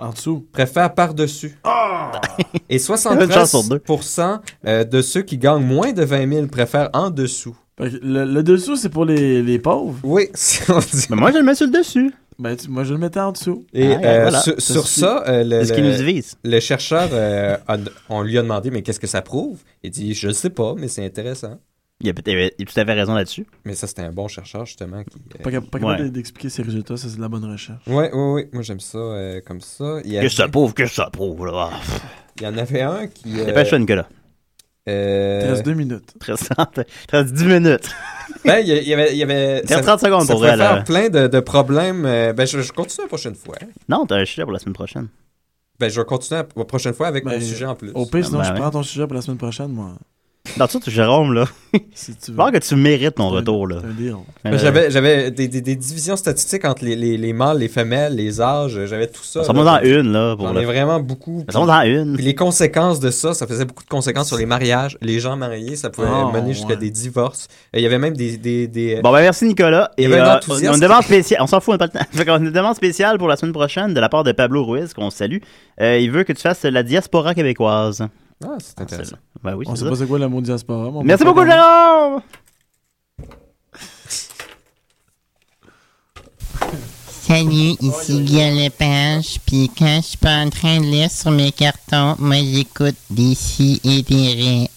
[SPEAKER 6] En dessous.
[SPEAKER 5] préfèrent par-dessus. Et
[SPEAKER 3] Ah! Une chance sur
[SPEAKER 5] 73%
[SPEAKER 3] deux.
[SPEAKER 5] euh, de ceux qui gagnent moins de 20 000 préfèrent en dessous.
[SPEAKER 6] Fait que le, le dessous, c'est pour les, les pauvres.
[SPEAKER 5] Oui, si on dit.
[SPEAKER 3] Mais moi, je le mets sur le dessus.
[SPEAKER 6] Ben, tu- moi, je le mettais en dessous.
[SPEAKER 5] Et
[SPEAKER 3] Ah,
[SPEAKER 5] euh,
[SPEAKER 3] voilà.
[SPEAKER 5] sur,
[SPEAKER 6] C'est
[SPEAKER 5] sur
[SPEAKER 6] ce qui-
[SPEAKER 5] ça, euh, le,
[SPEAKER 3] C'est ce qui nous
[SPEAKER 5] le,
[SPEAKER 3] divise.
[SPEAKER 5] le chercheur, euh, a- on lui a demandé, mais qu'est-ce que ça prouve? Il dit, je ne sais pas, mais c'est intéressant.
[SPEAKER 3] Il a, peut- il a- il a tout à fait raison là-dessus.
[SPEAKER 5] Mais ça, c'était un bon chercheur, justement. Qui, euh,
[SPEAKER 6] Pas, cap- pas capable
[SPEAKER 3] Ouais.
[SPEAKER 6] d'expliquer ses résultats, ça, c'est de la bonne recherche.
[SPEAKER 5] Ouais, ouais, ouais. Moi, j'aime ça euh, comme ça. Il y,
[SPEAKER 3] Que
[SPEAKER 5] avait-
[SPEAKER 3] ça prouve, que ça prouve. Là. Ah, pff.
[SPEAKER 5] il y en avait un qui. euh,
[SPEAKER 3] Dépêche-toi, Nicolas.
[SPEAKER 5] euh,
[SPEAKER 6] Il reste deux minutes.
[SPEAKER 3] 30, 10 minutes.
[SPEAKER 5] ben, il y il y avait. il y avait
[SPEAKER 3] Il reste 30 secondes
[SPEAKER 5] ça
[SPEAKER 3] pour
[SPEAKER 5] pourrait
[SPEAKER 3] vrai.
[SPEAKER 5] faire
[SPEAKER 3] Là.
[SPEAKER 5] plein de, de problèmes. euh, ben, je, je continue la prochaine fois. hein.
[SPEAKER 3] Non, t'as- je suis là pour la semaine prochaine.
[SPEAKER 5] Ben, je vais continuer la prochaine fois avec
[SPEAKER 6] Ben,
[SPEAKER 5] mon sujet en plus.
[SPEAKER 6] Au pire, sinon,
[SPEAKER 3] ben
[SPEAKER 6] je
[SPEAKER 3] ouais.
[SPEAKER 6] prends ton sujet pour la semaine prochaine, moi.
[SPEAKER 3] Dans tout, Jérôme, là.
[SPEAKER 6] Si tu
[SPEAKER 3] Je
[SPEAKER 6] veux.
[SPEAKER 3] pense que tu mérites ton
[SPEAKER 6] C'est un-
[SPEAKER 3] retour, là.
[SPEAKER 6] c'est un deal.
[SPEAKER 5] Ben, J'avais, j'avais des, des- des divisions statistiques entre les, les, les mâles, les femelles, les âges. J'avais tout ça.
[SPEAKER 3] On s'en
[SPEAKER 5] là.
[SPEAKER 3] va dans une, là. Pour
[SPEAKER 5] J'en
[SPEAKER 3] le...
[SPEAKER 5] ai vraiment beaucoup.
[SPEAKER 3] On s'en va dans une.
[SPEAKER 5] Puis les conséquences de ça, ça faisait beaucoup de conséquences sur les mariages. Les gens mariés, ça pouvait
[SPEAKER 6] Oh,
[SPEAKER 5] mener jusqu'à
[SPEAKER 6] ouais.
[SPEAKER 5] des divorces. Et Il y avait même des. des, des-
[SPEAKER 3] Ah, Bon, ben merci Nicolas.
[SPEAKER 5] Il y
[SPEAKER 3] Et
[SPEAKER 5] avait un
[SPEAKER 3] euh, on
[SPEAKER 5] enthousiaste
[SPEAKER 3] a une demande spéciale. On s'en fout, on n'a pas le temps. Fait qu'on a une demande spéciale pour la semaine prochaine de la part de Pablo Ruiz, qu'on salue. Euh, il veut que tu fasses la diaspora québécoise.
[SPEAKER 5] Ah, c'est intéressant.
[SPEAKER 3] Ben oui,
[SPEAKER 6] On
[SPEAKER 3] c'est
[SPEAKER 6] sait
[SPEAKER 3] ça.
[SPEAKER 6] pas c'est quoi la mot diaspora. mais on
[SPEAKER 3] Merci
[SPEAKER 6] peut
[SPEAKER 3] beaucoup,
[SPEAKER 6] faire
[SPEAKER 3] Jérôme!
[SPEAKER 9] Salut, ici Guillaume Lepage, puis quand je suis pas en train de lire sur mes cartons, moi j'écoute des si et des raies.